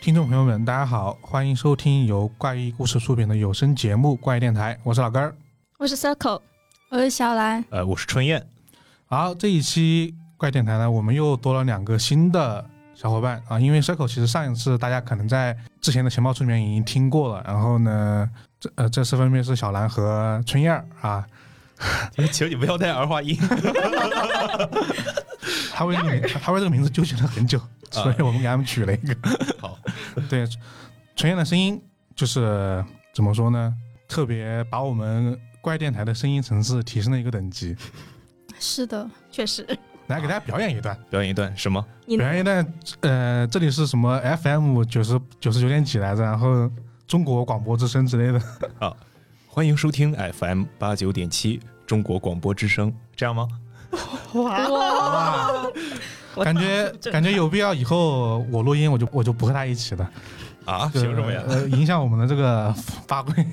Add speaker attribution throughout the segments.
Speaker 1: 听众朋友们，大家好，欢迎收听由怪异故事出品的有声节目《怪异电台》，我是老根儿。
Speaker 2: 我是 Circle，
Speaker 3: 我是小兰，
Speaker 4: 呃，我是春燕，
Speaker 1: 好，这一期怪电台呢，我们又多了两个新的小伙伴啊，因为 Circle 其实上一次大家可能在之前的情报处里面已经听过了，然后呢，这呃这次分别是小兰和春燕儿啊，
Speaker 4: 求你不要带儿化音。
Speaker 1: 他为这个名他为这个名字纠结了很久，所以我们给他们取了一个。
Speaker 4: 好，
Speaker 1: 对，纯燕的声音就是怎么说呢？特别把我们怪电台的声音层次提升了一个等级。
Speaker 3: 是的，
Speaker 2: 确实，
Speaker 1: 来给大家表演一段，
Speaker 4: 表演一段什么？
Speaker 2: 啊你
Speaker 1: 表演一段，呃，这里是什么 FM 九十九十九点几来着？然后中国广播之声之类的，
Speaker 4: 欢迎收听 FM 八九点七中国广播之声，这样吗？
Speaker 2: 哇，我
Speaker 1: 感觉
Speaker 2: 这
Speaker 1: 感觉有必要以后我录音我就我就不和他一起了，
Speaker 4: 啊，凭
Speaker 1: 就
Speaker 4: 什么呀？
Speaker 1: 呃，影响我们的这个发挥。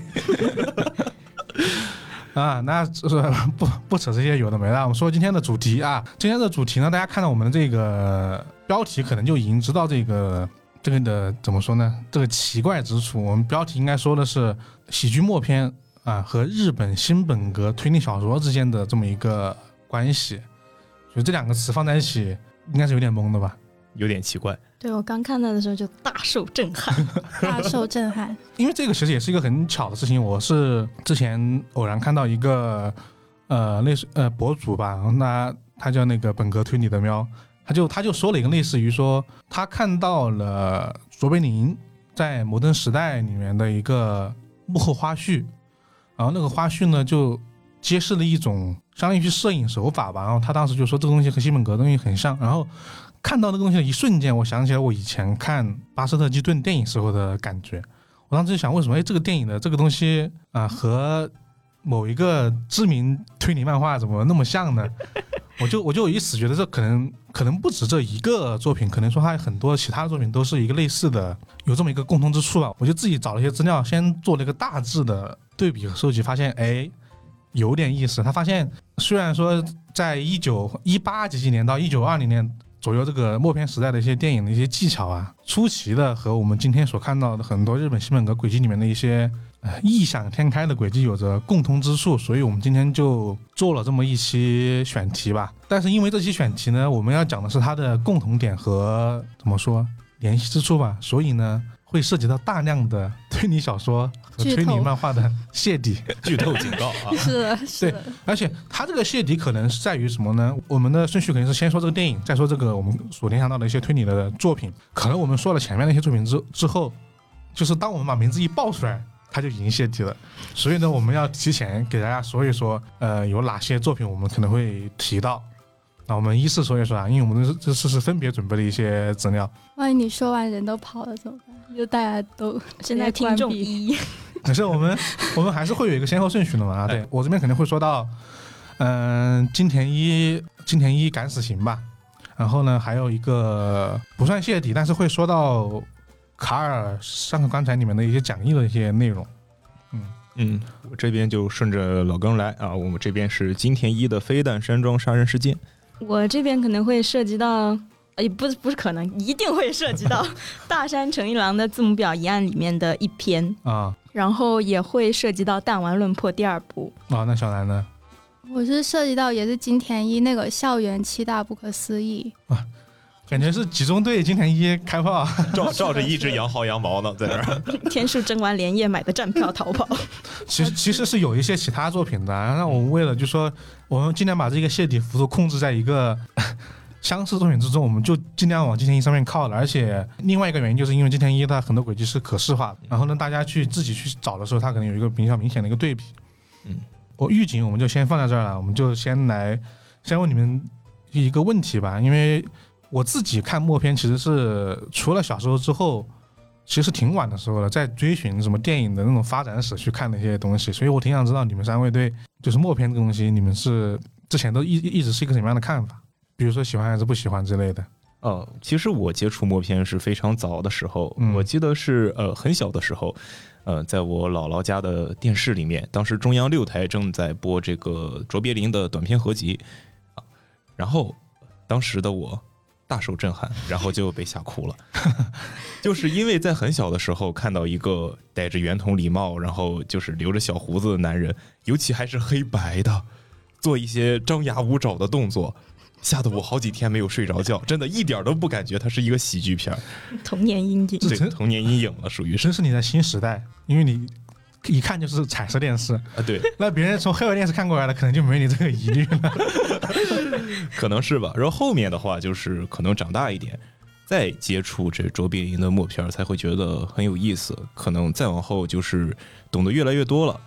Speaker 1: 啊，那是不不扯这些有的没的，我们说今天的主题啊。今天的主题呢，大家看到我们的这个标题，可能就已经知道这个这个的怎么说呢？这个奇怪之处，我们标题应该说的是喜剧默片啊和日本新本格推理小说之间的这么一个关系，所以这两个词放在一起，应该是有点懵的吧？
Speaker 4: 有点奇怪。
Speaker 2: 对我刚看到的时候就大受震 撼，
Speaker 3: 大受 震撼。
Speaker 1: 因为这个其实也是一个很巧的事情，我是之前偶然看到一个呃类似呃博主吧，那他叫那个本格推理的喵，他就他就说了一个类似于说他看到了呃卓别林在《摩登时代》里面的一个幕后花絮，然后那个花絮呢就揭示了一种相当于是摄影手法吧，然后他当时就说这个东西和西本格的东西很像，然后。看到那个东西的一瞬间，我想起来我以前看巴斯特基顿电影时候的感觉，我当时就想，为什么哎这个电影的这个东西啊、和某一个知名推理漫画怎么那么像呢？我就我就一死觉得这可能可能不止这一个作品，可能说它很多其他的作品都是一个类似的，有这么一个共通之处吧。我就自己找了一些资料，先做了一个大致的对比和收集，发现哎有点意思。他发现虽然说在一九一八几几年到一九二零年左右这个默片时代的一些电影的一些技巧啊，出奇的和我们今天所看到的很多日本西本格轨迹里面的一些呃异想天开的轨迹有着共通之处，所以我们今天就做了这么一期选题吧。但是因为这期选题呢，我们要讲的是它的共同点和怎么说联系之处吧，所以呢会涉及到大量的推理小说和
Speaker 3: 剧
Speaker 1: 推理
Speaker 3: 透！
Speaker 1: 漫画的泄底。
Speaker 4: 剧透警告 啊
Speaker 3: 是的，是的，
Speaker 1: 而且它这个泄底可能是在于什么呢？我们的顺序肯定是先说这个电影，再说这个我们所联想到的一些推理的作品。可能我们说了前面那些作品之之后，就是当我们把名字一报出来，它就已经泄底了。所以呢，我们要提前给大家说一说，呃，有哪些作品我们可能会提到。那我们依次说一说啊，因为我们这这次是分别准备了一些资料，
Speaker 3: 万一你说完人都跑了怎么办？就大家 都
Speaker 2: 现在听众一，
Speaker 1: 可是我们我们还是会有一个先后顺序的嘛。啊对我这边肯定会说到，嗯、金田一金田一敢死刑吧，然后呢还有一个不算泄底，但是会说到卡尔上个棺材里面的一些讲义的一些内容。
Speaker 4: 嗯，我这边就顺着老根来啊，我们这边是金田一的飞弹山庄杀人事件。
Speaker 2: 我这边可能会涉及到。哎，不是，不是可能，一定会涉及到大山诚一郎的字母表一案里面的一篇，
Speaker 1: 啊
Speaker 2: 然后也会涉及到《弹丸论破》第二部。
Speaker 1: 啊，那小兰呢？
Speaker 3: 我是涉及到也是金田一那个校园七大不可思议，
Speaker 1: 感觉是集中对金田一开炮啊，
Speaker 4: 照照着一只羊薅羊毛呢，在那儿。
Speaker 2: 天数争完连夜买的站票逃跑，
Speaker 1: 其实其实是有一些其他作品的啊。那我们为了就说，我们尽量把这个泄底幅度控制在一个 相似作品之中，我们就尽量往金田一上面靠了。而且另外一个原因就是因为金田一它很多轨迹是可视化的，然后呢，大家去自己去找的时候，它可能有一个比较明显的一个对比。
Speaker 4: 嗯，
Speaker 1: 我预警我们就先放在这儿了，我们就先来先问你们一个问题吧，因为我自己看默片其实是除了小时候之后。其实挺晚的时候了，在追寻什么电影的那种发展史去看那些东西，所以我挺想知道你们三位对就是默片这个东西，你们是之前都一一直是一个什么样的看法？比如说喜欢还是不喜欢之类的。
Speaker 4: 呃，其实我接触默片是非常早的时候，
Speaker 1: 嗯
Speaker 4: 我记得是呃很小的时候，呃，在我姥姥家的电视里面，当时中央六台正在播这个卓别林的短片合集，啊然后当时的我大受震撼，然后就被吓哭了， 就是因为在很小的时候看到一个戴着圆筒礼帽，然后就是留着小胡子的男人，尤其还是黑白的，做一些张牙舞爪的动作。吓得我好几天没有睡着觉，真的一点儿都不感觉它是一个喜剧片儿，
Speaker 2: 童年阴影。
Speaker 1: 这
Speaker 4: 对，
Speaker 1: 真
Speaker 4: 童年阴影了，属于是
Speaker 1: 真是你在新时代，因为你一看就是彩色电视，
Speaker 4: 啊，对，
Speaker 1: 那别人从黑白电视看过来的，可能就没你这个疑虑了。
Speaker 4: 可能是吧。然后后面的话就是可能长大一点，再接触这卓别林的默片儿，才会觉得很有意思。可能再往后就是懂得越来越多了，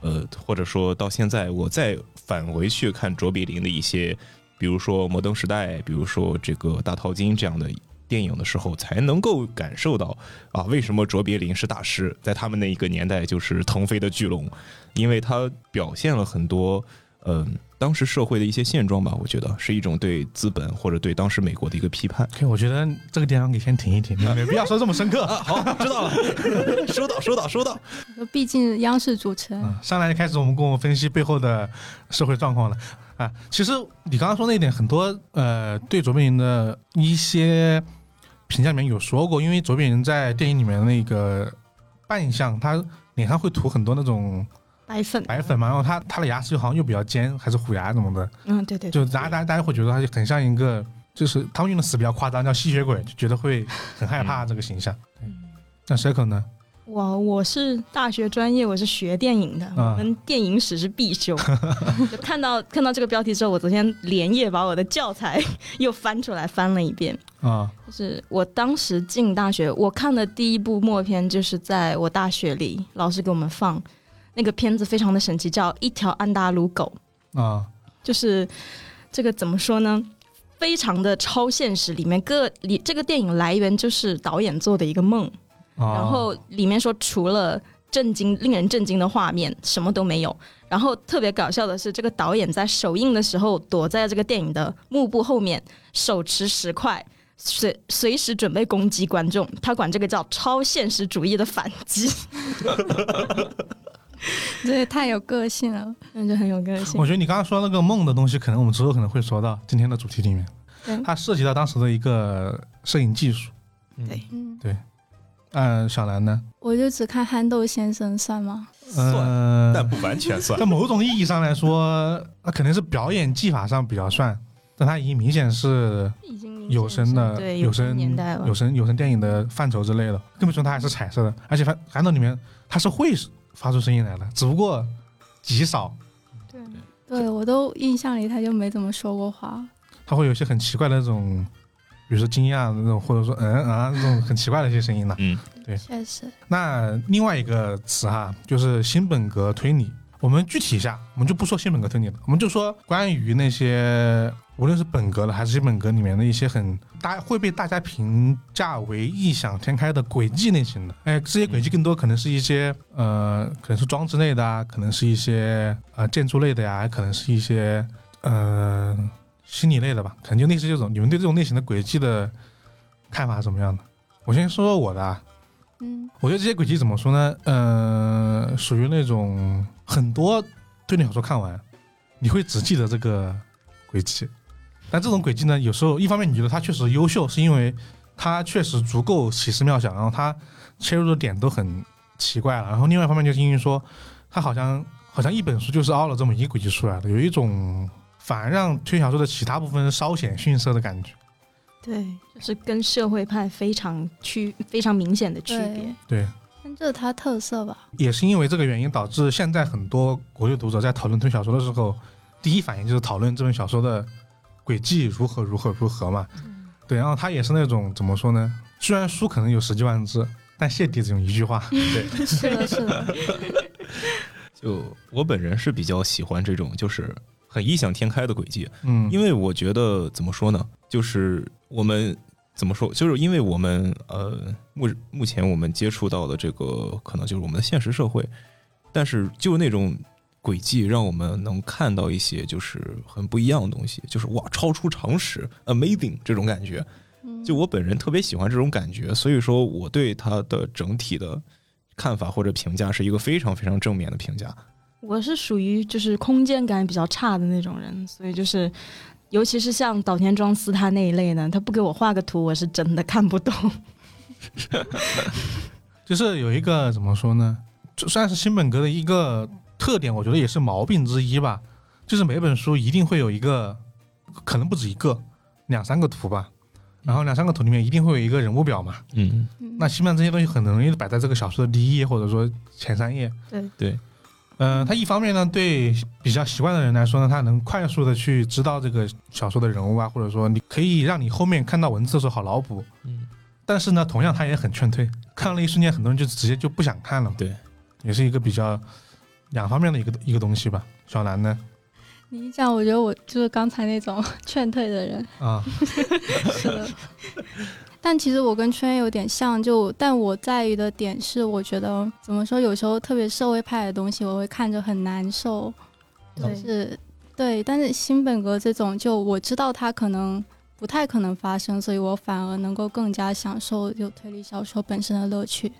Speaker 4: 呃，或者说到现在我再返回去看卓别林的一些，比如说《摩登时代》，比如说这个《大淘金》这样的。电影的时候才能够感受到啊，为什么卓别林是大师？在他们那一个年代就是腾飞的巨龙，因为他表现了很多嗯、当时社会的一些现状吧，我觉得是一种对资本或者对当时美国的一个批判。
Speaker 1: 我觉得这个地方你先停一 停，你没必要说这么深刻。
Speaker 4: 啊好，知道了， 收到，收到，收到。
Speaker 3: 毕竟央视主持人，
Speaker 1: 嗯，上来就开始我们跟我分析背后的社会状况了啊。其实你刚刚说那一点，很多呃对卓别林的一些评价里面有说过，因为卓别林在电影里面那个扮相，他脸上会涂很多那种
Speaker 2: 白粉，
Speaker 1: 白粉嘛，然后他他的牙齿好像又比较尖，还是虎牙什么的，
Speaker 2: 嗯，对对，对
Speaker 1: 就大家大家大家会觉得他就很像一个，就是他们用的词比较夸张，叫吸血鬼，就觉得会很害怕这个形象。那 Circle 呢？
Speaker 2: 我我是大学专业，我是学电影的，
Speaker 1: 啊
Speaker 2: 我们电影史是必修。就看到看到这个标题之后，我昨天连夜把我的教材 又翻出来翻了一遍。
Speaker 1: 啊、
Speaker 2: 就是我当时进大学，我看的第一部默片，就是在我大学里老师给我们放那个片子，非常的神奇，叫《一条安达鲁狗
Speaker 1: 啊、》，
Speaker 2: 就是这个怎么说呢？非常的超现实，里面各里这个电影来源就是导演做的一个梦，
Speaker 1: 啊！
Speaker 2: 然后里面说除了震惊、令人震惊的画面，什么都没有。然后特别搞笑的是，这个导演在首映的时候躲在这个电影的幕布后面，手持石块，随随时准备攻击观众。他管这个叫超现实主义的反击，
Speaker 3: 这也太有个性了。
Speaker 2: 那就很有个性
Speaker 1: 我。觉得你刚刚说那个梦的东西，可能我们之后可能会说到今天的主题里面
Speaker 3: 对，
Speaker 1: 它涉及到当时的一个摄影技术。
Speaker 2: 对，
Speaker 3: 嗯，
Speaker 1: 嗯、小兰呢？
Speaker 3: 我就只看憨豆先生算吗？
Speaker 4: 算，
Speaker 1: 嗯、
Speaker 4: 但不完全算
Speaker 1: 在。某种意义上来说，那肯定是表演技法上比较算，但它已经明显是
Speaker 2: 已经
Speaker 1: 有声的
Speaker 2: 对
Speaker 1: 有
Speaker 2: 声
Speaker 1: 声
Speaker 2: 年代了
Speaker 1: 有，声有声电影的范畴之类的。更不说它还是彩色的，而且反反斗里面它是会发出声音来的，只不过极少，
Speaker 2: 对，
Speaker 3: 对我都印象里他就没怎么说过话。
Speaker 1: 它会有一些很奇怪的那种，比如说惊讶的那种，或者说嗯啊这种很奇怪的一些声音呢。
Speaker 4: 嗯，
Speaker 3: 确实，
Speaker 1: 那另外一个词哈，就是新本格推理。我们具体一下，我们就不说新本格推理了，我们就说关于那些无论是本格的还是新本格里面的一些很大会被大家评价为异想天开的轨迹类型的。哎，这些轨迹更多可能是一些呃，可能是装置类的啊，可能是一些呃建筑类的呀，可能是一些呃心理类的吧，可能就类似这种。你们对这种类型的轨迹的看法是怎么样的？我先说说我的啊，
Speaker 3: 嗯，
Speaker 1: 我觉得这些轨迹怎么说呢？呃，属于那种很多推理小说看完，你会只记得这个轨迹，但这种轨迹呢，有时候一方面你觉得它确实优秀，是因为它确实足够奇思妙想，然后它切入的点都很奇怪了。然后另外一方面就是因为说，它好像好像一本书就是凹了这么一个轨迹出来的，有一种反而让推理小说的其他部分稍显逊色的感觉。
Speaker 2: 对，就是跟社会派非常区非常明显的区别
Speaker 3: 对。
Speaker 1: 对，
Speaker 3: 但这是他特色吧？
Speaker 1: 也是因为这个原因，导致现在很多国内读者在讨论推理小说的时候，第一反应就是讨论这本小说的轨迹如何如何如何嘛。对，然后他也是那种怎么说呢？虽然书可能有十几万字，但谢底只用一句话。
Speaker 3: 是的，是的，
Speaker 4: 就我本人是比较喜欢这种，就是很异想天开的轨迹，
Speaker 1: 嗯，
Speaker 4: 因为我觉得怎么说呢，就是我们怎么说，就是因为我们呃目目前我们接触到的这个可能就是我们的现实社会，但是就那种轨迹让我们能看到一些就是很不一样的东西，就是哇超出常识，amazing 这种感觉。
Speaker 3: 嗯
Speaker 4: 就我本人特别喜欢这种感觉，所以说我对它的整体的看法或者评价是一个非常非常正面的评价。
Speaker 2: 我是属于就是空间感比较差的那种人，所以就是，尤其是像岛田庄司他那一类的，他不给我画个图，我是真的看不懂。
Speaker 1: 就是有一个怎么说呢，就算是新本格的一个特点，我觉得也是毛病之一吧。就是每本书一定会有一个，可能不止一个，两三个图吧。然后两三个图里面一定会有一个人物表嘛。
Speaker 4: 嗯，
Speaker 3: 嗯
Speaker 1: 那新版这些东西很容易地摆在这个小说的第一页或者说前三页。
Speaker 2: 对
Speaker 4: 对。
Speaker 1: 嗯、它一方面呢，对比较习惯的人来说呢，它能快速的去知道这个小说的人物啊，或者说你可以让你后面看到文字的时候好脑补。
Speaker 4: 嗯。
Speaker 1: 但是呢，同样它也很劝退，看了一瞬间，很多人就直接就不想看了嘛。
Speaker 4: 对。
Speaker 1: 也是一个比较两方面的一个一个东西吧。小兰呢？
Speaker 3: 你一讲，我觉得我就是刚才那种 劝退的人，
Speaker 1: 啊，
Speaker 3: 是的。但其实我跟圈有点像，就但我在意的点是，我觉得怎么说，有时候特别社会派的东西，我会看着很难受。
Speaker 2: 对
Speaker 3: 是，对。但是新本格这种，就我知道它可能不太可能发生，所以我反而能够更加享受就推理小说本身的乐趣。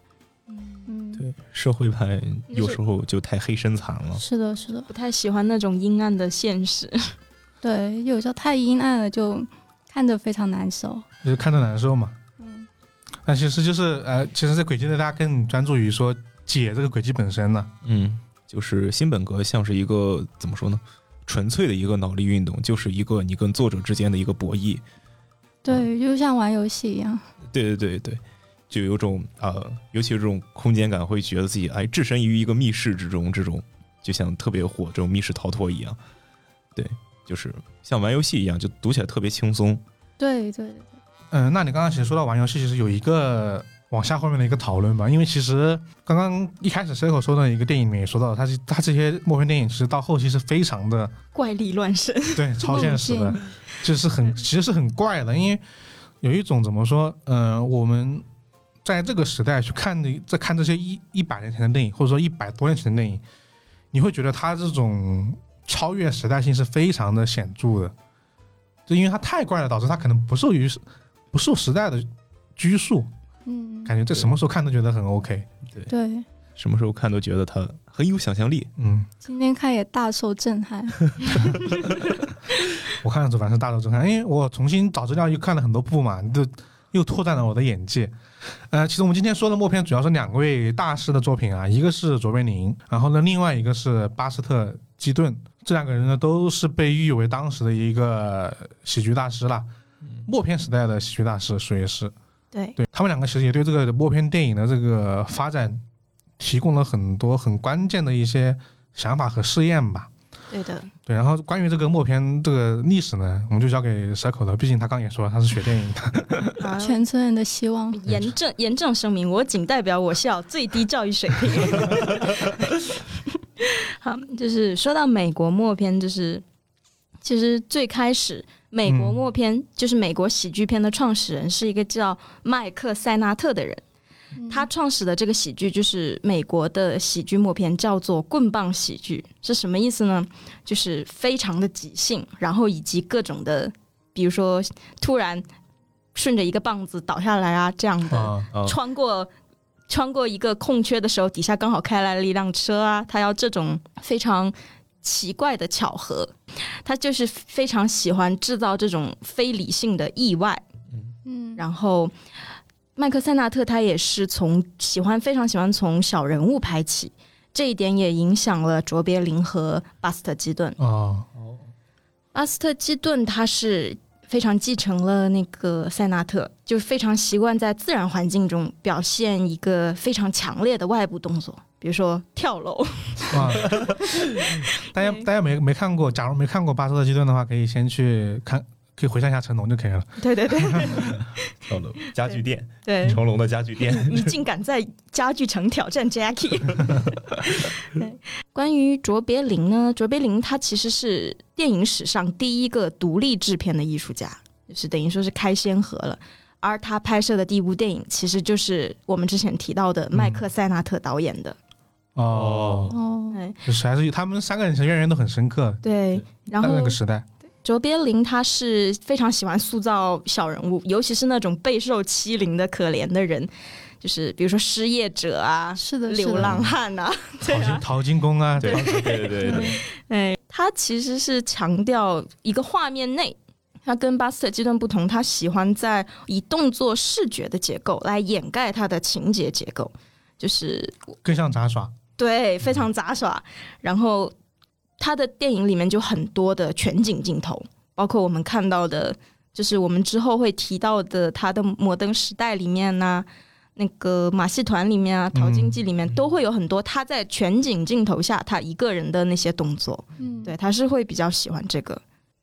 Speaker 3: 嗯，
Speaker 4: 对，社会派有时候就太黑身残了。
Speaker 3: 是的，是的，
Speaker 2: 不太喜欢那种阴暗的现实。
Speaker 3: 对。有时候太阴暗了，就看着非常难受。
Speaker 1: 就是看着难受嘛。
Speaker 3: 嗯，
Speaker 1: 那其实就是呃，其实这轨迹呢，大家更专注于说解这个轨迹本身呢。
Speaker 4: 嗯，就是新本格像是一个怎么说呢，纯粹的一个脑力运动，就是一个你跟作者之间的一个博弈。
Speaker 3: 对，就像玩游戏一样。
Speaker 4: 对对对对，就有种呃，尤其是这种空间感，会觉得自己哎置身于一个密室之中，这种就像特别火这种密室逃脱一样。对，就是像玩游戏一样，就读起来特别轻松。
Speaker 3: 对对
Speaker 1: 嗯、那你刚刚其实说到玩游戏，其实有一个往下后面的一个讨论吧，因为其实刚刚一开始 C 口说的一个电影里面也说到，它是它这些默片电影其实到后期是非常的
Speaker 2: 怪力乱神，
Speaker 1: 对超现实的，就是很其实是很怪的，因为有一种怎么说，呃，我们在这个时代去看的，在看这些一一百年前的电影，或者说一百多年前的电影，你会觉得它这种超越时代性是非常的显著的，就因为它太怪了，导致它可能不受于不受时代的拘束，
Speaker 3: 嗯，
Speaker 1: 感觉在什么时候看都觉得很 OK。
Speaker 3: 对，
Speaker 4: 什么时候看都觉得它很有想象力。
Speaker 1: 嗯，
Speaker 3: 今天看也大受震 撼。
Speaker 1: 我看了反正是大受震撼，因为我重新找资料又看了很多部嘛，就又拓展了我的眼界。呃，其实我们今天说的默片主要是两位大师的作品啊，一个是卓别林，然后呢，另外一个是巴斯特基顿，这两个人呢都是被誉为当时的一个喜剧大师啦，默片时代的喜剧大师，属于是。
Speaker 2: 对，
Speaker 1: 对他们两个其实也对这个默片电影的这个发展提供了很多很关键的一些想法和试验吧。
Speaker 2: 对 的，
Speaker 1: 对，然后关于这个默片这个历史呢，我们就交给 Circle 了，毕竟他刚也说他是学电影的。
Speaker 2: 啊
Speaker 3: 全村人的希望。
Speaker 2: 严正严正声明，我仅代表我校最低教育水平。 好，就是说到美国默片，就是其实最开始美国默片、就是美国喜剧片的创始人是一个叫麦克塞纳特的人，
Speaker 3: 嗯
Speaker 2: 他创始的这个喜剧就是美国的喜剧默片，叫做棍棒喜剧，是什么意思呢？就是非常的即兴，然后以及各种的，比如说突然顺着一个棒子倒下来啊这样的，
Speaker 1: 啊，
Speaker 4: 啊、
Speaker 2: 穿过穿过一个空缺的时候，底下刚好开来了一辆车啊，他要这种非常奇怪的巧合，他就是非常喜欢制造这种非理性的意外。
Speaker 3: 嗯，
Speaker 2: 然后，麦克塞纳特他也是从喜欢非常喜欢从小人物拍起，这一点也影响了卓别林和巴斯特基顿。
Speaker 1: 哦，
Speaker 2: 巴斯特基顿他是非常继承了那个塞纳特，就是非常习惯在自然环境中表现一个非常强烈的外部动作，比如说跳楼。
Speaker 1: 啊，大家大家没没看过，假如没看过《巴斯特基顿》的话，可以先去看，可以回想一下成龙就可以了。
Speaker 2: 对对 对
Speaker 4: 跳楼家具店，
Speaker 2: 对，
Speaker 4: 成龙的家具店。
Speaker 2: 你竟敢在家具城挑战 Jackie！对，关于卓别林呢，卓别林他其实是电影史上第一个独立制片的艺术家，就是等于说是开先河了。而他拍摄的第一部电影，其实就是我们之前提到的麦克塞纳特导演的。
Speaker 1: 哦，
Speaker 3: 哦，
Speaker 2: 对嗯
Speaker 1: 就是还是他们三个人其实渊源都很深刻，
Speaker 2: 对，然
Speaker 1: 在
Speaker 2: 后
Speaker 1: 那个时代。
Speaker 2: 卓别林他是非常喜欢塑造小人物，尤其是那种备受欺凌的可怜的人，就是比如说失业者啊、
Speaker 3: 是的，是
Speaker 2: 流
Speaker 3: 的。
Speaker 2: 浪汉 啊， 对
Speaker 1: 淘
Speaker 2: 啊
Speaker 1: 金，淘金工啊，
Speaker 4: 对对对对对，
Speaker 2: 哎，他其实是强调一个画面内。他跟巴斯特基顿不同，他喜欢在以动作视觉的结构来掩盖他的情节结构，就是
Speaker 1: 更像杂耍。
Speaker 2: 对，非
Speaker 4: 嗯
Speaker 2: 常杂耍。然后他的电影里面就很多的全景镜头，包括我们看到的，就是我们之后会提到的他的《摩登时代》里面呐、那个马戏团里面啊，《淘金记》里
Speaker 4: 嗯
Speaker 2: 面、都会有很多他在全景镜头下他一个人的那些动作。
Speaker 3: 嗯，
Speaker 2: 对，他是会比较喜欢这个。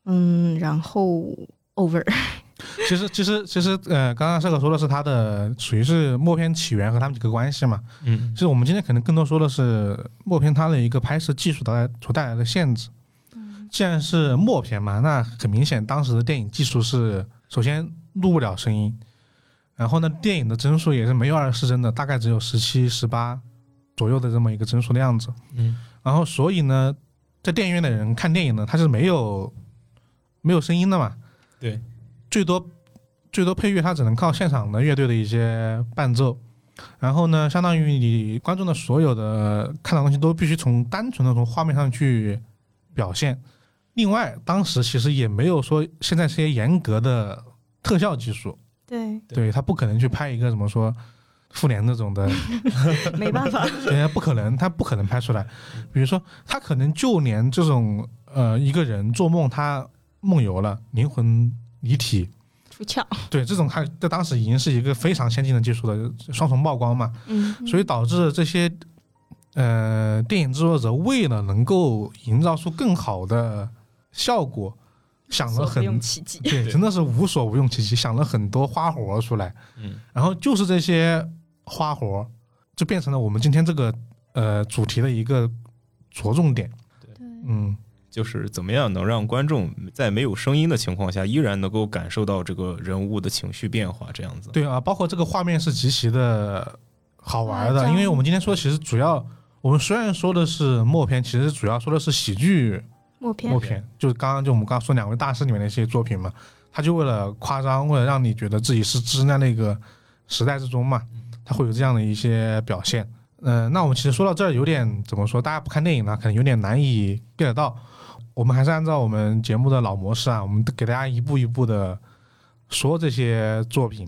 Speaker 2: 嗯，然后 over，
Speaker 1: 其实其实其实呃，刚刚社哥说的是他的属于是默片起源和他们几个关系嘛。
Speaker 4: 嗯
Speaker 1: 其，实我们今天可能更多说的是默片它的一个拍摄技术的所带来的限制。既然是默片嘛，那很明显当时的电影技术是首先录不了声音，然后呢，电影的帧数也是没有二十帧的，大概只有十七、十八左右的这么一个帧数的样子。
Speaker 4: 嗯，
Speaker 1: 然后所以呢，在电影院的人看电影呢，他是没有没有声音的嘛，
Speaker 4: 对，
Speaker 1: 最多最多配乐，它只能靠现场的乐队的一些伴奏。然后呢，相当于你观众的所有的看到的东西都必须从单纯的从画面上去表现。另外，当时其实也没有说现在这些严格的特效技术，
Speaker 2: 对，
Speaker 1: 对他不可能去拍一个怎么说复联那种的，
Speaker 2: 没办法，
Speaker 1: 人家不可能，他不可能拍出来。比如说，他可能就连这种呃一个人做梦，他梦游了，灵魂离体，
Speaker 2: 出窍。
Speaker 1: 对，这种它在当时已经是一个非常先进的技术了，双重曝光嘛，
Speaker 2: 嗯，
Speaker 1: 所以导致这些呃电影制作者为了能够营造出更好的效果，想了
Speaker 2: 所不用
Speaker 1: 很
Speaker 2: 其极。
Speaker 1: 对，
Speaker 4: 对
Speaker 1: 真的是无所不用其极，想了很多花活儿出来，
Speaker 4: 嗯，
Speaker 1: 然后就是这些花活儿就变成了我们今天这个呃主题的一个着重点，
Speaker 3: 对，
Speaker 1: 嗯，
Speaker 4: 就是怎么样能让观众在没有声音的情况下，依然能够感受到这个人物的情绪变化，这样子。
Speaker 1: 对啊，包括这个画面是极其的好玩
Speaker 3: 夸
Speaker 1: 的，
Speaker 3: 张
Speaker 1: 因为我们今天说其实主要，我们虽然说的是默片，其实主要说的是喜剧
Speaker 2: 默片
Speaker 1: 默片，就是刚刚就我们刚刚说两位大师里面的一些作品嘛，他就为了夸张，为了让你觉得自己是置身在那个时代之中嘛，他会有这样的一些表现。嗯、那我们其实说到这儿有点怎么说，大家不看电影呢，可能有点难以 get 到。我们还是按照我们节目的老模式啊，我们给大家一步一步的说这些作品。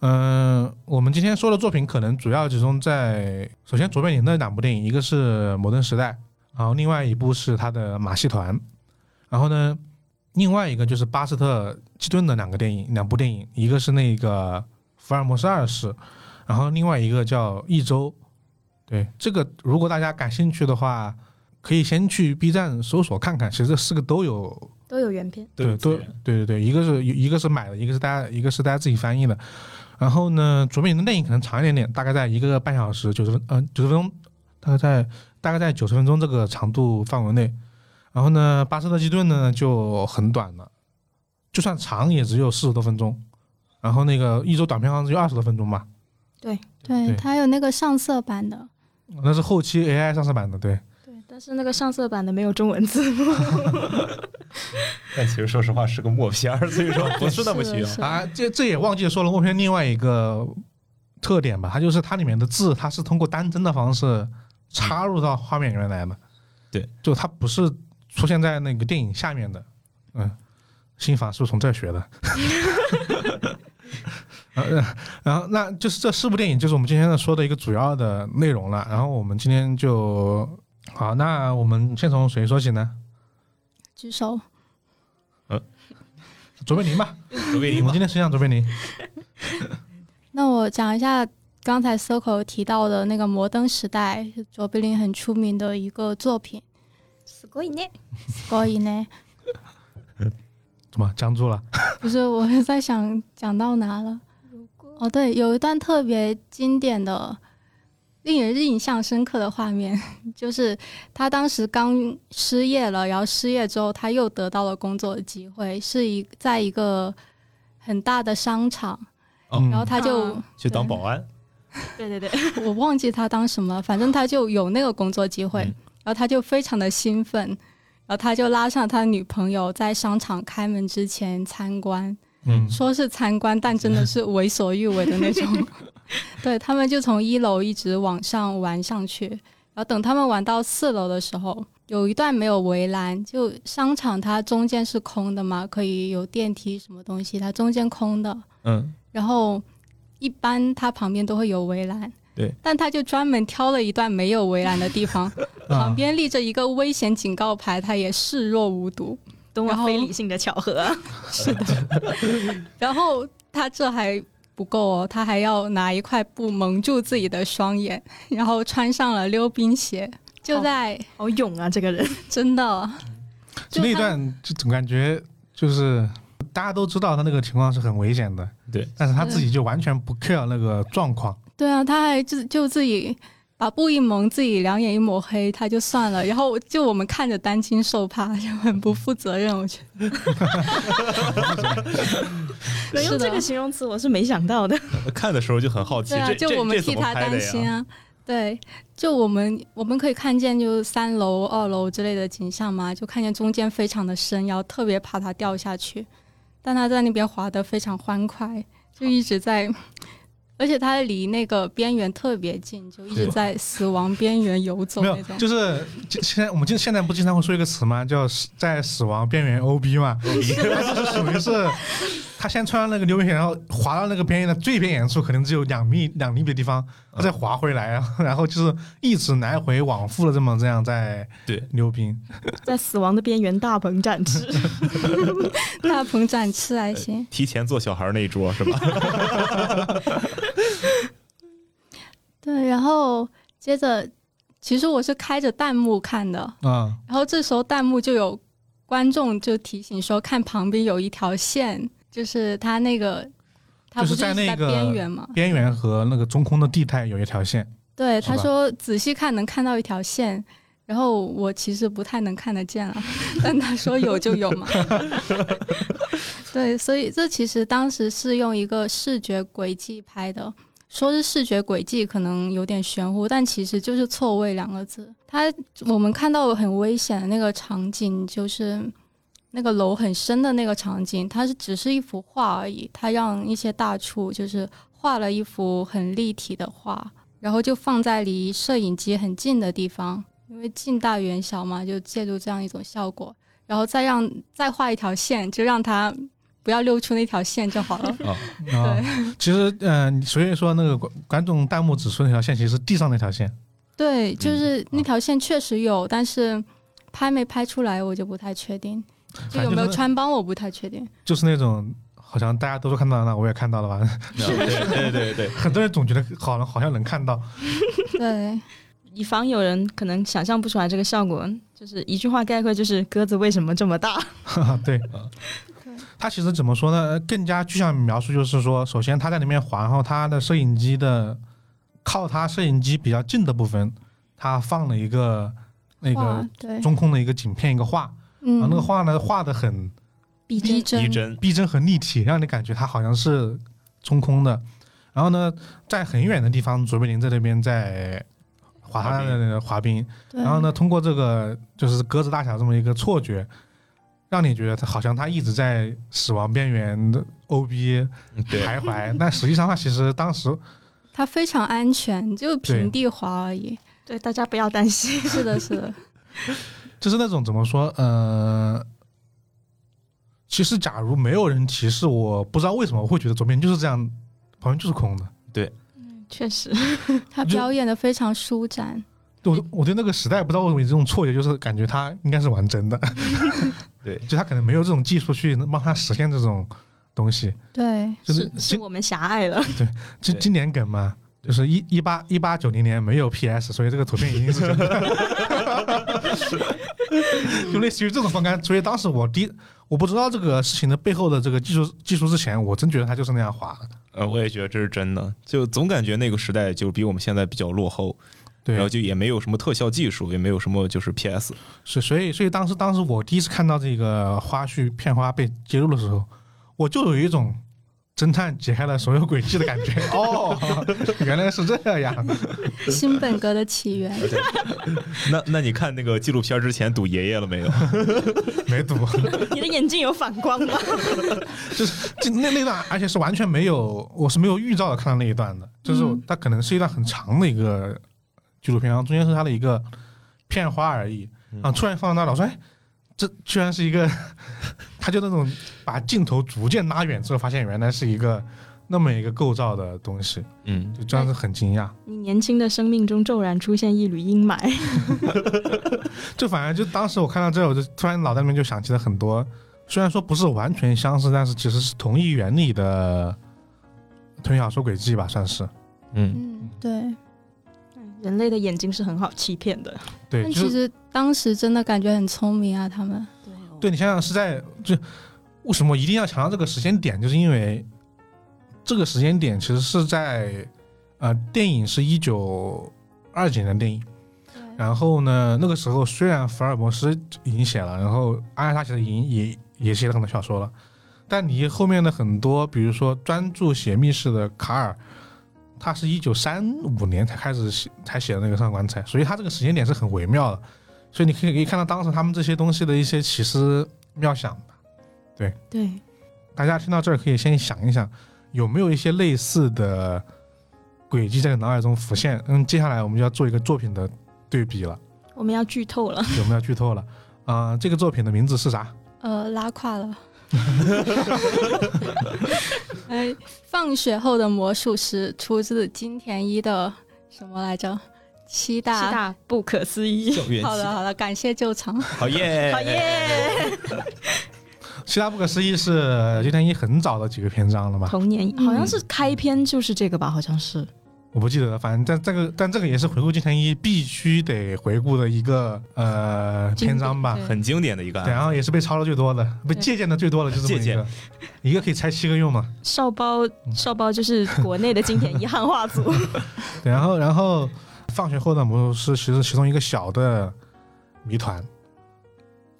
Speaker 1: 嗯、我们今天说的作品可能主要集中在，首先卓别林的两部电影，一个是《摩登时代》，然后另外一部是他的《马戏团》，然后呢，另外一个就是巴斯特基顿的两个电影，两部电影，一个是那个《福尔摩斯二世》，然后另外一个叫《一周》。对，这个如果大家感兴趣的话，可以先去 B 站搜索看看，其实这四个都有
Speaker 2: 都有原片。
Speaker 1: 对，
Speaker 4: 对
Speaker 1: 都对对对，一个是一个是买的，一个是大家一个是大家自己翻译的。然后呢，卓别林的电影可能长一点点，大概在一个半小时九十分，呃，九十分钟，大概在大概在九十分钟这个长度范围内。然后呢，巴斯特基顿呢就很短了，就算长也只有四十多分钟。然后那个一周短片好像只有二十多分钟吧，对
Speaker 3: 对，它有那个上色版的，
Speaker 1: 那是后期 AI 上色版的，对。
Speaker 2: 对，但是那个上色版的没有中文字幕。
Speaker 4: 但哎其实说实话是个默片儿，所以说不是那么需要。
Speaker 3: 是的
Speaker 1: 啊，这这也忘记说了默片另外一个特点吧，它就是它里面的字，它是通过单帧的方式插入到画面里面来嘛。
Speaker 4: 嗯对，
Speaker 1: 就它不是出现在那个电影下面的。嗯，新法是不是从这儿学的？ 呃然后，那就是这四部电影，就是我们今天的说的一个主要的内容了。然后我们今天就好，那我们先从谁说起呢？
Speaker 3: 举手。
Speaker 1: 卓别林吧，
Speaker 4: 卓别
Speaker 1: 我
Speaker 4: 林
Speaker 1: 们
Speaker 4: 嘛
Speaker 1: 今，天先讲卓别林。
Speaker 3: 那我讲一下刚才 Circle 提到的那个《摩登时代》，是卓别林很出名的一个作品。
Speaker 2: すごいね。
Speaker 3: 所以呢，
Speaker 1: 怎么僵住了？
Speaker 3: 不是我是在想讲到哪了？哦，对，有一段特别经典的、令人印象深刻的画面， 就是他当时刚失业了，然后失业之后他又得到了工作的机会，是一在一个很大的商场，
Speaker 4: 哦
Speaker 1: 嗯
Speaker 3: 然后他就、
Speaker 2: 嗯
Speaker 4: 去当保安，
Speaker 2: 对 对对，
Speaker 3: 我忘记他当什么，反正他就有那个工作机会，
Speaker 4: 嗯
Speaker 3: 然后他就非常的兴奋，然后他就拉上他女朋友在商场开门之前参观，
Speaker 1: 嗯，
Speaker 3: 说是参观，但真的是为所欲为的那种。对他们就从一楼一直往上玩上去，然后等他们玩到四楼的时候，有一段没有围栏，就商场它中间是空的嘛，可以有电梯什么东西，它中间空的。
Speaker 4: 嗯，
Speaker 3: 然后一般它旁边都会有围栏，
Speaker 4: 对，
Speaker 3: 但他就专门挑了一段没有围栏的地方，
Speaker 1: 啊嗯
Speaker 3: 旁边立着一个危险警告牌，他也视若无睹。
Speaker 2: 多
Speaker 3: 然
Speaker 2: 么
Speaker 3: 后
Speaker 2: 非理性的巧合啊！
Speaker 3: 然后他这还不够哦，他还要拿一块布蒙住自己的双眼，然后穿上了溜冰鞋，就在、
Speaker 2: 好勇啊，这个 人。
Speaker 3: 真的
Speaker 1: 啊
Speaker 3: 就
Speaker 1: 那
Speaker 3: 他
Speaker 1: 段就总感觉就是大家都知道他那个情况是很危险的，
Speaker 4: 对，
Speaker 1: 但是他
Speaker 3: 是
Speaker 1: 自己就完全不 care 那个状况，
Speaker 3: 对啊，他还就就自己把布一蒙，自己两眼一抹黑，他就算了。然后就我们看着担惊受怕，就很不负责任，我觉得。
Speaker 2: 能用
Speaker 3: 是的
Speaker 2: 这个形容词，我是没想到的。
Speaker 4: 呃看的时候就很好奇，
Speaker 3: 对啊，
Speaker 4: 这
Speaker 3: 就
Speaker 4: 这
Speaker 3: 我们
Speaker 4: 这怎
Speaker 3: 替
Speaker 4: 么
Speaker 3: 他
Speaker 4: 拍
Speaker 3: 担
Speaker 4: 的呀？
Speaker 3: 心啊。对，就我们我们可以看见，就是三楼、二楼之类的景象嘛，就看见中间非常的深，然后特别怕他掉下去，但他在那边滑得非常欢快，就一直在，而且他离那个边缘特别近，就一直
Speaker 4: 对
Speaker 3: 在死亡边缘游走
Speaker 1: 没有
Speaker 3: 那种，。
Speaker 1: 就是就现在我们经现在不经常会说一个词吗？叫死在死亡边缘 OB 嘛， 他就是属于是，他先穿上那个溜冰鞋，然后滑到那个边缘的最边缘处，可能只有两米两厘米的地方，他再滑回来，然后然后就是一直来回往复的这么这样在
Speaker 4: 对
Speaker 1: 溜冰，
Speaker 2: 在死亡的边缘大鹏展翅，
Speaker 3: 大鹏展翅还行。
Speaker 4: 呃提前做小孩那一桌是 吧？
Speaker 3: 对，然后接着，其实我是开着弹幕看的，
Speaker 1: 嗯，
Speaker 3: 然后这时候弹幕就有观众就提醒说，看旁边有一条线，就是他那个，他
Speaker 1: 就是
Speaker 3: 不一直
Speaker 1: 在那
Speaker 3: 在
Speaker 1: 个
Speaker 3: 边缘嘛？
Speaker 1: 边缘和那个中空的地带有一条线，
Speaker 3: 对，
Speaker 1: 是吧
Speaker 3: 他说仔细看能看到一条线。然后我其实不太能看得见了，啊 但他说有就有 嘛。对，所以这其实当时是用一个视觉轨迹拍的，说是视觉轨迹可能有点玄乎，但其实就是错位两个字。它我们看到很危险的那个场景，就是那个楼很深的那个场景，它是只是一幅画而已，它让一些大厨就是画了一幅很立体的画，然后就放在离摄影机很近的地方，因为近大远小嘛，就借助这样一种效果，然后再让再画一条线，就让它不要溜出那条线就 好了。
Speaker 4: 啊，
Speaker 1: 啊、其实嗯、所以说那个观观众弹幕指出那条线，其实是地上那条线，
Speaker 3: 对，就
Speaker 4: 嗯
Speaker 3: 是那条线确实有，但是拍没拍出来我就不太确定，就有没有穿帮我不太确定。
Speaker 1: 就是那种好像大家都看到了，那我也看到了吧，
Speaker 4: 对对对对，
Speaker 1: 很多人总觉得好像好像能看到，
Speaker 3: 对，
Speaker 2: 以防有人可能想象不出来这个效果，就是一句话概括，就是鸽子为什么这么大？
Speaker 1: 啊，对，他其实怎么说呢？更加具象描述就是说，首先他在里面滑，然后他的摄影机的靠他摄影机比较近的部分，他放了一个那
Speaker 3: 画
Speaker 1: 个
Speaker 3: 对，
Speaker 1: 中空的一个景片，一个画，然后
Speaker 3: 嗯
Speaker 1: 那个画呢画的很
Speaker 3: 逼
Speaker 2: 逼
Speaker 4: 逼
Speaker 3: 真，
Speaker 4: 真，
Speaker 1: 逼真、很立体，让你感觉它好像是中空的。然后呢，在很远的地方，卓别林在那边在滑他的那个滑冰，
Speaker 3: 对
Speaker 1: 然后呢，通过这个就是鸽子大小这么一个错觉，让你觉得他好像他一直在死亡边缘的 OB
Speaker 4: 对，
Speaker 1: 徘徊，但实际上他其实当时
Speaker 3: 它非常安全，就
Speaker 1: 对
Speaker 3: 平地滑而已。
Speaker 2: 对，大家不要担心。
Speaker 3: 是的，是的，
Speaker 1: 就是那种怎么说，呃，其实假如没有人提示我，不知道为什么我会觉得左边就是这样，旁边就是空的。
Speaker 2: 确实，
Speaker 3: 它表演的非常舒展。
Speaker 1: 对我我对那个时代不知道为什么有这种错觉，就是感觉他应该是玩真的，
Speaker 4: 对
Speaker 1: 就他可能没有这种技术去能帮他实现这种东西，
Speaker 3: 对，
Speaker 1: 就是
Speaker 2: 是
Speaker 1: 今
Speaker 2: 我们狭隘了。
Speaker 1: 今
Speaker 4: 对
Speaker 1: 今年梗嘛，就是一一八一八九零年没有 PS，所以这个图片一定是真的， 就类似于这种观感。所以当时我第一我不知道这个事情的背后的这个技术技术之前，我真觉得它就是那样滑。
Speaker 4: 呃，我也觉得这是真的，就总感觉那个时代就比我们现在比较落后，
Speaker 1: 对
Speaker 4: 然，后就也没有什么特效技术，也没有什么就是 PS，
Speaker 1: 所所以所以当时当时我第一次看到这个花絮片花被揭露的时候，我就有一种。侦探解开了所有轨迹的感觉哦， 原来是这样的，
Speaker 3: 新本格的起源。
Speaker 4: 那那你看那个纪录片之前赌爷爷了没有？
Speaker 1: 没读，
Speaker 2: 你的眼睛有反光吗？
Speaker 1: 就那那段，而且是完全没有，我是没有预兆的看到那一段的，就是
Speaker 3: 嗯
Speaker 1: 它可能是一段很长的一个纪录片，然后中间是它的一个片花而已，
Speaker 4: 嗯
Speaker 1: 然后突然放到那，我说哎，这居然是一个， 他就那种把镜头逐渐拉远之后，发现原来是一个那么一个构造的东西，
Speaker 4: 嗯，
Speaker 1: 就真的是很惊讶。
Speaker 2: 你年轻的生命中骤然出现一缕阴霾，
Speaker 1: 就反正就当时我看到这，我就突然脑袋里面就想起了很多，虽然说不是完全相似，但是其实是同一原理的推理小说轨迹吧，算是。
Speaker 4: 嗯，
Speaker 3: 嗯，对。
Speaker 2: 人类的眼睛是很好欺骗的。
Speaker 1: 对，
Speaker 3: 但
Speaker 1: 就
Speaker 3: 其
Speaker 1: 是
Speaker 3: 实当时真的感觉很聪明啊，他们。
Speaker 2: 对、
Speaker 1: 对你想想是在就为什么一定要强调这个时间点，就是因为这个时间点其实是在呃电影是一九二几年的电影，然后呢那个时候虽然福尔摩斯已经写了，然后阿加莎其实已经也也写了很多小说了，但你后面的很多，比如说专注写密室的卡尔。他是一九三五年才开始写，才写的那个《上棺材》，所以他这个时间点是很微妙的。所以你可以可以看到当时他们这些东西的一些奇思妙想吧。
Speaker 2: 对，
Speaker 1: 大家听到这儿可以先想一想，有没有一些类似的轨迹在你脑海中浮现？嗯，接下来我们就要做一个作品的对比了，
Speaker 2: 我们要剧透了。
Speaker 1: 我们要剧透了。啊、这个作品的名字是啥？
Speaker 3: 呃，拉胯了。 哎，放学后的魔术师出自金田一的什么来着？七大。
Speaker 2: 七大不可思议。
Speaker 4: 校园
Speaker 3: 好了好了，感谢救场。
Speaker 4: 好耶，
Speaker 2: 嗯 好耶！
Speaker 1: 其他不可思议是金田一很早的几个篇章了吧？嗯
Speaker 2: 童年
Speaker 3: 嗯
Speaker 2: 好像是开篇就是这个吧，好像是。
Speaker 1: 我不记得了，反正但这个但这个也是回顾金田一必须得回顾的一个呃
Speaker 2: 经
Speaker 1: 篇
Speaker 2: 典
Speaker 1: 章吧。
Speaker 2: 对
Speaker 4: 很经典的一个
Speaker 1: 对，然
Speaker 4: 案
Speaker 1: 后也是被抄的最多的，被
Speaker 2: 对
Speaker 1: 借鉴的最多的就是这么一
Speaker 4: 借
Speaker 1: 个，一个可以拆七个用嘛。
Speaker 2: 少包
Speaker 1: 嗯
Speaker 2: 少包就是国内的经典一汉 化组，
Speaker 1: 对然后，然后放学后的魔术师其实是其中一个小的谜团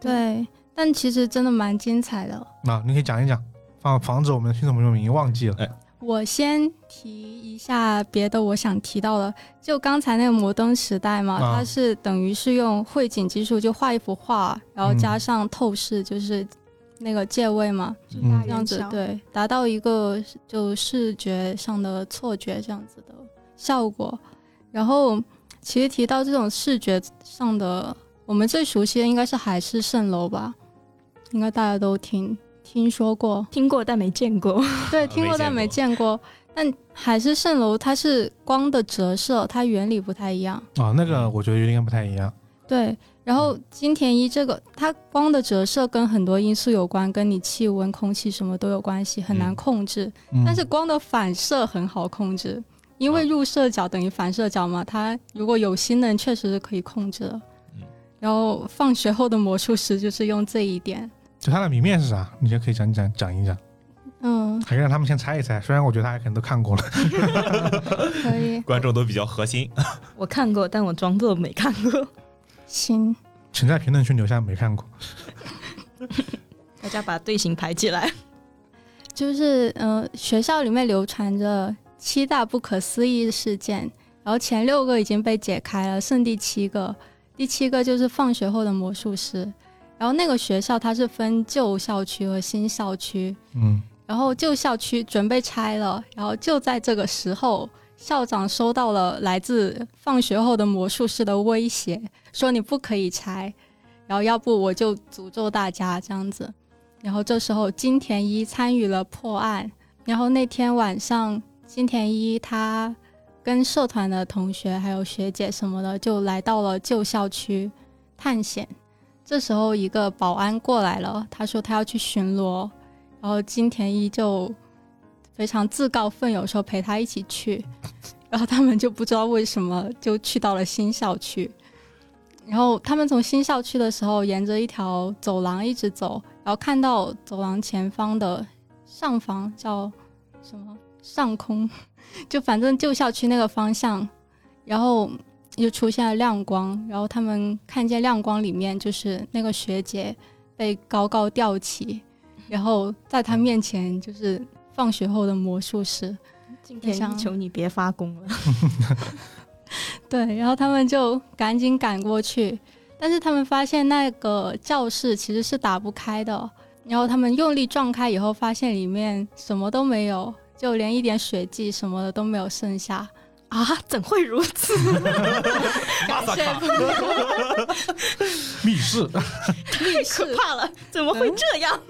Speaker 3: 对，但其实真的蛮精彩的。
Speaker 1: 啊，你可以讲一讲，防防止我们的听众朋友们已经忘记了。
Speaker 3: 我先提一下别的，我想提到的，就刚才那个摩登时代嘛，
Speaker 1: 啊
Speaker 3: 它是等于是用绘景技术就画一幅画，然后
Speaker 1: 嗯
Speaker 3: 加上透视，就是那个借位嘛，
Speaker 1: 嗯
Speaker 3: 这样子，对，达到一个就视觉上的错觉这样子的效果。然后其实提到这种视觉上的，我们最熟悉的应该是海市蜃楼吧，应该大家都听听说过。
Speaker 2: 听过但没见过。
Speaker 3: 对，
Speaker 4: 呃
Speaker 3: 听
Speaker 4: 没
Speaker 3: 过但
Speaker 4: 见
Speaker 3: 没
Speaker 4: 过
Speaker 3: 见过。但海市蜃楼它是光的折射，它原理不太一样。
Speaker 1: 啊、那个我觉得有点不太一样。
Speaker 3: 对，然后金田一这个，它光的折射跟很多因素有关，跟你气温、空气什么都有关系，很难
Speaker 4: 嗯
Speaker 3: 控制。
Speaker 1: 嗯、
Speaker 3: 但是光的反射很好控制，因为
Speaker 4: 啊
Speaker 3: 入射角等于反射角嘛，它如果有心的人确实是可以控制的
Speaker 4: 嗯。，
Speaker 3: 然后放学后的魔术师就是用这一点，
Speaker 1: 就它的谜面是啥？你先可以讲讲讲一讲，
Speaker 3: 嗯，
Speaker 1: 还可以让他们先猜一猜。虽然我觉得大家可能都看过了，
Speaker 3: 可以
Speaker 4: 观众都比较核心，
Speaker 2: 我看过，但我装作没看过。
Speaker 3: 行，
Speaker 1: 请在评论区留下没看过。
Speaker 2: 大家把队形排起来。
Speaker 3: 就是呃，学校里面流传着七大不可思议事件，然后前六个已经被解开了，剩第七个，第七个就是放学后的魔术师。然后那个学校它是分旧校区和新校区，
Speaker 1: 嗯，
Speaker 3: 然后旧校区准备拆了，然后就在这个时候，校长收到了来自放学后的魔术师的威胁，说你不可以拆，然后要不我就诅咒大家这样子。然后这时候金田一参与了破案，然后那天晚上金田一他跟社团的同学还有学姐什么的就来到了旧校区探险。这时候一个保安过来了，他说他要去巡逻，然后金田一就非常自告奋勇说陪他一起去， 然后他们就不知道为什么就去到了新校区。然后他们从新校区的时候，沿着一条走廊一直走，然后看到走廊前方的上方叫什么上空， 就反正旧校区那个方向，然后又出现了亮光，然后他们看见亮光里面就是那个学姐被高高吊起，然后在他面前就是放学后的魔术师，
Speaker 2: 今
Speaker 3: 也
Speaker 2: 天
Speaker 3: 想
Speaker 2: 求你别发功了。
Speaker 3: 对，然后他们就赶紧赶过去，但是他们发现那个教室其实是打不开的，然后他们用力撞开以后，发现里面什么都没有，就连一点血迹什么的都没有剩下。
Speaker 2: 啊，怎会如此？
Speaker 4: 马萨卡，
Speaker 1: 密室，
Speaker 2: 太 可怕了，怎么会这样？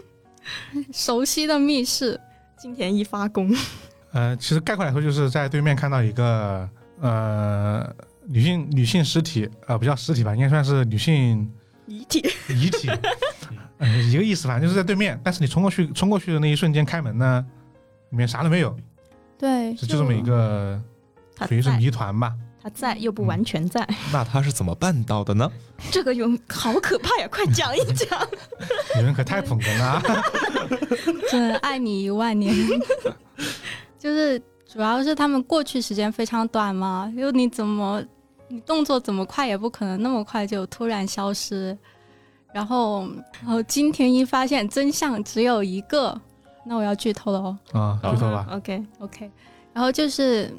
Speaker 3: 熟悉的密室，
Speaker 2: 金田一发功，
Speaker 1: 呃，其实概括来说，就是在对面看到一个呃女性女性尸体，呃，不叫尸体吧，应该算是女性
Speaker 2: 遗体
Speaker 1: 遗 体，呃，一个意思，反正就是在对面。但是你冲过去冲过去的那一瞬间，开门呢，里面啥都没有，
Speaker 3: 对，
Speaker 1: 就就这么一个
Speaker 2: 他
Speaker 1: 属于是
Speaker 2: 在，
Speaker 1: 谜团吧。
Speaker 2: 他
Speaker 3: 嗯
Speaker 2: 在又不完全在，
Speaker 4: 那他是怎么办到的呢？
Speaker 2: 这个有好可怕呀！快讲一 讲，
Speaker 1: 你们可太捧哏了啊！
Speaker 3: 真的爱你一万年。就是主要是他们过去时间非常短嘛，就你怎么你动作怎么快也不可能那么快就突然消失。然后，然后金田一发现真相只有一个，那我要剧透了哦。
Speaker 1: 啊，剧透吧。
Speaker 2: OK，
Speaker 3: OK，然后就是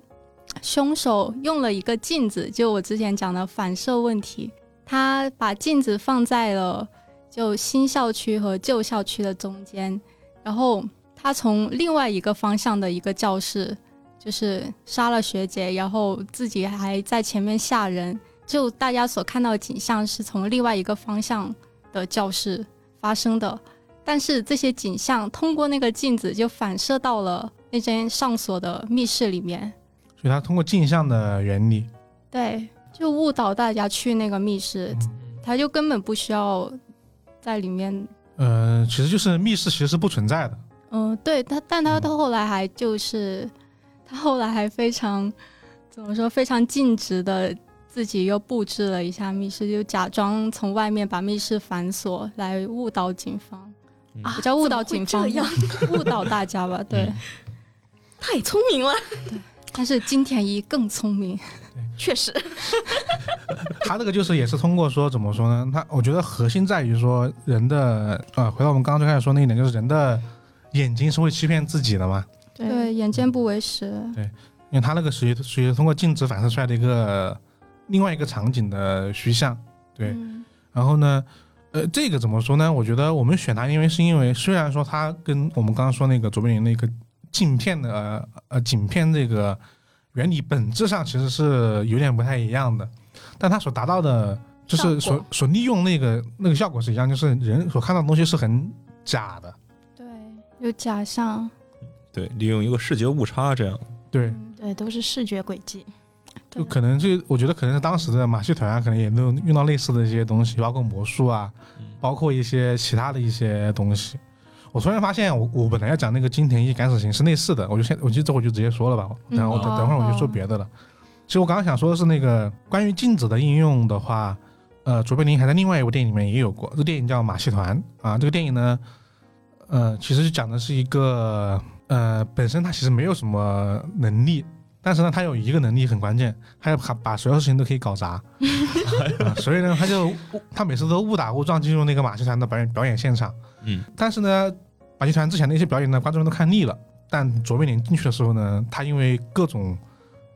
Speaker 3: 凶手用了一个镜子，就我之前讲的反射问题，他把镜子放在了就新校区和旧校区的中间，然后他从另外一个方向的一个教室，就是杀了学姐，然后自己还在前面吓人，就大家所看到的景象是从另外一个方向的教室发生的。但是这些景象通过那个镜子就反射到了那间上锁的密室里面，
Speaker 1: 所以它通过镜像的原理，
Speaker 3: 对，就误导大家去那个密室，
Speaker 2: 嗯
Speaker 3: 他就根本不需要在里面。
Speaker 1: 呃，其实就是密室其实是不存在的。
Speaker 3: 嗯，对他，但他到后来还就是，他后来还非常怎么说，非常尽职的自己又布置了一下密室，就假装从外面把密室反锁来误导警方，
Speaker 4: 啊
Speaker 3: 比较误导警方
Speaker 2: 怎么会这样，
Speaker 3: 误导大家吧， 对。
Speaker 4: 嗯
Speaker 2: 太聪明了，
Speaker 3: 但是金田一更聪明，
Speaker 2: 确实，
Speaker 1: 它这个就是也是通过说怎么说呢？它我觉得核心在于说人的呃，回到我们刚刚最开始说那一点，就是人的眼睛是会欺骗自己的嘛。
Speaker 3: 对，眼见不为实。
Speaker 1: 因为它那个属于属于通过静止反射出来的一个另外一个场景的虚像。对
Speaker 3: 嗯
Speaker 1: 然后呢，呃，这个怎么说呢？我觉得我们选它，因为是因为虽然说它跟我们刚刚说那个卓别林那个镜片的呃呃镜片这个原理本质上其实是有点不太一样的，但它所达到的就是
Speaker 2: 效
Speaker 1: 所
Speaker 2: 果
Speaker 1: 所利用那个那个效果是一样，就是人所看到的东西是很假的。
Speaker 3: 对，有假象。
Speaker 4: 对，利用一个视觉误差这样。
Speaker 1: 对，
Speaker 2: 对，都是视觉轨迹，
Speaker 1: 就可能就我觉得可能是当时的马戏团啊，可能也都用到类似的一些东西，包括魔术啊，包括一些其他的一些东西。我突然发现我，我本来要讲那个金田一敢死刑是类似的，我就先我就这我就直接说了吧，
Speaker 2: 嗯
Speaker 1: 然后我等、
Speaker 3: 哦
Speaker 1: 等会儿我就说别的了。其实我刚刚想说的是那个关于镜子的应用的话，呃，卓别林还在另外一部电影里面也有过，这电影叫《马戏团》啊。这个电影呢，呃，其实就讲的是一个呃，本身他其实没有什么能力，但是呢，他有一个能力很关键，他要把把所有事情都可以搞砸。 啊所以呢，他就他每次都误打误撞进入那个马戏团的表演表演现场。
Speaker 4: 嗯，
Speaker 1: 但是呢，马戏团之前的一些表演呢，观众们都看腻了。但卓别林进去的时候呢，他因为各种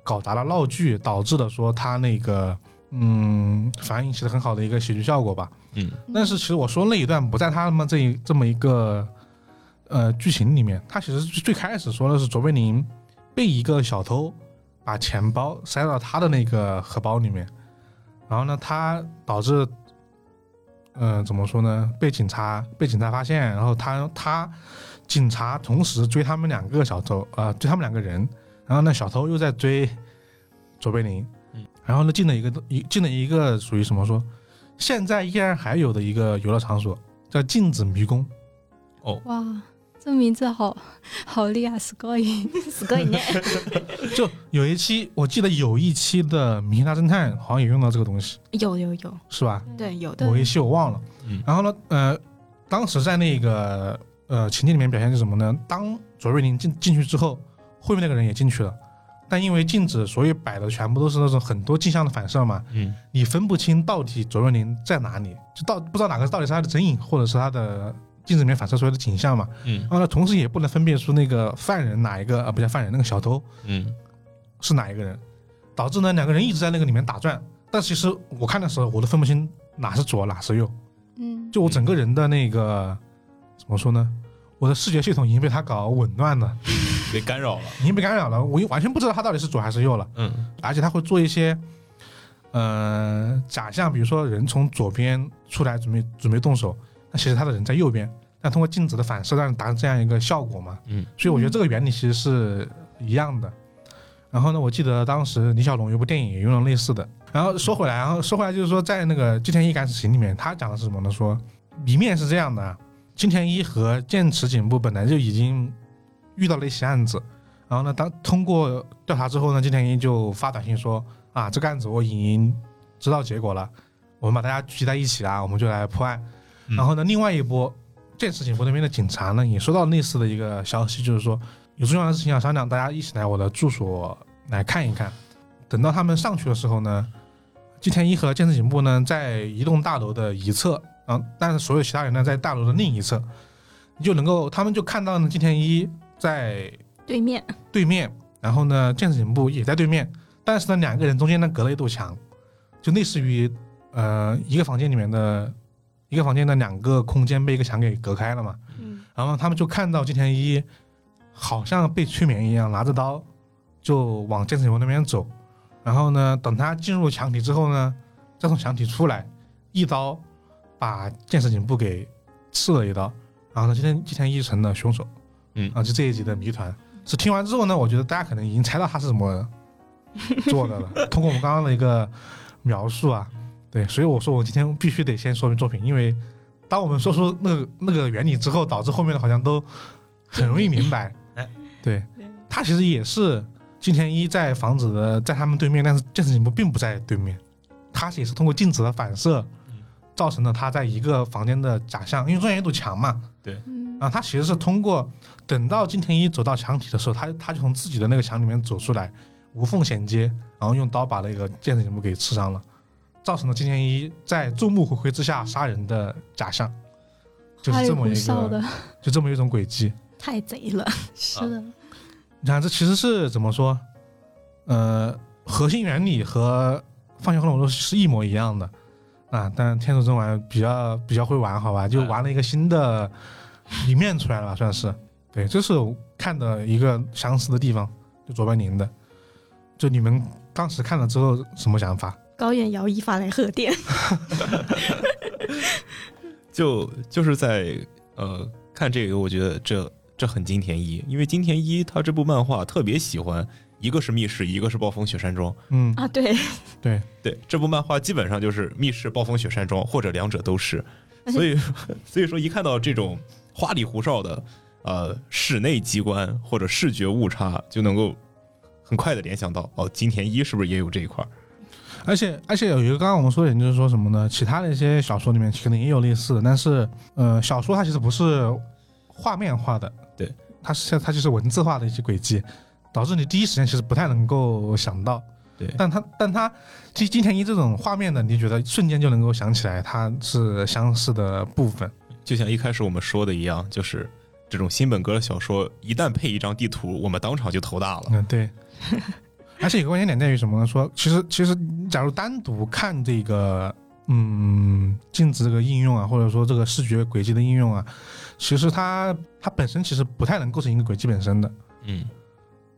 Speaker 1: 搞砸了闹剧，导致了说他那个嗯反映起了很好的一个喜剧效果吧。
Speaker 4: 嗯，
Speaker 1: 但是其实我说那一段不在他们这一这么一个呃剧情里面，他其实最开始说的是卓别林被一个小偷把钱包塞到他的那个荷包里面，然后呢，他导致呃怎么说呢，被警察被警察发现，然后他他警察同时追他们两个小偷啊、呃追他们两个人，然后呢，小偷又在追卓别林，然后呢，进了一个一进了一个属于什么说，现在依然还有的一个游乐场所叫镜子迷宫，
Speaker 3: 哇，这名字好 好厉害，すごい。
Speaker 2: 死个你！
Speaker 1: 就有一期我记得有一期的《迷大侦探》好像也用到这个东西，
Speaker 2: 有有有，嗯
Speaker 1: 是吧？
Speaker 2: 对，有的
Speaker 1: 某一期我忘了。
Speaker 4: 嗯
Speaker 1: 然后呢，呃，当时在那个呃情节里面表现是什么呢？当卓瑞林进进去之后，后面那个人也进去了，但因为禁止，所以摆的全部都是那种很多镜像的反射嘛，
Speaker 4: 嗯，
Speaker 1: 你分不清到底卓瑞林在哪里，就到不知道哪个到底是他的真影或者是他的镜子里面反射出来的景象嘛。
Speaker 4: 嗯
Speaker 1: 然后呢，同时也不能分辨出那个犯人哪一个啊，不叫犯人，那个小偷
Speaker 4: 嗯
Speaker 1: 是哪一个人，导致呢两个人一直在那个里面打转。但其实我看的时候，我都分不清哪是左哪是右，
Speaker 3: 嗯，
Speaker 1: 就我整个人的那个怎么说呢？我的视觉系统已经被他搞紊乱了，
Speaker 4: 被干扰了，
Speaker 1: 已经被干扰了，我完全不知道他到底是左还是右了。
Speaker 4: 嗯
Speaker 1: 而且他会做一些，呃，假象，比如说人从左边出来准备准备动手，那其实他的人在右边，但通过镜子的反射让你达成这样一个效果嘛。
Speaker 4: 嗯，
Speaker 1: 所以我觉得这个原理其实是一样的。然后呢，我记得当时李小龙有部电影也用了类似的。然后说回来，然后说回来就是说，在那个《金田一敢死行》里面，他讲的是什么呢？说里面是这样的啊，金田一和剑齿警部本来就已经遇到了一起案子，然后呢，当通过调查之后呢，金田一就发短信说啊，这个案子我已经知道结果了，我们把大家聚集在一起啊，我们就来破案。
Speaker 4: 嗯
Speaker 1: 然后呢，另外一波剑齿警部那边的警察呢，也收到类似的一个消息，就是说有重要的事情要商量，大家一起来我的住所来看一看。等到他们上去的时候呢，金田一和建设警部呢在一栋大楼的一侧，然后但是所有其他人呢在大楼的另一侧，你就能够他们就看到呢金田一在
Speaker 2: 对面
Speaker 1: 对面，然后呢建设警部也在对面，但是呢两个人中间呢隔了一堵墙，就类似于呃一个房间里面的一个房间的两个空间被一个墙给隔开了嘛，
Speaker 3: 嗯
Speaker 1: 然后他们就看到金田一好像被催眠一样，拿着刀就往健身油那边走。然后呢，等他进入墙体之后呢，再从墙体出来，一刀把健身警部给刺了一刀。然后呢，今天金田一成了凶手。
Speaker 4: 嗯
Speaker 1: 啊，就这一集的谜团是听完之后呢，我觉得大家可能已经猜到他是怎么做的 了。通过我们刚刚的一个描述啊，对，所以我说我今天必须得先说明作品，因为当我们说出那个那个原理之后，导致后面的好像都很容易明白
Speaker 4: 哎。
Speaker 1: 对，他其实也是金田一在房子的在他们对面，但是健身警部并不在对面，他也是通过镜子的反射
Speaker 4: 嗯
Speaker 1: 造成了他在一个房间的假象，因为中间有一堵墙嘛。
Speaker 3: 嗯
Speaker 1: 啊，他其实是通过等到金田一走到墙体的时候，他他就从自己的那个墙里面走出来，无缝衔接，然后用刀把那个健身警部给刺伤了，造成了金田一在众目睽睽之下杀人的假象，就
Speaker 3: 花
Speaker 1: 是
Speaker 3: 里
Speaker 1: 这么
Speaker 3: 胡
Speaker 1: 一
Speaker 3: 哨
Speaker 1: 个啊
Speaker 3: 的，
Speaker 1: 就这么一种轨迹。
Speaker 2: 太贼了，
Speaker 3: 是的，
Speaker 1: 嗯你看，这其实是怎么说？呃，核心原理和《放学后的我》是一模一样的啊，但天竺真玩比较比较会玩，好吧，就玩了一个新的里面出来了吧，算是。对，这是我看的一个相似的地方，就卓别林的。就你们当时看了之后什么想法？
Speaker 2: 高远遥一发来贺电，
Speaker 4: 就就是在呃看这个，我觉得这这很金田一，因为金田一他这部漫画特别喜欢，一个是密室，一个是暴风雪山庄。
Speaker 1: 嗯，
Speaker 2: 啊，对，
Speaker 1: 对，
Speaker 4: 对，这部漫画基本上就是密室、暴风雪山庄，或者两者 都是。
Speaker 2: 而且
Speaker 4: 所以，所以说一看到这种花里胡哨的呃室内机关或者视觉误差，就能够很快的联想到哦，金田一是不是也有这一块儿？
Speaker 1: 而且而且有一个刚刚我们说的点就是说什么呢？其他的一些小说里面可能也有类似的，但是呃，小说它其实不是画面化的，
Speaker 4: 对，
Speaker 1: 它是它就是文字化的一些轨迹，导致你第一时间其实不太能够想到。
Speaker 4: 对
Speaker 1: 但它但它金金田一这种画面的，你觉得瞬间就能够想起来它是相似的部分。
Speaker 4: 就像一开始我们说的一样，就是这种新本格的小说，一旦配一张地图，我们当场就头大了。
Speaker 1: 嗯，对。而且有个关键点在于什么呢？说其实其实，你假如单独看这个嗯镜子这个应用啊，或者说这个视觉轨迹的应用啊，其实它它本身其实不太能构成一个轨迹本身的。
Speaker 4: 嗯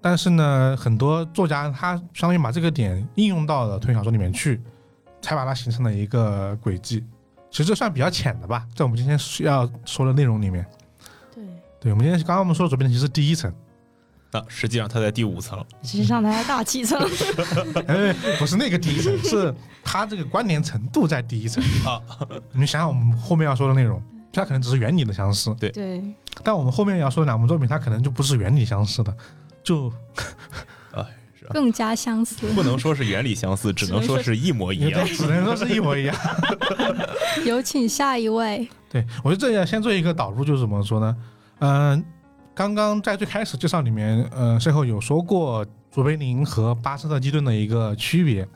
Speaker 1: 但是呢，很多作家他相当于把这个点应用到了推理小说里面去，才把它形成了一个轨迹。其实这算比较浅的吧，在我们今天需要说的内容里面。
Speaker 2: 对，
Speaker 1: 对，我们今天刚刚我们说的左边的其实是第一层，
Speaker 4: 那实际上他在第 五层，
Speaker 2: 实际上他在大气层，
Speaker 1: 哎，不是那个第一 层，是它这个关联程度在第一层
Speaker 4: 啊。
Speaker 1: 你们想想我们后面要说的内容，它可能只是原理的相似，
Speaker 2: 对，
Speaker 1: 但我们后面要说的两部作品，它可能就不是原理相似的，就嗯
Speaker 3: 更加相 似。
Speaker 4: 不能说是原理相似，只能说是一模一样。
Speaker 1: 只能说是一模一 样。
Speaker 3: 有请下一位。
Speaker 1: 对我觉得这要先做一个导入，就是怎么说呢？嗯、刚刚在最开始介绍里面，呃，最后有说过卓别林和巴斯特基顿的一个区别，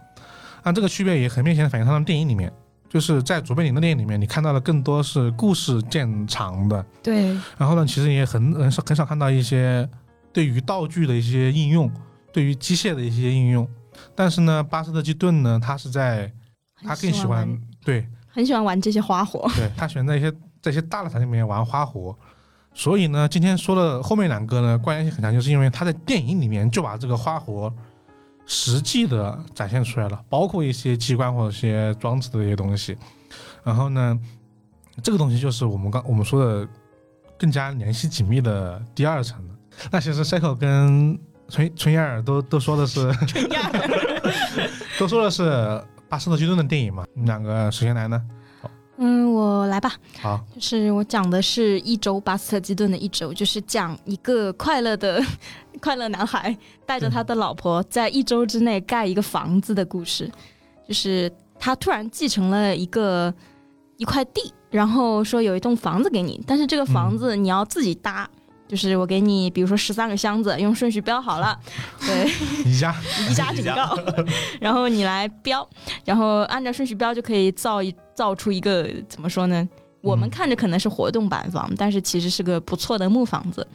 Speaker 1: 那这个区别也很明显的反映他们电影里面。就是在卓别林的电影里面，你看到的更多是故事见长的，
Speaker 2: 对，
Speaker 1: 然后呢，其实也很很少很少看到一些对于道具的一些应用，对于机械的一些应用。但是呢，巴斯特基顿呢，他是在他更喜欢
Speaker 2: 玩
Speaker 1: 对
Speaker 2: 很喜欢玩这些花火。
Speaker 1: 对，他喜欢在一些在一些大的场景里面玩花活。所以呢，今天说的后面两个呢，关联性很强，就是因为他在电影里面就把这个花活实际的展现出来了，包括一些机关或者一些装置的一些东西。然后呢，这个东西就是我们刚我们说的更加联系紧密的第二层了。那其实 Cycle 跟纯纯雅尔都都说的是 都说的是巴斯特基顿的电影嘛，你们两个谁先来呢？
Speaker 2: 嗯，我来吧。
Speaker 1: 好，
Speaker 2: 就是我讲的是一周巴斯特基顿的一周，就是讲一个快乐的 快乐男孩带着他的老婆在一周之内盖一个房子的故事。就是他突然继承了一个一块地，然后说有一栋房子给你，但是这个房子你要自己搭。就是我给你，比如说十三个箱子，用顺序标好了，对，
Speaker 1: 宜家。
Speaker 2: 宜家警告， 然后你来标，然后按照顺序标就可以造一造出一个怎么说呢？我
Speaker 1: 嗯
Speaker 2: 们看着可能是活动板房，但是其实是个不错的木房子。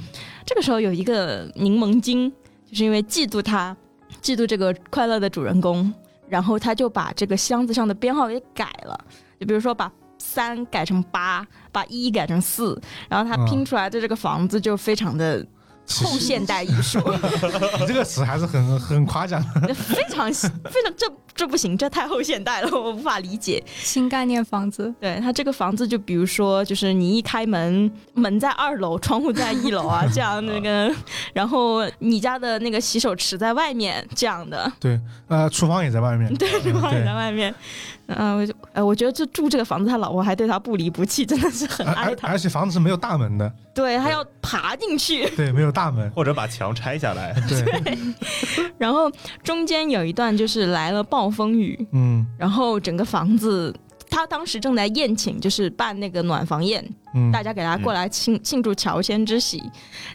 Speaker 2: 这个时候有一个柠檬精，就是因为嫉妒他，嫉妒这个快乐的主人公，然后他就把这个箱子上的编号给改了，就比如说把三改成八，把一改成四，然后他
Speaker 1: 嗯
Speaker 2: 拼出来的这个房子就非常的
Speaker 1: 其
Speaker 2: 后
Speaker 1: 实
Speaker 2: 现代艺术。
Speaker 1: 你这个词还是很 很夸张。
Speaker 2: 非常非常这这不行，这太后现代了，我无法理解。
Speaker 3: 新概念房子，
Speaker 2: 对他这个房子，就比如说，就是你一开门，门在二楼，窗户在一楼 啊，这样那个，然后你家的那个洗手池在外面，这样的，
Speaker 1: 呃，厨房也在外面，嗯
Speaker 2: 对，厨房也在外面。嗯，我就呃，我觉得就住这个房子，他老婆还对他不离不弃， 真的是很
Speaker 1: 而
Speaker 2: 爱
Speaker 1: 而
Speaker 2: 他。
Speaker 1: 而且房子是没有大门的，
Speaker 2: 啊对他要爬进去，
Speaker 1: 对，没有大门，
Speaker 4: 或者把墙拆下来，
Speaker 1: 对，
Speaker 2: 然后中间有一段就是来了暴风雨，
Speaker 1: 嗯
Speaker 2: 然后整个房子，他当时正在宴请，就是办那个暖房宴，
Speaker 1: 嗯，
Speaker 2: 大家给他过来庆、庆祝乔迁之喜。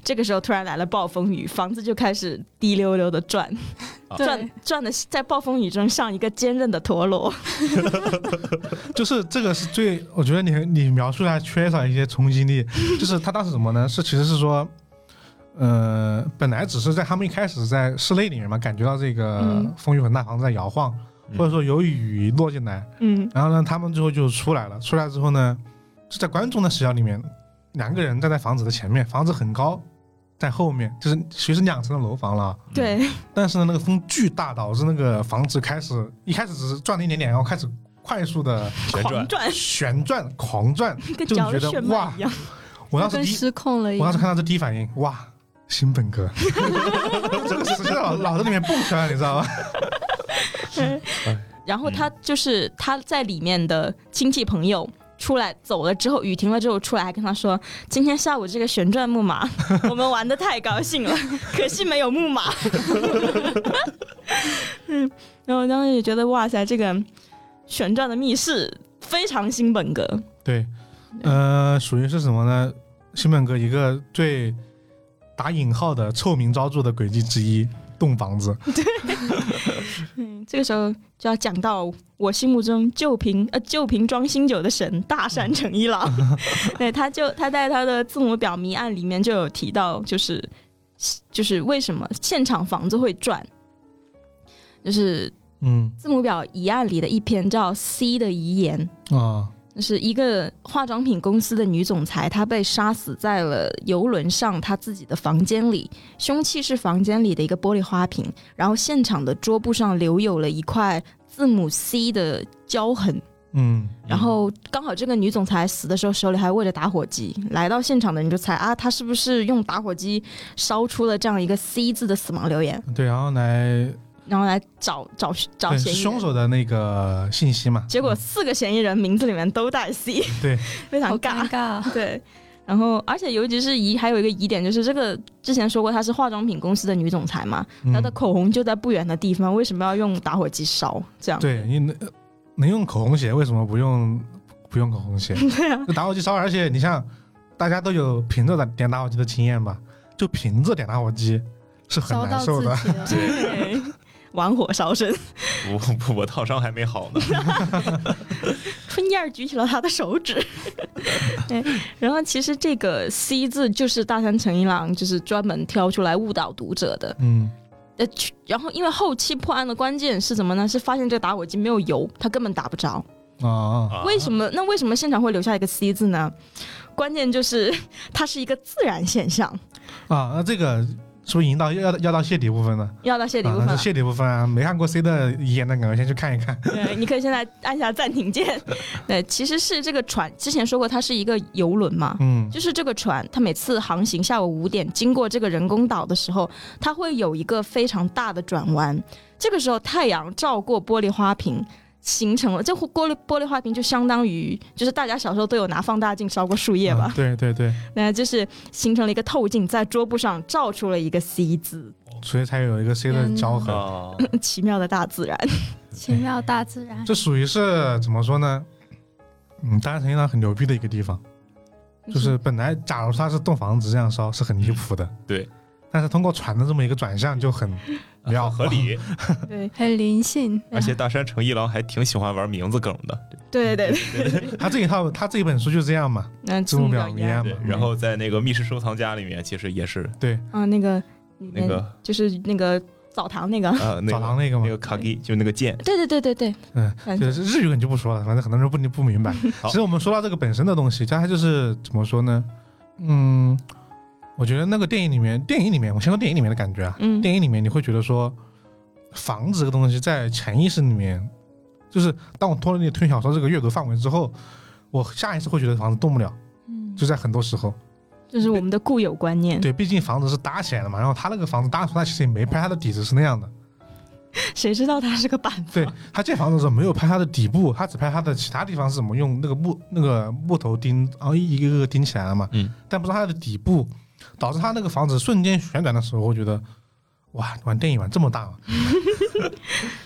Speaker 2: 这个时候突然来了暴风雨，房子就开始滴溜溜的转，
Speaker 4: 啊
Speaker 2: 转
Speaker 3: 对，
Speaker 2: 转的在暴风雨中像一个坚韧的陀螺。
Speaker 1: 就是这个是最，我觉得你你描述还缺少一些冲击力，就是他当时怎么呢？是其实是说，呃，本来只是在他们一开始在室内里面嘛，感觉到这个
Speaker 2: 嗯
Speaker 1: 风雨很大，房子在摇晃，
Speaker 4: 嗯
Speaker 1: 或者说有雨落进来，
Speaker 2: 嗯，
Speaker 1: 然后呢，他们最后就出来了。出来之后呢，就在观众的视角里面，两个人站在房子的前面，房子很高，在后面就是其实两层的楼房了。
Speaker 2: 对，
Speaker 1: 但是呢，那个风巨大，导致那个房子开始一开始只是转了一点点，然后开始快速的
Speaker 4: 旋
Speaker 2: 狂
Speaker 4: 转，
Speaker 2: 转，
Speaker 1: 旋转、狂转。
Speaker 2: 跟
Speaker 1: 就
Speaker 2: 嚼了
Speaker 1: 觉得
Speaker 2: 炫
Speaker 1: 哇
Speaker 2: 迈一样。
Speaker 1: 我当时
Speaker 3: 跟
Speaker 1: 第一，
Speaker 3: 失控了一
Speaker 1: 我当时
Speaker 3: 样。
Speaker 1: 看到这第一反应，哇，新本哥， 这个词就在脑脑子里面蹦出来，你知道吧？
Speaker 2: 然后他就是他在里面的亲戚朋友。出来走了之后，雨停了之后出来，还跟他说：“今天下午这个旋转木马，我们玩的太高兴了，可惜没有木马。”嗯，然后我当时也觉得，哇塞，这个旋转的密室非常新本格，
Speaker 1: 对，呃，属于是什么呢？新本哥一个最打引号的臭名昭著的轨迹之一，动房子。
Speaker 2: 嗯，这个时候就要讲到我心目中旧瓶呃旧瓶装新酒的神大山诚一郎， 对，他就他在他的字母表谜案里面就有提到，就是就是为什么现场房子会转，就是
Speaker 1: 嗯
Speaker 2: 字母表疑案里的一篇叫《C 的遗言》，
Speaker 1: 啊，
Speaker 2: 就是一个化妆品公司的女总裁，她被杀死在了游轮上她自己的房间里，凶器是房间里的一个玻璃花瓶，然后现场的桌布上留有了一块字母 C 的胶痕，
Speaker 1: 嗯
Speaker 2: 然后刚好这个女总裁死的时候手里还握着打火机，来到现场的人就猜啊，她是不是用打火机烧出了这样一个 C 字的死亡留言，
Speaker 1: 对，然后来
Speaker 2: 然后来找找找
Speaker 1: 对
Speaker 2: 嫌疑
Speaker 1: 凶
Speaker 2: 人。
Speaker 1: 手的那个信息嘛。嗯
Speaker 2: 结果四个嫌疑人名字里面都 带 C，
Speaker 1: 对，
Speaker 2: 非常
Speaker 3: 好尴尬，
Speaker 2: 对，然后而且尤其是疑，还有一个疑点就是这个之前说过她是化妆品公司的女总裁嘛，
Speaker 1: 嗯
Speaker 2: 她的口红就在不远的地方，为什么要用打火机烧？这样
Speaker 1: 对你能能用口红写，为什么不用不用口红写？
Speaker 2: 对啊，
Speaker 1: 就打火机烧，而且你像大家都有平着的点打火机的经验吧？就平着点打火机是很
Speaker 3: 啊烧
Speaker 1: 难
Speaker 3: 到
Speaker 1: 受的。
Speaker 3: 自己了。
Speaker 2: 对，玩火烧身。
Speaker 4: 我我烫伤还没好呢。
Speaker 2: 春燕儿举起了他的手指。 对，然后其实这个 C 字就是大山诚一郎就是专门挑出来误导读者的。
Speaker 1: 嗯
Speaker 2: 呃，去然后因为后期破案的关键是什么呢？是发现这个打火机没有油，他根本打不着。
Speaker 1: 啊，
Speaker 2: 为什么？那为什么现场会留下一个 C 字呢？关键就是 它是一个自然现象。
Speaker 1: 啊，那这个是不是已经到要要到谢底部分了？
Speaker 2: 要到谢
Speaker 1: 谢
Speaker 2: 底部分了
Speaker 1: 是，谢底部分啊，没看过 C 的演的，可能先去看一看。
Speaker 2: 对，你可以现在按下暂 停键。对，其实是这个船，之前说过它是一个游轮嘛，
Speaker 1: 嗯
Speaker 2: 就是这个船，它每次航行下午五点经过这个人工岛的时候，它会有一个非常大的转弯，这个时候太阳照过玻璃花瓶。形成了，这玻璃玻璃花瓶就相当于，就是大家小时候都有拿放大镜烧过树叶吧
Speaker 1: 嗯，对对对，
Speaker 2: 那就是形成了一个透镜，在桌布上照出了一个 C 字，
Speaker 1: 所以才有一个 C
Speaker 2: 嗯
Speaker 1: 的交合。
Speaker 4: 啊，
Speaker 2: 奇妙的大自然。
Speaker 3: 奇妙大 自然。
Speaker 1: 这属于是怎么说呢？嗯，当然陈一郎很牛逼的一个地方，
Speaker 2: 嗯
Speaker 1: 就是 本来假如他是栋房子这样烧是很离谱的，
Speaker 4: 对，
Speaker 1: 但是通过船的这么一个转向就 很比较
Speaker 4: 合。理，
Speaker 2: 对
Speaker 3: 很灵性，
Speaker 4: 而且大山诚一郎还挺喜欢玩名字梗的。
Speaker 2: 对对对，
Speaker 1: 他这一套，他这一本书就这样嘛，
Speaker 2: 那
Speaker 1: 嗯字母表一
Speaker 2: 一样。
Speaker 1: 样
Speaker 4: 对
Speaker 1: 嘛，，
Speaker 4: 然后在那个密室收藏家里面，其实也是
Speaker 1: 对
Speaker 2: 啊，那个里
Speaker 4: 那
Speaker 2: 面
Speaker 4: 个
Speaker 2: 就是那个澡堂那个，
Speaker 4: 呃那
Speaker 1: 澡堂
Speaker 4: 个
Speaker 1: 那个嘛
Speaker 4: 那，个卡基，就是那个剑。
Speaker 2: 对对对对对，
Speaker 1: 嗯，就是日语梗就不说了，反正很多人不不明白。
Speaker 4: 好
Speaker 1: 其实我们说到这个本身的东西，但它就是怎么说呢？嗯，我觉得那个电影里面，电影里面，我先说电影里面的感觉啊，
Speaker 2: 嗯，
Speaker 1: 电影里面你会觉得说，房子这个东西在潜意识里面，就是当我脱离推理小说这个阅读范围之后，我下意识会觉得房子动不了，
Speaker 3: 嗯，
Speaker 1: 就在很多时候。
Speaker 2: 就是我们的固有观念，
Speaker 1: 对，毕竟房子是搭起来的嘛，然后他那个房子搭出来其实也没拍他的底子是那样的，
Speaker 2: 谁知道它是个板
Speaker 1: 对他建房子的时候没有拍它的底部，他只拍它的其他地方是怎么用那个木那个木头钉，然后一个一个钉起来了嘛。
Speaker 4: 嗯。
Speaker 1: 但不是它的底部，导致他那个房子瞬间旋转的时候，我觉得，哇，玩电影玩这么大啊！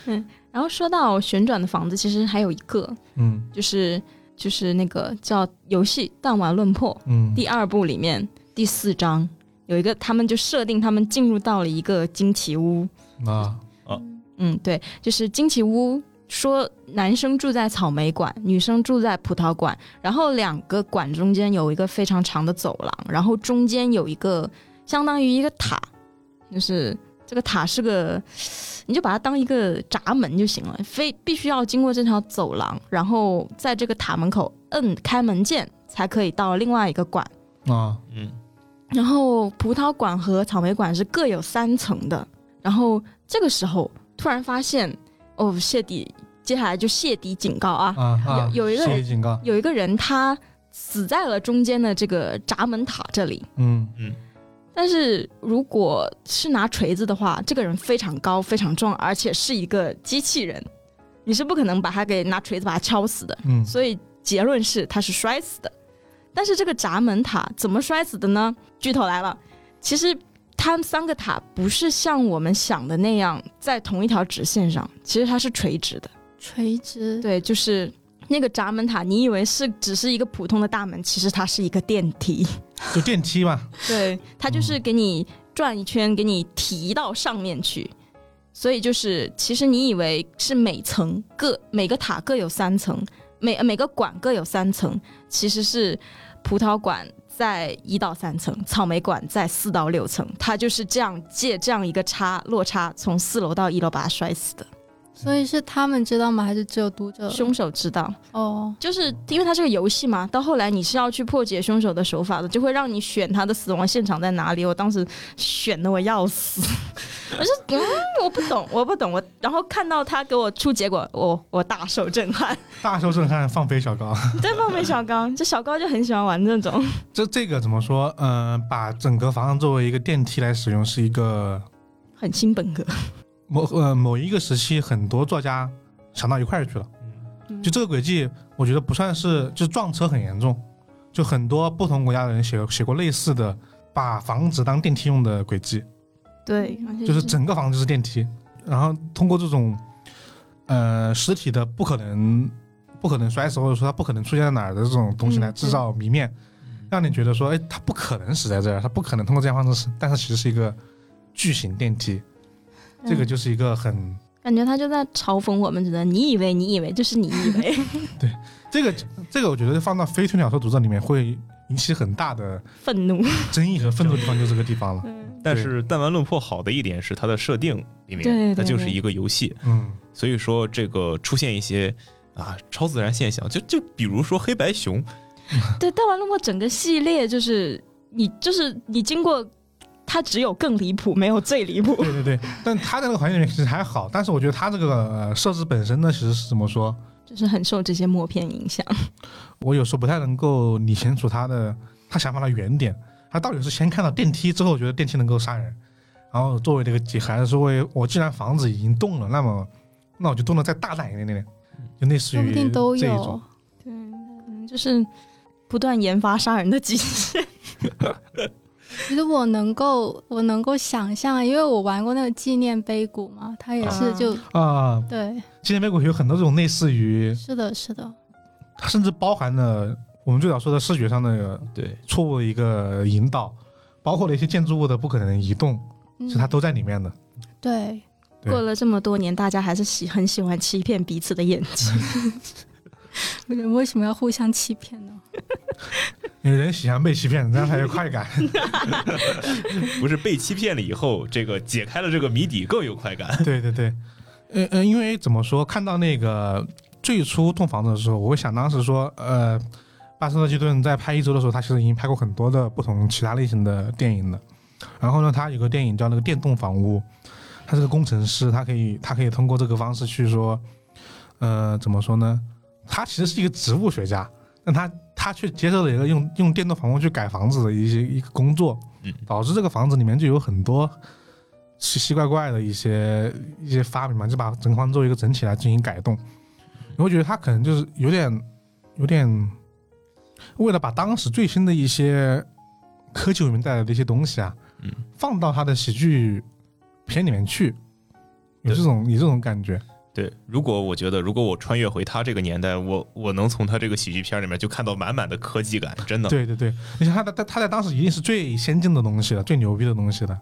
Speaker 2: 然后说到旋转的房子，其实还有一个，
Speaker 1: 嗯
Speaker 2: 就是就是那个叫游戏《弹丸论破》
Speaker 1: 嗯。
Speaker 2: 第二部里面第四章有一个，他们就设定他们进入到了一个惊奇屋，
Speaker 1: 啊，
Speaker 2: 嗯，对，就是惊奇屋。说男生住在草莓馆，女生住在葡萄馆，然后两个馆中间有一个非常长的走廊，然后中间有一个相当于一个塔，就是这个塔是个，你就把它当一个闸门就行了，非必须要经过这条走廊，然后在这个塔门口摁开门键才可以到另外一个馆。
Speaker 1: 啊，
Speaker 4: 嗯，
Speaker 2: 然后葡萄馆和草莓馆是各有三层的。然后这个时候突然发现，哦，谢底，接下来就谢底警告啊，
Speaker 1: 啊啊！
Speaker 2: 有有一个
Speaker 1: 谢
Speaker 2: 人
Speaker 1: 谢警告，
Speaker 2: 有一个人他死在了中间的这个闸门塔这里。
Speaker 1: 嗯
Speaker 2: 但是如果是拿锤子的话，这个人非常高、非常壮，而且是一个机器人，你是不可能把他给拿锤子把他敲死的。
Speaker 1: 嗯
Speaker 2: 所以结论是他是摔死的。但是这个闸门塔怎么摔死的呢？剧透来了，其实它三个塔不是像我们想的那样在同一条直线上，其实它是垂直的。
Speaker 3: 垂直，
Speaker 2: 对，就是那个闸门塔，你以为是只是一个普通的大门，其实它是一个电梯。
Speaker 1: 就电梯嘛，
Speaker 2: 对，它就是给你转一圈，给你提到上面去。所以就是，其实你以为是每层各每个塔各有三层，每每个馆各有三层，其实是葡萄馆在一到三层，草莓馆在四到六层，它就是这样借这样一个差落差，从四楼到一楼把它摔死的。
Speaker 3: 所以是他们知道吗？还是只有读者？
Speaker 2: 凶手知道，
Speaker 3: 哦，
Speaker 2: 就是因为它是个游戏嘛，到后来你是要去破解凶手的手法的，就会让你选他的死亡现场在哪里。我当时选的我要死，我说嗯，我不懂，我不懂，我然后看到他给我出结果，我我大受震撼。
Speaker 1: 大受震撼，放飞小高。
Speaker 2: 对方没小高，这小高就很喜欢玩这种，
Speaker 1: 这这个怎么说？嗯、把整个房子作为一个电梯来使用，是一个
Speaker 2: 很新本格。
Speaker 1: 某呃某一个时期，很多作家想到一块儿去了。
Speaker 2: 嗯
Speaker 1: 就这个轨迹，我觉得不算是就撞车很严重，就很多不同国家的人写写过类似的，把房子当电梯用的轨迹，
Speaker 2: 对，而且
Speaker 1: 就是整个房子是电梯，然后通过这种呃实体的不可能不可能摔死，或者说它不可能出现在哪儿的这种东西
Speaker 2: 嗯
Speaker 1: 来制造谜面，让你觉得说，哎，它不可能死在这儿，它不可能
Speaker 2: 嗯
Speaker 1: 通过这样方式死，但是其实是一个巨型电梯，这个就是一个很
Speaker 2: 感觉他就在嘲讽我们，只能你以为你以为就是你以为
Speaker 1: 这个这个我觉得放到非推理小说读者里面会引起很大的
Speaker 2: 愤怒。
Speaker 1: 争议和愤怒的地方就这个地方了。
Speaker 4: 但是弹丸论破好的一点是它的设定里
Speaker 2: 对对
Speaker 4: 面，它
Speaker 2: 对
Speaker 4: 就是
Speaker 2: 对
Speaker 4: 一个游戏，
Speaker 1: 嗯，
Speaker 4: 所以说这个出现一些啊超自然现象，就就比如说黑白熊，
Speaker 2: 对，弹丸论破整个系列就是你就是你经过，它只有更离谱，没有最离谱。
Speaker 1: 对对对，但他在那个环境里面其实还好，但是我觉得他这个呃设置本身呢，其实是怎么说？
Speaker 2: 就是很受这些默片影响。
Speaker 1: 我有时候不太能够理清楚他的他想法的原点，他到底是先看到电梯之后觉得电梯能够杀人，然后作为这个解还是作为我既然房子已经动了，那么那我就动的再大胆一点点，就类似
Speaker 3: 说不
Speaker 1: 于
Speaker 3: 定都
Speaker 1: 这一种
Speaker 3: 有。。
Speaker 2: 对，可能就是不断研发杀人的机制。
Speaker 3: 其实我能够，我能够想象，因为我玩过那个纪念碑谷嘛，它也是
Speaker 2: 啊
Speaker 3: 就、
Speaker 1: 啊。
Speaker 3: 对，
Speaker 1: 纪念碑谷有很多这种类似于，
Speaker 3: 是的，是的，
Speaker 1: 它甚至包含了我们最早说的视觉上的
Speaker 4: 对，
Speaker 1: 错误的一个引导，包括了一些建筑物的不可能移动，
Speaker 3: 嗯
Speaker 1: 其实它都在里面的。
Speaker 3: 对，
Speaker 1: 对
Speaker 2: 过了这么多年，大家还是喜很喜欢欺骗彼此的眼 睛。
Speaker 3: 人为什么要互相欺骗呢？
Speaker 1: 因为人喜欢被欺骗，这样才有快感。
Speaker 4: 不是被欺骗了以后，这个解开了这个谜底更有快感。
Speaker 1: 对对对，呃呃，因为怎么说，看到那个最初动房子的时候，我会想当时说，呃，巴斯特基顿在拍《一周》的时候，他其实已经拍过很多的不同其他类型的电影了。然后呢，他有个电影叫那个《电动房屋》，他是个工程师，他可以他可以通过这个方式去说，呃，怎么说呢？他其实是一个植物学家，但他他却接受了一个用用电动房屋去改房子的一些一个工作，
Speaker 4: 嗯
Speaker 1: 导致这个房子里面就有很多奇奇怪怪的一些一些发明嘛，就把整个房子作为一个整体来进行改动。我觉得他可能就是有点有点为了把当时最新的一些科技文明带来的一些东西啊，
Speaker 4: 嗯
Speaker 1: 放到他的喜剧片里面去，有
Speaker 4: 对
Speaker 1: 这种有这种感觉。
Speaker 4: 对，如果我觉得，如果我穿越回他这个年代，我我能从他这个喜剧片里面就看到满满的科技感，真的。
Speaker 1: 对对对，你想他在他他在当时一定是最先进的东西了，最牛逼的东西了，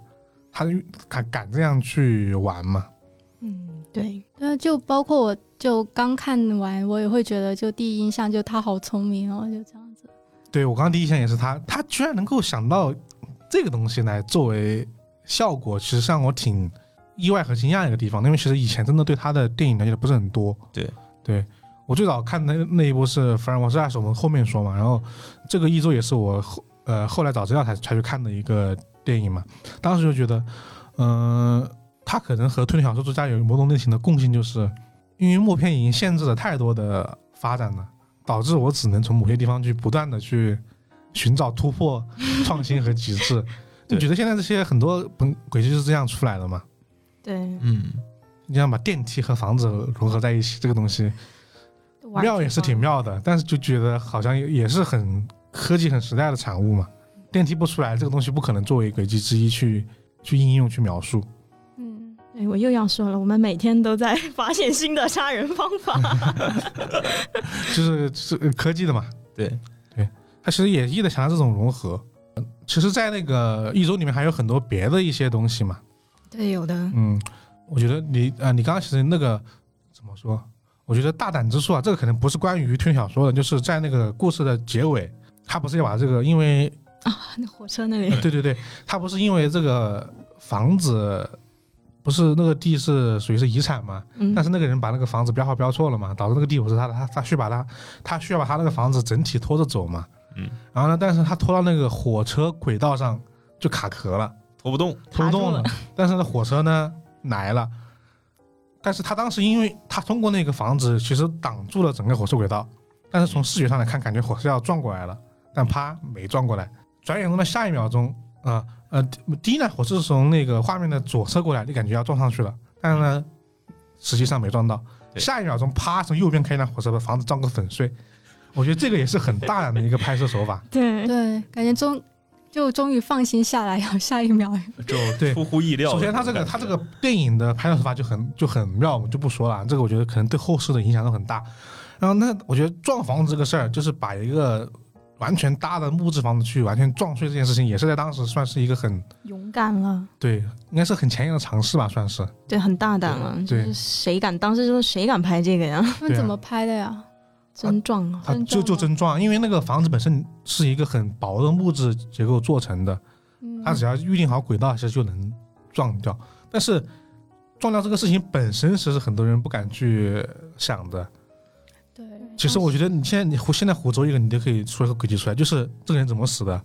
Speaker 1: 他就敢敢这样去玩嘛？
Speaker 2: 嗯，对，
Speaker 3: 对啊，就包括我就刚看完，我也会觉得就第一印象就他好聪明哦，就这样子。
Speaker 1: 对我刚刚第一想也是他，他居然能够想到这个东西来作为效果，其实让我挺意外和惊讶的一个地方，因为其实以前真的对他的电影了解的不是很多。
Speaker 4: 对，
Speaker 1: 对我最早看的那一部是《凡尔摩斯爱》，是我们后面说嘛，然后这个一周也是我后呃后来找资料才才去看的一个电影嘛，当时就觉得，嗯、他可能和推理小说作家有某种类型的共性，就是因为默片已经限制了太多的发展了。导致我只能从某些地方去不断的去寻找突破、创新和极致。你
Speaker 4: 对
Speaker 1: 觉得现在这些很多本轨迹就是这样出来的嘛？
Speaker 2: 对，
Speaker 4: 嗯，
Speaker 1: 你想把电梯和房子融合在一起，这个东西妙也是挺妙的，但是就觉得好像也也是很科技、很时代的产物嘛。电梯不出来，这个东西不可能作为轨迹之一去去应用、去描述。
Speaker 3: 嗯，
Speaker 2: 对，我又要说了，我们每天都在 发现新的杀人方 法。
Speaker 1: 就是是呃科技的嘛。
Speaker 4: 对
Speaker 1: 对，它其实也意的想要这种融合。其实，在那个一周里面还有很多别的一些东西嘛。
Speaker 2: 对，有的。
Speaker 1: 嗯，我觉得你啊、呃你刚刚其实那个怎么说？我觉得大胆之处啊，这个可能不是关于推理小说的，就是在那个故事的结尾，他不是要把这个，因为呃
Speaker 2: 那火车那里，
Speaker 1: 对对对，他不是因为这个房子不是那个地是属于是遗产嘛，
Speaker 2: 嗯
Speaker 1: 但是那个人把那个房子标号标错了嘛，导致那个地主是他的，他他需把他他需要把他那个房子整体拖着走嘛。
Speaker 4: 嗯。
Speaker 1: 然后呢，但是他拖到那个火车轨道上就卡壳了，
Speaker 4: 拖不动，
Speaker 1: 拖不动
Speaker 2: 卡住了
Speaker 1: 但是呢，火车呢来了，但是他当时因为他通过那个房子其实挡住了整个火车轨道，但是从视觉上来看，感觉火车要撞过来了，但啪没撞过来。转眼中的下一秒钟，啊呃第一呢，火车是从那个画面的左侧过来，你感觉要撞上去了，但是呢，实际上没撞到。
Speaker 4: 对
Speaker 1: 下一秒钟，啪，从右边开一辆火车把房子撞个粉碎。我觉得这个也是很大胆的一个拍摄手法。
Speaker 2: 对，
Speaker 3: 对，感觉终就终于放心下来了，下一秒
Speaker 1: 对
Speaker 4: 就出乎意料
Speaker 1: 首
Speaker 4: 的
Speaker 1: 先，
Speaker 4: 那种
Speaker 1: 他
Speaker 4: 感
Speaker 1: 这个他
Speaker 4: 觉。
Speaker 1: 这个电影的拍摄手法就很就很妙，我们就不说了。这个我觉得可能对后世的影响都很大。然后那我觉得撞房子这个事儿，就是把一个完全搭的木质房子去完全撞碎这件事情，也是在当时算是一个很
Speaker 2: 勇敢了，
Speaker 1: 对，应该是很前沿的尝试吧，算是。
Speaker 2: 对，很大胆了，
Speaker 1: 对
Speaker 2: 就是谁敢当时就是谁敢拍这个呀？
Speaker 3: 他
Speaker 1: 对
Speaker 3: 们
Speaker 1: 啊
Speaker 3: 怎么拍的呀？
Speaker 2: 真壮啊！
Speaker 1: 它
Speaker 3: 真
Speaker 1: 就
Speaker 3: 撞
Speaker 1: 就
Speaker 3: 吗
Speaker 1: 真撞，因为那个房子本身是一个很薄的木质结构做成的，
Speaker 3: 嗯
Speaker 1: 它只要预定好轨道，其实就能撞掉。但是撞掉这个事情本身，其实很多人不敢去想的。
Speaker 3: 对，
Speaker 1: 其实我觉得你现在你胡现在胡诌一个，你就可以说一个轨迹出来，就是这个人怎么死的。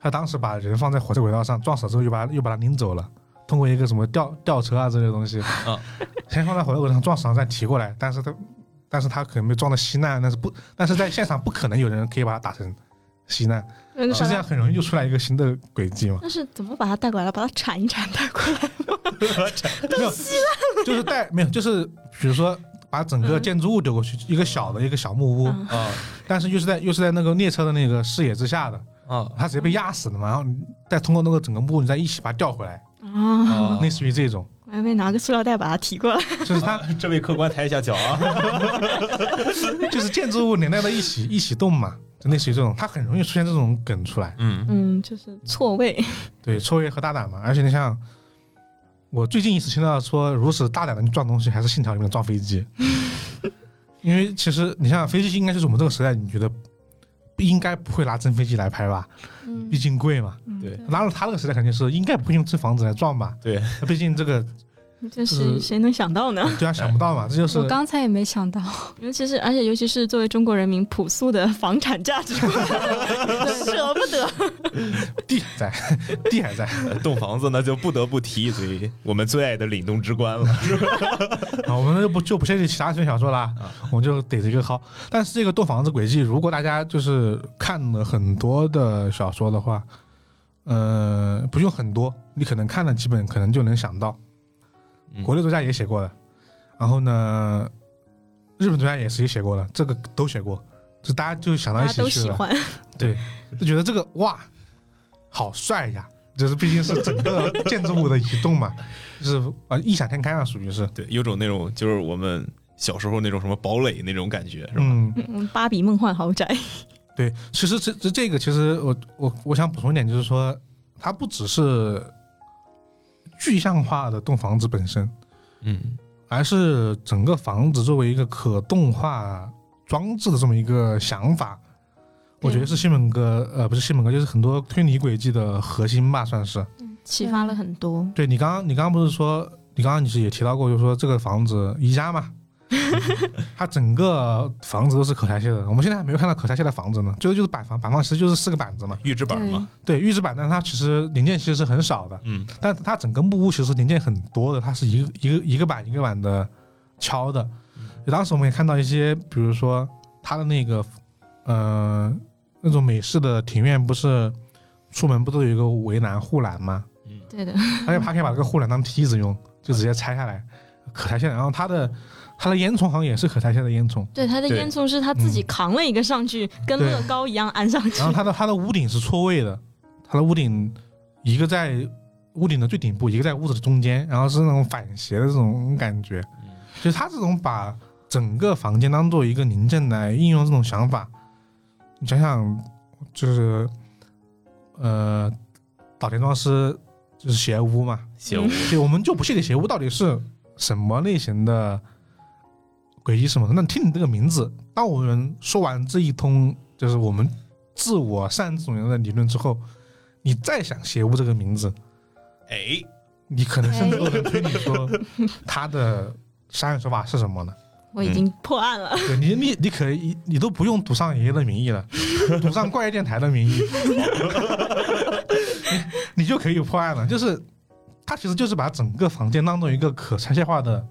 Speaker 1: 他当时把人放在火车轨道上，撞死了之后又把又把他拎走了，通过一个什么吊吊车啊之类的东西，
Speaker 4: 啊
Speaker 1: 先放在火车轨道上撞死了再提过来。但是他，但是他可能被撞到稀烂，但是不，但是在现场不可能有人可以把他打成稀烂，
Speaker 2: 那个
Speaker 1: 是这样很容易就出来一个新的轨迹嘛。
Speaker 2: 但是怎么把它带过来了？把它铲一铲带 过来。
Speaker 1: 没有，就是带没有，就是比如说把整个建筑物丢过去，一个小的一个小木屋，
Speaker 2: 嗯
Speaker 4: 啊
Speaker 1: 但是又是在又是在那个列车的那个视野之下的，
Speaker 4: 啊
Speaker 1: 它直接被压死了嘛，然后你再通过那个整个木屋，你再一起把它调回来，
Speaker 2: 啊！
Speaker 4: 啊
Speaker 1: 类！似于这种，
Speaker 2: 我还没拿个塑料袋把它提过来。
Speaker 1: 就是它
Speaker 4: 这位客官抬一下脚啊！
Speaker 1: 就是建筑物连带到一起一起动嘛，就类似于这种，它很容易出现这种梗出来，
Speaker 4: 嗯
Speaker 2: 嗯，就是错位。
Speaker 1: 对，错位和大胆嘛，而且你像。我最近一次听到说如此大胆的去撞东西，还是《信条》里面撞飞机，因为其实你像飞机应该就是我们这个时代，你觉得应该不会拿真飞机来拍吧？
Speaker 3: 嗯
Speaker 1: 毕竟贵嘛。
Speaker 4: 对
Speaker 1: 拿到他那个时代，肯定是应该不会用这房子来撞吧？
Speaker 4: 对，
Speaker 1: 毕竟这个
Speaker 2: 这
Speaker 1: 就是
Speaker 4: 呃
Speaker 2: 是谁能想到呢？
Speaker 1: 对啊，想不到嘛，这就是
Speaker 3: 我刚才也没想到，
Speaker 2: 尤其是而且尤其是作为中国人民朴素的房产价值 观，舍不 得。
Speaker 1: 地还在， 地还在。
Speaker 4: 呃动房子那就不得不提一嘴我们最爱的凛冬之关了。
Speaker 1: 啊，我们就不就不涉及其他篇小说啦，我们就逮着一个薅。但是这个动房子轨迹，如果大家就是看了很多的小说的话，呃，不用很多，你可能看了几本，可能就能想到。
Speaker 4: 嗯
Speaker 1: 国内作家也写过的，然后呢，日本作家也是也写过的，这个都写过，就大家就想到
Speaker 2: 大
Speaker 1: 一
Speaker 2: 家
Speaker 1: 起
Speaker 2: 都
Speaker 4: 啊
Speaker 1: 去
Speaker 2: 喜
Speaker 1: 了。
Speaker 2: 欢，
Speaker 1: 对，就觉得这个哇，好帅呀！就是毕竟是整 个建筑物的移动嘛，就是啊异想天开啊，属于是。
Speaker 4: 对，有种那种就是我们小时候那种什么堡垒那种感觉，是吧？
Speaker 1: 嗯，
Speaker 2: 嗯，芭比梦幻豪宅，
Speaker 1: 对，其实这这这个其实我我我想补充一点，就是说它不只是具象化的动房子本身，
Speaker 4: 嗯
Speaker 1: 而是整个房子作为一个可动化装置的这么一个想法，我觉得是西门哥呃不是西门哥，就是很多推理轨迹的核心吧，算是。
Speaker 2: 启发了很多。
Speaker 1: 对你刚刚，你刚刚不是说，你刚刚你是也提到过，就是说这个房子宜家嘛，它整个房子都是可拆卸的。我们现在还没有看到可拆卸的房子呢，最后就是板房，板房其实就是四个板子嘛。
Speaker 4: 预制板嘛，
Speaker 1: 对，预制板，但它其实零件其实是很少的，
Speaker 4: 嗯
Speaker 1: 但它整个木屋其实零件很多的，它是一个一个一个板一个板的敲的。当时我们也看到一些，比如说它的那个，呃，那种美式的庭院，不是出门不都有一个围栏护栏吗？
Speaker 4: 嗯
Speaker 2: 对的，
Speaker 1: 而且他可以把这个护栏当梯子用，就直接拆下来，可拆卸的。然后它的它的烟囱好像也是可拆卸的烟囱，
Speaker 2: 对他的
Speaker 4: 对
Speaker 2: 烟囱是他自己扛了一个上去，跟
Speaker 1: 对
Speaker 2: 乐高一样安上去
Speaker 1: 然。后它的它的屋顶是错位的，它的屋顶一个在屋顶的最顶部，一个在屋子的中间，然后是那种反斜的这种感觉。就是它这种把整个房间当做一个零件来应用这种想法，你想想，就是呃，岛田庄司就是邪屋嘛，
Speaker 4: 邪屋
Speaker 1: 对，我们就不确定邪屋到底是什么类型的诡异什么。那听你这个名字，当我们说完这一通就是我们自我擅自总结的理论之后，你再想邪屋这个名字，
Speaker 4: 哎，
Speaker 1: 你可能甚至都能推理说他的杀人手法是什么呢？
Speaker 2: 我已经破案了，
Speaker 1: 对你，你你可以，你都不用赌上爷爷的名义了，赌上怪异电台的名义，你你就可以破案了。就是他其实就是把整个房间当做一个可拆卸化的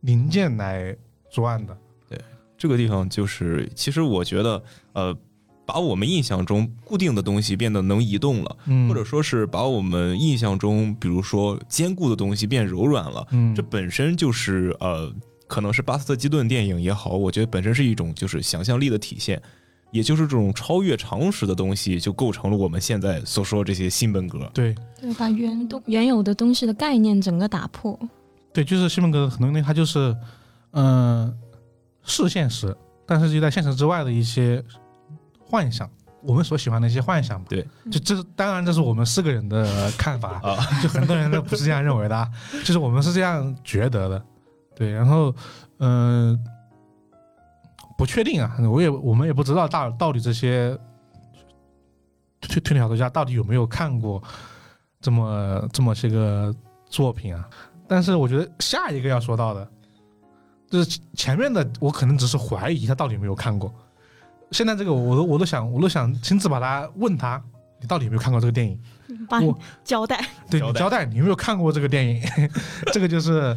Speaker 1: 零件来作案的。
Speaker 4: 这个地方就是，其实我觉得，呃，把我们印象中固定的东西变得能移动了，
Speaker 1: 嗯
Speaker 4: 或者说是把我们印象中，比如说坚固的东西变柔软了，
Speaker 1: 嗯
Speaker 4: 这本身就是呃，可能是巴斯特基顿电影也好，我觉得本身是一种就是想象力的体现。也就是这种超越常识的东西，就构成了我们现在所说这些新本格。
Speaker 1: 对
Speaker 3: 对，把
Speaker 2: 原
Speaker 3: 原
Speaker 2: 东嗯原有的东西的概念整个打破。
Speaker 1: 对，就是西门格很多东西，他就是嗯、呃是现实，但是就在现实之外的一些幻想。我们所喜欢的一些幻想吧。
Speaker 4: 对，
Speaker 1: 就这当然这是我们四个人的看法，
Speaker 4: 啊，
Speaker 1: 就很多人都不是这样认为的啊，就是我们是这样觉得的。对，然后嗯、不确定啊，我也我们也不知道大到底这些推推理小说家到底有没有看过这么这么些个作品啊。但是我觉得下一个要说到的，就是前面的我可能只是怀疑他到底有没有看过，现在这个我都我都想我都想亲自把他问他，你到底有没有看过这个电影？
Speaker 2: 把你
Speaker 1: 我
Speaker 2: 交代，
Speaker 1: 对，
Speaker 4: 交
Speaker 1: 你
Speaker 4: 代
Speaker 1: 交代你有没有看过这个电影？ 这个就是，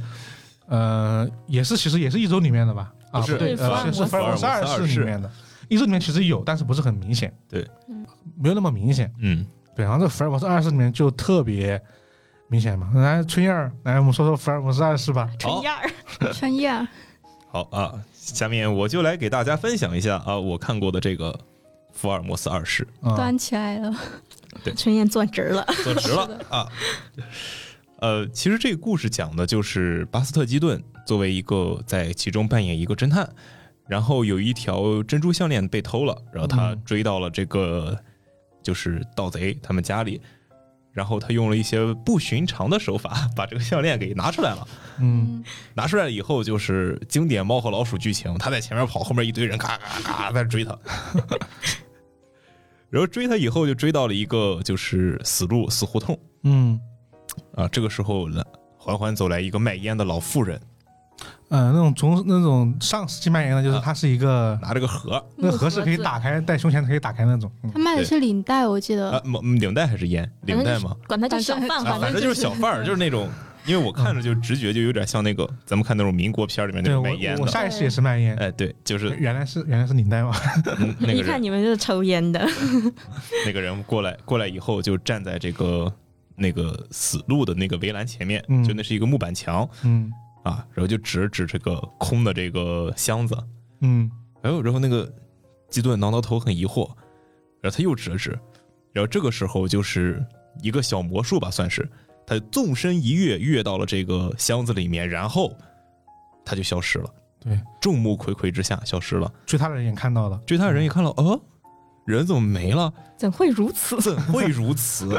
Speaker 1: 呃，也是其实也是一周里面的吧？啊，
Speaker 4: 不是
Speaker 1: 对，
Speaker 2: 福尔
Speaker 1: 呃，
Speaker 2: 摩斯
Speaker 1: 是福尔摩斯二世里面的。一周里面其实有，但是不是很明显。
Speaker 4: 对
Speaker 2: 嗯，
Speaker 1: 没有那么明显。
Speaker 4: 嗯，
Speaker 1: 对，然后这福尔摩斯二世里面就特别明显嘛。来，春燕儿，来我们说说福尔摩斯二世吧。
Speaker 2: 春燕儿，
Speaker 3: 穿越啊，
Speaker 4: 好啊，下面我就来给大家分享一下啊，我看过的这个《福尔摩斯二世
Speaker 1: 啊、
Speaker 3: 端起来了，
Speaker 2: 春燕坐直了，》，
Speaker 4: 坐直了啊。呃，其实这个故事讲的就是巴斯特基顿作为一个在其中扮演一个侦探，然后有一条珍珠项链被偷了，然后他
Speaker 1: 嗯
Speaker 4: 追到了这个就是盗贼他们家里，然后他用了一些不寻常的手法把这个项链给拿出来了。
Speaker 1: 嗯，
Speaker 4: 拿出来以后就是经典猫和老鼠剧情，他在前面跑，后面一堆人咔咔咔在追他， 然后追他以后就追到了一个就是死路死胡同
Speaker 1: 嗯，
Speaker 4: 啊。这个时候来缓缓走来一个卖烟的老妇人，
Speaker 1: 呃，那种从那种上世纪蔓延的，就是
Speaker 4: 啊
Speaker 1: 它是一个、
Speaker 4: 拿着个盒
Speaker 1: 那个盒是可以打开，戴胸前可以打开那种。嗯
Speaker 3: 他卖的是领带，我记
Speaker 4: 啊
Speaker 3: 得，
Speaker 4: 嗯领带还是烟领带吗？
Speaker 2: 管他叫小
Speaker 3: 反
Speaker 2: 贩，
Speaker 3: 正
Speaker 4: 啊，反
Speaker 2: 正
Speaker 4: 正
Speaker 2: 就
Speaker 4: 就是小贩儿，就是那种。因为我看着就直觉就有点像那个，咱们看那种民国片儿里面那
Speaker 1: 对
Speaker 4: 种
Speaker 1: 我
Speaker 4: 卖烟
Speaker 1: 我
Speaker 4: 的，
Speaker 1: 下意识也是卖烟，
Speaker 4: 哎，对，就是
Speaker 1: 原来是原来是领带嘛。
Speaker 4: 嗯那
Speaker 2: 一
Speaker 4: 个
Speaker 2: 看
Speaker 4: 人
Speaker 2: 你们就是抽烟的，
Speaker 4: 那个人过来过来以后，就站在这个那个死路的那个围栏前面，
Speaker 1: 嗯
Speaker 4: 就那是一个木板墙，
Speaker 1: 嗯
Speaker 4: 啊，然后就指指这个空的这个箱子，
Speaker 1: 嗯。
Speaker 4: 哎呦，然后那个基顿挠挠头，很疑惑，然后他又指了指，然后这个时候就是一个小魔术吧，算是他纵身一跃，跃到了这个箱子里面，然后他就消失了，
Speaker 1: 对，
Speaker 4: 众目睽睽之下消失了。
Speaker 1: 追他的人也看到了，
Speaker 4: 追他的人一看了，哦，人怎么没了？
Speaker 2: 怎会如此？
Speaker 4: 怎会如此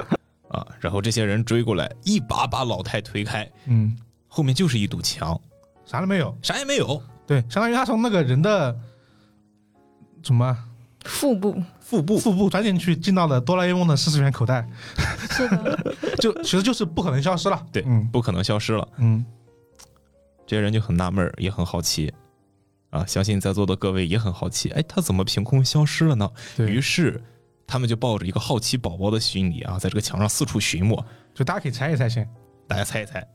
Speaker 4: 啊？然后这些人追过来，一把把老太推开，
Speaker 1: 嗯，
Speaker 4: 后面就是一堵墙，
Speaker 1: 啥都没有，
Speaker 4: 啥也没有，
Speaker 1: 对，相当于他从那个人的什么啊
Speaker 2: 腹部
Speaker 4: 腹部
Speaker 1: 腹部钻进去，进到了哆啦 A 梦的四十元口袋，
Speaker 3: 是 的，
Speaker 1: 就其实就是不可能消失了，
Speaker 4: 对
Speaker 1: 嗯
Speaker 4: 不可能消失了。
Speaker 1: 嗯
Speaker 4: 这些人就很纳闷儿，也很好奇啊，相信在座的各位也很好奇，哎，他怎么凭空消失了呢？
Speaker 1: 对
Speaker 4: 于是他们就抱着一个好奇宝宝的心理啊，在这个墙上四处寻摸。
Speaker 1: 就大家可以猜一猜先，
Speaker 4: 大家猜一猜，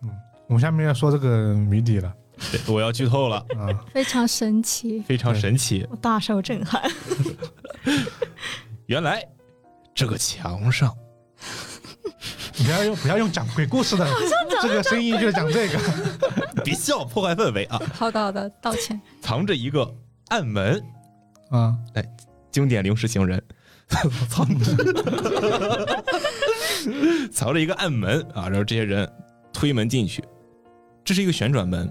Speaker 1: 我们下面要说这个谜底了
Speaker 4: 对，我要剧透了，
Speaker 1: 啊，
Speaker 3: 非常神奇。
Speaker 4: 非常神奇。
Speaker 2: 我大受震撼，
Speaker 4: 原来这个墙上
Speaker 1: 你不要用不要用讲鬼故事的这个声音，就是讲这个，
Speaker 4: 别笑，破坏氛围啊，
Speaker 3: 好的好的，道 歉。
Speaker 4: 藏着一个暗门。
Speaker 1: 啊，
Speaker 4: 经典零食行人， 藏着藏着一个暗门啊，然后这些人推门进去，这是一个旋转门，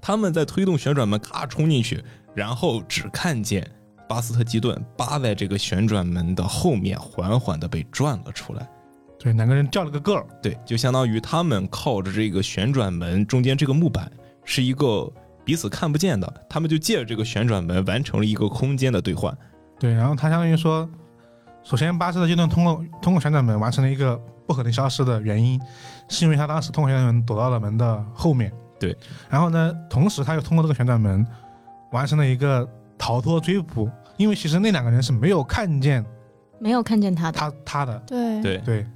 Speaker 4: 他们在推动旋转门，咔冲进去，然后只看见巴斯特基顿扒在这个旋转门的后面，缓缓的被转了出来。
Speaker 1: 对，两个人掉了个个儿，
Speaker 4: 对，就相当于他们靠着这个旋转门中间这个木板是一个彼此看不见的，他们就借着这个旋转门完成了一个空间的兑换。
Speaker 1: 对，然后他相当于说，首先巴斯的阶段通过通过旋转门完成了一个不可能消失的原因，是因为他当时通过旋转门躲到了门的后面。
Speaker 4: 对，
Speaker 1: 然后呢，同时他又通过这个旋转门完成了一个逃脱追捕，因为其实那两个人是没有看见
Speaker 2: 没有看见他的，
Speaker 1: 他他的，
Speaker 3: 对，
Speaker 4: 对，
Speaker 1: 对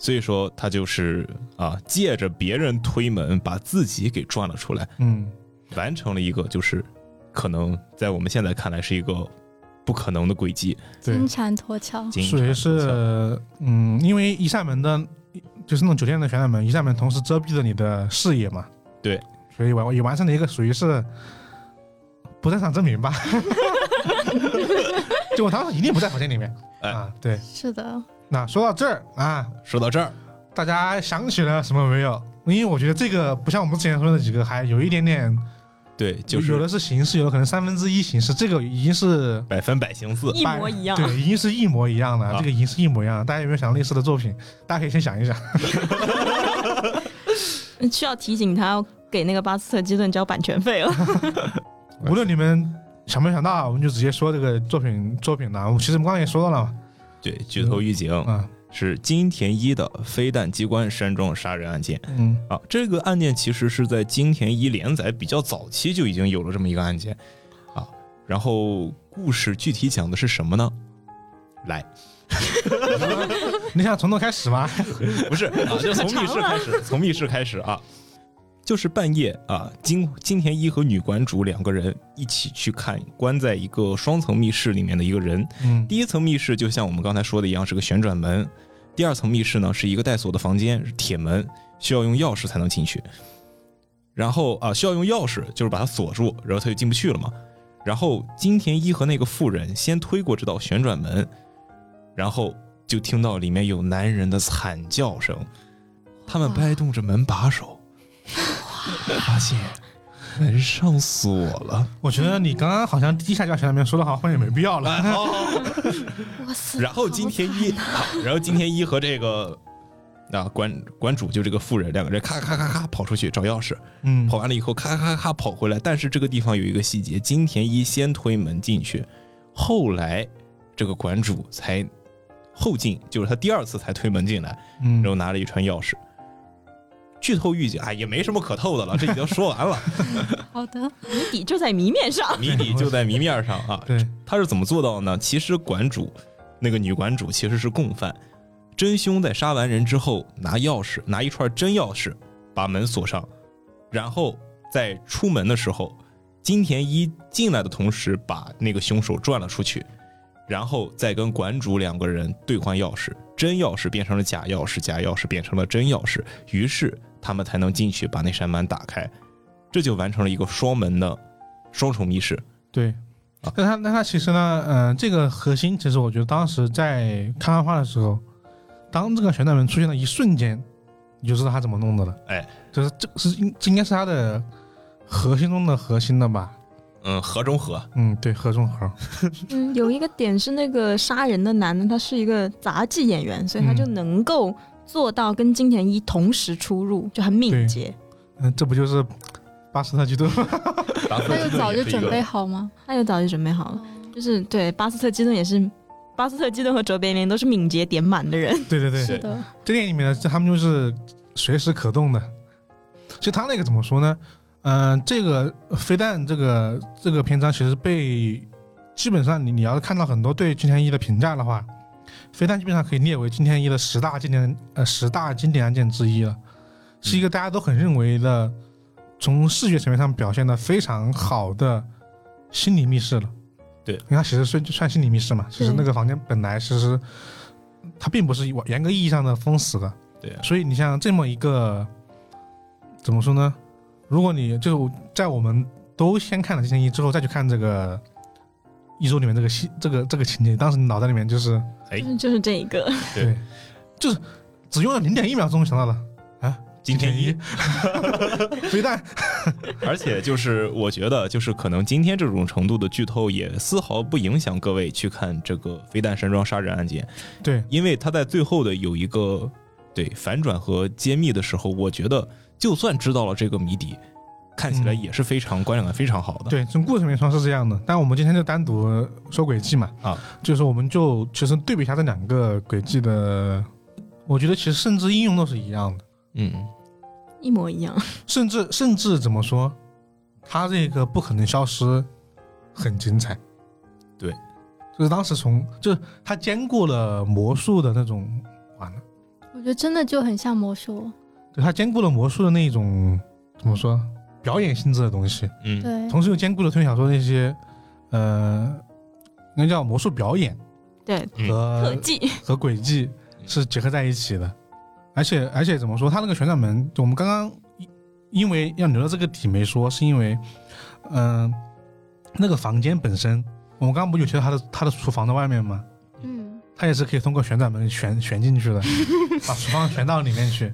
Speaker 4: 所以说他就是啊，借着别人推门把自己给转了出来，
Speaker 1: 嗯，
Speaker 4: 完成了一个就是可能在我们现在看来是一个不可能的轨迹。
Speaker 1: 对
Speaker 3: 金，蝉脱壳。
Speaker 4: 金
Speaker 1: 属于
Speaker 4: 蝉脱壳
Speaker 1: 是嗯，因为一扇门的，就是那种酒店的旋转门，一扇门同时遮蔽了你的视野嘛，
Speaker 4: 对，
Speaker 1: 所以完也完成了一个属于是不在场证明吧。 就我当时一定不在房间里面、
Speaker 4: 哎
Speaker 1: 啊，对。
Speaker 3: 是的，
Speaker 1: 那说到这儿啊，
Speaker 4: 说到这儿，
Speaker 1: 大家想起了什么没有？因为我觉得这个不像我们之前说的几个，还有一点点
Speaker 4: 对，就
Speaker 1: 有
Speaker 4: 是
Speaker 1: 的是形式，有的可能三分之一形式，这个已经是
Speaker 4: 百分百相似。
Speaker 2: 一模一样。
Speaker 1: 对，已经是一模一样了，
Speaker 4: 啊
Speaker 1: 这个已经是一模一样了。大家有没有想到类似的作品？大家可以先想一想。
Speaker 2: 需要提醒他要给那个巴斯特基顿交版权费 了。
Speaker 1: 无论你们想没想到，啊我们就直接说这个作品作品了。我们其实我们刚才也说到了嘛，
Speaker 4: 对，剧透预警、
Speaker 1: 啊，
Speaker 4: 是金田一的飞弹机关山庄杀人案件
Speaker 1: 嗯，
Speaker 4: 啊。这个案件其实是在金田一连载比较早期就已经有了这么一个案件啊。然后故事具体讲的是什么呢？来，
Speaker 1: 你想从头开始吗？
Speaker 4: 不是啊，就从密室开始，从密室开始啊，就是半夜啊，金金田一和女馆主两个人一起去看关在一个双层密室里面的一个人。
Speaker 1: 嗯，
Speaker 4: 第一层密室就像我们刚才说的一样，是个旋转门；第二层密室呢是一个带锁的房间，是铁门，需要用钥匙才能进去。然后啊，需要用钥匙，就是把它锁住，然后他就进不去了嘛。然后金田一和那个妇人先推过这道旋转门，然后就听到里面有男人的惨叫声，他们掰动着门把手，发现门上锁了。
Speaker 1: 我觉得你刚刚好像第一下就要前面说的好，后面没必要
Speaker 4: 哎
Speaker 1: 了。
Speaker 3: 哇塞
Speaker 4: 然后今天一，好然后今天一和这个啊馆馆主就这个妇人两个人咔咔咔咔跑出去找钥匙，
Speaker 1: 嗯
Speaker 4: 跑，完了以后咔咔咔咔跑回来。但是这个地方有一个细节，金田一先推门进去，后来这个馆主才后进，就是他第二次才推门进来，
Speaker 1: 嗯
Speaker 4: 然后拿了一串钥匙。剧透预警啊，也没什么可透的了，这已经说 完了，
Speaker 3: 好的，
Speaker 2: 谜底就在谜面上，
Speaker 4: 谜底就在谜面上啊。
Speaker 1: 对，
Speaker 4: 他是怎么做到的呢？其实馆主那个女馆主其实是共犯，真凶在杀完人之后拿钥匙，拿一串真钥匙把门锁上，然后在出门的时候，金田一进来的同时把那个凶手转了出去，然后再跟馆主两个人兑换钥匙，真钥匙变成了假钥匙，假钥匙变成了真钥匙，于是他们才能进去把那扇门打开，这就完成了一个双门的双重密室。
Speaker 1: 对
Speaker 4: 啊。
Speaker 1: 但他那他其实呢，嗯、这个核心其实我觉得当时在看漫画的时候，当这个旋转门出现的一瞬间，你就知道他怎么弄的了。
Speaker 4: 哎，
Speaker 1: 就是这是应这应该是他的核心中的核心了吧？
Speaker 4: 嗯，核中和。
Speaker 1: 嗯，对，核中核。
Speaker 2: 嗯，有一个点是那个杀人的男的，他是一个杂技演员，所以他就能够做到跟金田一同时出入，就很敏捷。
Speaker 1: 嗯、这不就是巴斯特基顿吗？
Speaker 4: 达芬
Speaker 3: 那
Speaker 4: 奇
Speaker 3: 就
Speaker 4: 顿
Speaker 3: 早
Speaker 4: 也
Speaker 3: 就是
Speaker 4: 一
Speaker 3: 准
Speaker 4: 个
Speaker 3: 备好吗？嗯
Speaker 2: 他就早就准备好
Speaker 1: 嗯
Speaker 2: 了，就是对巴斯特基顿也是，巴斯特基顿和卓别林都是敏捷点满的人。
Speaker 1: 对对对，
Speaker 3: 是的，
Speaker 1: 这电影里面呢，这他们就是随时可动的。其实他那个怎么说呢？嗯、这个飞弹这个这个篇章其实被基本上你你要是看到很多对金田一的评价的话，飞弹基本上可以列为金田一的十大经典呃十大经典案件之一了，是一个大家都很认为的，从视觉层面上表现的非常好的心理密室了。
Speaker 4: 对
Speaker 1: 因为它其实算算心理密室嘛，其实
Speaker 3: 对
Speaker 1: 那个房间本来其实它并不是严格意义上的封死的，
Speaker 4: 对啊
Speaker 1: 所以你像这么一个，怎么说呢？如果你就在我们都先看了《金田一》之后，再去看这个一周里面这个戏这个这个情节，当时你脑袋里面就是
Speaker 4: 哎
Speaker 2: 就是就是这一个，
Speaker 4: 对，
Speaker 1: 就是只用了零点一秒钟想到了啊
Speaker 4: 金田一，
Speaker 1: 飞弹，
Speaker 4: 而且就是我觉得，就是可能今天这种程度的剧透也丝毫不影响各位去看这个《飞弹山庄杀人案件》，
Speaker 1: 对
Speaker 4: 因为他在最后的有一个对反转和揭秘的时候，我觉得就算知道了这个谜底，看起来
Speaker 1: 嗯
Speaker 4: 也是非常观感非常好的。
Speaker 1: 对，从故事层面上是这样的，但我们今天就单独说轨迹嘛，
Speaker 4: 啊，
Speaker 1: 就是我们就其实对比一下这两个轨迹的，我觉得其实甚至应用都是一样的。
Speaker 4: 嗯，
Speaker 2: 一模一样。
Speaker 1: 甚至甚至怎么说，他这个不可能消失，很精彩。
Speaker 4: 对，
Speaker 1: 就是当时从就是他兼顾了魔术的那种，完了，
Speaker 3: 我觉得真的就很像魔术，
Speaker 1: 对他兼顾了魔术的那种怎么说表演性质的东西，
Speaker 4: 嗯，
Speaker 3: 对，
Speaker 1: 同时又兼顾了推理小说那些，呃，那叫魔术表演
Speaker 2: 对，
Speaker 4: 嗯
Speaker 1: 和
Speaker 2: 特技、
Speaker 1: 和轨迹是结合在一起的，而且而且怎么说，它那个旋转门，我们刚刚因因为要留到这个底没说，是因为，嗯、那个房间本身，我们刚刚不有提到它的它的厨房的外面吗？
Speaker 3: 嗯，
Speaker 1: 它也是可以通过旋转门旋旋进去的，把厨房旋到里面去。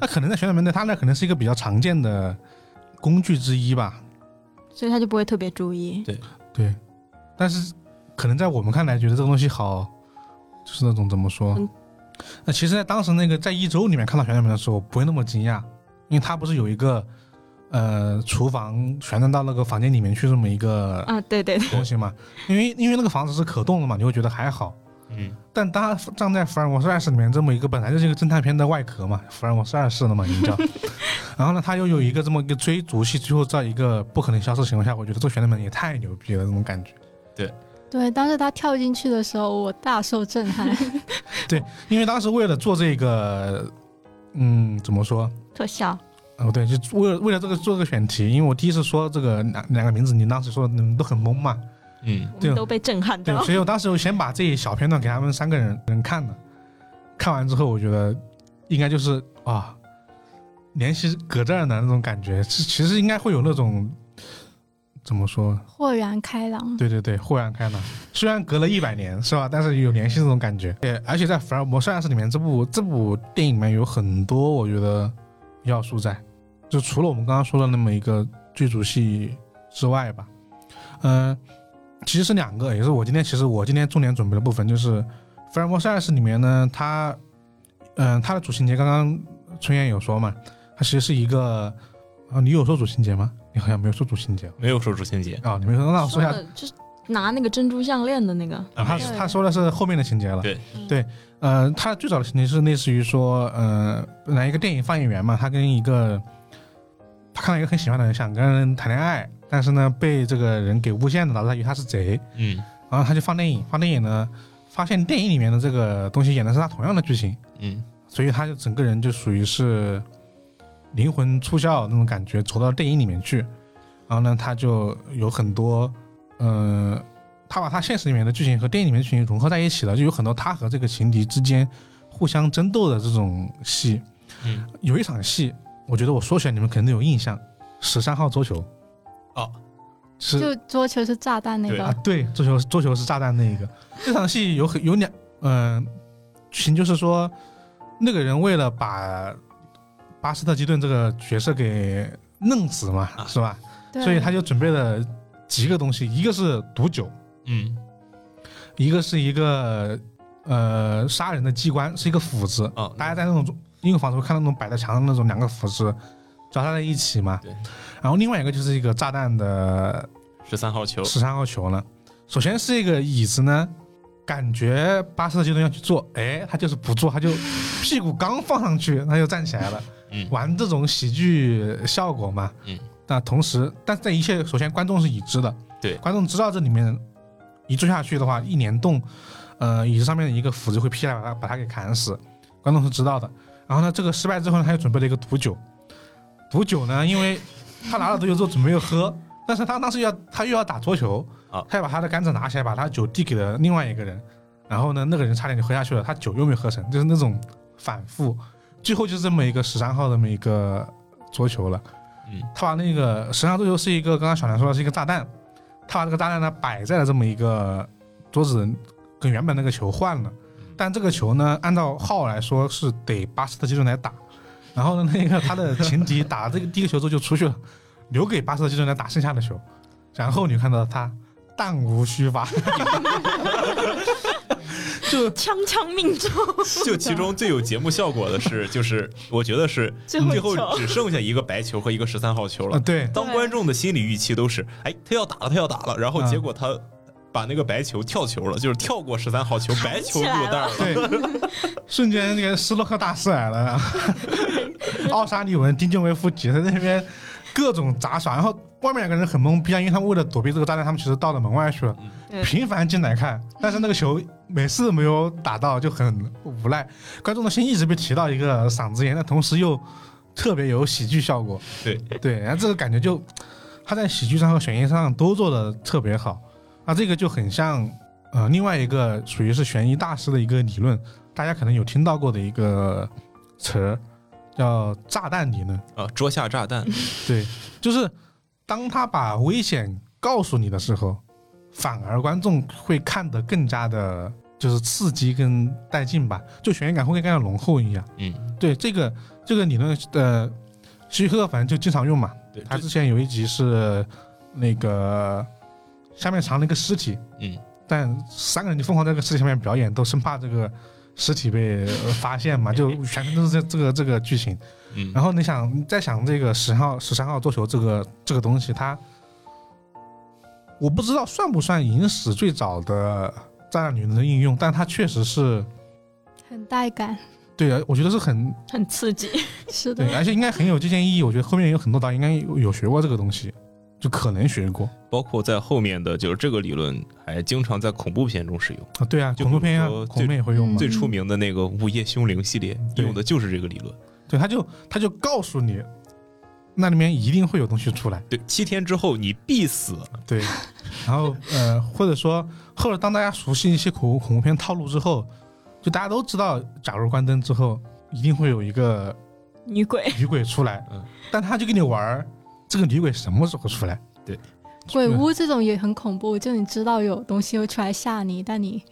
Speaker 1: 那可能在旋转门内，它那可能是一个比较常见的工具之一吧。
Speaker 3: 所以他就不会特别注意。
Speaker 1: 对，但是可能在我们看来，觉得这个东西好，就是那种怎么说
Speaker 5: 嗯？
Speaker 1: 那其实，在当时那个在一周里面看到旋转门的时候，我不会那么惊讶，因为它不是有一个呃厨房旋转到那个房间里面去这么一个
Speaker 2: 啊，对对对，
Speaker 1: 东西嘛？因为因为那个房子是可动的嘛，你会觉得还好。
Speaker 4: 嗯，
Speaker 1: 但它站在福尔摩斯二世里面这么一个本来就是一个侦探片的外壳嘛，福尔摩斯二世了嘛，你们知道。然后呢，他又有一个这么一个追逐戏，最后在一个不可能消失的情况下，我觉得这个旋转门也太牛逼了，这种感觉。
Speaker 3: 对，当时他跳进去的时候，我大受震 撼。
Speaker 1: 因为当时为了做这个，嗯，怎么说？
Speaker 2: 特效
Speaker 1: 哦，对，就为了为了这个做这个选题，因为我第一次说这个两两个名字，你当时说你们都很懵嘛，
Speaker 4: 嗯，
Speaker 2: 我
Speaker 1: 对
Speaker 2: 们都被震撼
Speaker 1: 对，
Speaker 2: 到。
Speaker 1: 所以我当时我先把这一小片段给他们三个人人看了，看完之后我觉得应该就是啊，联系隔这儿呢那种感觉，其其实应该会有那种怎么说？
Speaker 3: 豁然开朗。
Speaker 1: 对对对，豁然开朗。虽然隔了一百年是吧，但是有联系这种感觉。对，而且在《福尔摩斯二世》里面，这部这部电影里面有很多我觉得要素在，就除了我们刚刚说的那么一个剧组戏之外吧，嗯、其实是两个，也是我今天其实我今天重点准备的部分就是《福尔摩斯二世》里面呢，它嗯、它的主情节刚刚春燕有说嘛，它其实是一个啊，你有说主情节吗？你好像没有说主情节
Speaker 4: 没有说出情节，
Speaker 1: 啊、你没说，那我说一下
Speaker 5: 的就是拿那个珍珠项链的那个，
Speaker 1: 啊，他
Speaker 3: 对
Speaker 1: 他说的是后面的情节了。
Speaker 4: 对
Speaker 1: 对，呃，他最早的情节是类似于说，呃，本来一个电影放映员嘛，他跟一个他看到一个很喜欢的人，想跟人谈恋爱，但是呢被这个人给诬陷了，导致他以为他是贼，
Speaker 4: 嗯
Speaker 1: 然后他就放电影，放电影呢，发现电影里面的这个东西演的是他同样的剧情，
Speaker 4: 嗯
Speaker 1: 所以他就整个人就属于是灵魂出窍那种感觉，走到电影里面去。然后呢，他就有很多，呃，他把他现实里面的剧情和电影里面的剧情融合在一起了，就有很多他和这个情敌之间互相争斗的这种戏。
Speaker 4: 嗯，
Speaker 1: 有一场戏，我觉得我说起来你们肯定有印象，十三号桌球。
Speaker 4: 哦，
Speaker 1: 是
Speaker 3: 就桌球是炸弹那
Speaker 4: 对
Speaker 1: 啊
Speaker 3: 个，，
Speaker 1: 对，桌球桌球是炸弹那一个。这场戏有很有两，嗯、剧情就是说，那个人为了把巴斯特基顿这个角色给弄死嘛，是吧？
Speaker 3: 对
Speaker 1: 所以他就准备了几个东西，一个是毒酒，
Speaker 4: 嗯
Speaker 1: 一个是一个呃杀人的机关，是一个斧子。
Speaker 4: 哦，
Speaker 1: 大家在那种英国房子会看到那种摆在墙上那种两个斧子交叉在一起嘛。
Speaker 4: 对
Speaker 1: 然后另外一个就是一个炸弹的
Speaker 4: 十三号球，
Speaker 1: 十三号球呢？首先是这个椅子呢，感觉巴斯特基顿要去做，哎，他就是不做，他就屁股刚放上去，他就站起来了，
Speaker 4: 嗯
Speaker 1: 玩这种喜剧效果嘛。
Speaker 4: 嗯，
Speaker 1: 那同时，但这一切首先观众是已知的，
Speaker 4: 对
Speaker 1: 观众知道这里面一做下去的话，一联动，呃，椅子上面的一个斧子会劈下来把他把他给砍死，观众是知道的。然后呢，这个失败之后呢，他又准备了一个毒酒，毒酒呢，因为他拿了毒酒之后准备又喝，但是他当时要他又要打桌球，
Speaker 4: 啊
Speaker 1: 他要把他的杆子拿起来，把他的酒递给了另外一个人，然后呢，那个人差点就喝下去了，他酒又没喝成，就是那种反复，最后就是这么一个十三号这么一个桌球了。
Speaker 4: 嗯，
Speaker 1: 他把那个十三号桌球是一个刚刚小梁说的是一个炸弹，他把这个炸弹呢摆在了这么一个桌子，跟原本那个球换了，
Speaker 4: 嗯
Speaker 1: 但这个球呢，按照号来说是得巴斯特基顿来打，然后呢，那个他的情敌打了这个第一个球之后就出去了，留给巴斯特基顿来打剩下的球，然后你看到他弹无虚发，就
Speaker 2: 枪枪命中，
Speaker 4: 就其中最有节目效果的是，就是我觉得是
Speaker 2: 最后一
Speaker 4: 最
Speaker 2: 球
Speaker 4: 后只剩下一个白球和一个十三号球
Speaker 1: 啊
Speaker 4: 了。
Speaker 1: 对，
Speaker 4: 当观众的心理预期都是，哎，他要打了，他要打了，然后结果他把那个白球跳球了，就是跳过十三号球，白球入袋儿 了。
Speaker 1: 对，瞬间那个斯洛克大师来了，然后奥沙利文、丁俊晖夫挤在那边各种杂耍，然后外面两个人很懵逼啊，因为他们为了躲避这个炸弹，他们其实到了门外去了，
Speaker 2: 对。
Speaker 1: 频繁进来看，但是那个球每次没有打到就很无奈，观众的心一直被提到一个嗓子眼，但同时又特别有喜剧效果，
Speaker 4: 对
Speaker 1: 对，然后这个感觉就他在喜剧上和悬疑上都做的特别好，啊，这个就很像呃另外一个属于是悬疑大师的一个理论，大家可能有听到过的一个词儿叫炸弹理论，
Speaker 4: 啊，桌下炸弹，
Speaker 1: 对，就是当他把危险告诉你的时候，反而观众会看得更加的，就是刺激跟带劲吧，就悬疑感会更加的浓厚一样。
Speaker 4: 嗯，
Speaker 1: 对这个呃这个理论的希区柯克反正就经常用嘛，
Speaker 4: 对，
Speaker 1: 他
Speaker 4: 这
Speaker 1: 之前有一集是那个下面藏了一个尸体，
Speaker 4: 嗯，
Speaker 1: 但三个人就疯狂在这个尸体下面表演，都生怕这个尸体被呃发现嘛，就全都是这这个这个剧情。
Speaker 4: 嗯，
Speaker 1: 然后你想你再想这个十号十三号桌球这个这个东西，它我不知道算不算影史最早的战略理论的应用，但它确实是
Speaker 3: 很带感。
Speaker 1: 对啊，我觉得是很
Speaker 5: 很刺激。
Speaker 3: 是的
Speaker 1: 对，，而且应该很有借鉴意义。我觉得后面有很多导演应该有有学过这个东西，就可能学过
Speaker 4: 包括在后面的就是这个理论还经常在恐怖片中使用。
Speaker 1: 啊。对啊，
Speaker 4: 就
Speaker 1: 恐怖片啊
Speaker 4: 比如，说
Speaker 1: 恐怖片也会用嘛。
Speaker 4: 最出名的那个《午夜凶铃》系列
Speaker 1: 对
Speaker 4: 用的就是这个理论。
Speaker 1: 对，他就他就告诉你，那里面一定会有东西出来。
Speaker 4: 对，七天之后你必死。
Speaker 1: 对，然后呃，或者说后来当大家熟悉一些恐恐怖片套路之后，就大家都知道，假如关灯之后一定会有一个
Speaker 5: 女鬼，
Speaker 1: 女鬼出来
Speaker 4: 嗯，
Speaker 1: 但他就跟你玩儿这个女鬼什么时候出来？
Speaker 3: 鬼屋这种也很恐怖，就你知道有东西会出来吓你，但你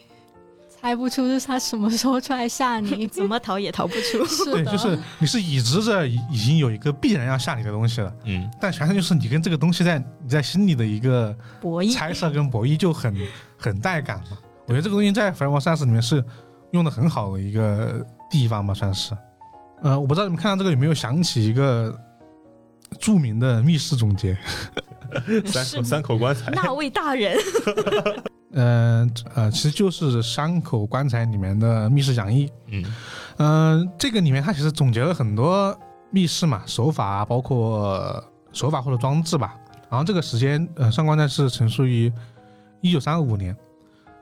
Speaker 3: 猜不出是它什么时候出来吓你
Speaker 2: 怎么逃也逃不出。
Speaker 3: 是
Speaker 1: 对，
Speaker 3: 的，
Speaker 1: 就是你是已知着已已经有一个必然要吓你的东西了，
Speaker 4: 嗯，
Speaker 1: 但实际上就是你跟这个东西在你在心里的一个
Speaker 5: 博
Speaker 2: 哎
Speaker 5: 弈
Speaker 1: 猜测跟博弈就很 很带感嘛。我觉得这个东西在《福尔摩斯三世》里面是用的很好的一个地方吧，算是。呃，我不知道你们看到这个有没有想起一个著名的密室总结？
Speaker 4: 三
Speaker 5: 是
Speaker 4: 口 三口棺材。
Speaker 5: 那位大人，
Speaker 1: 呃呃，其实就是《山口棺材》里面的密室讲义。
Speaker 4: 嗯
Speaker 1: 嗯、这个里面它其实总结了很多密室嘛手法，包括手法或者装置吧。然后这个时间，呃，上官在是陈述于一九三五年。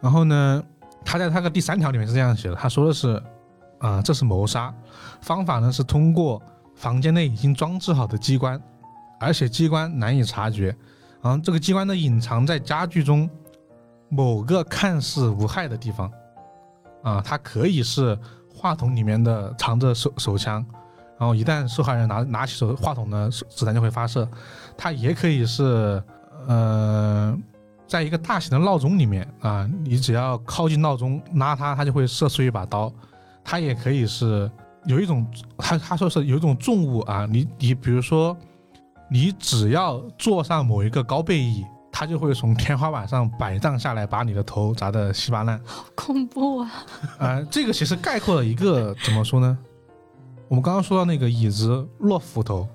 Speaker 1: 然后呢，他在他的第三条里面是这样写的，他说的是，啊、这是谋杀，方法呢是通过房间内已经装置好的机关，而且机关难以察觉。然后这个机关呢隐藏在家具中某个看似无害的地方，啊、它可以是话筒里面的藏着手手枪，然后一旦受害人拿拿起手话筒呢，手子弹就会发射。它也可以是呃，在一个大型的闹钟里面啊、你只要靠近闹钟拉它，它就会射出一把刀。它也可以是有一种，他他说是有一种重物啊，你你比如说，你只要坐上某一个高背椅。它就会从天花板上摆荡下来，把你的头砸得稀巴烂。
Speaker 3: 好恐怖啊！
Speaker 1: 啊、这个其实概括了一个怎么说呢？我们刚刚说到那个椅子落斧头，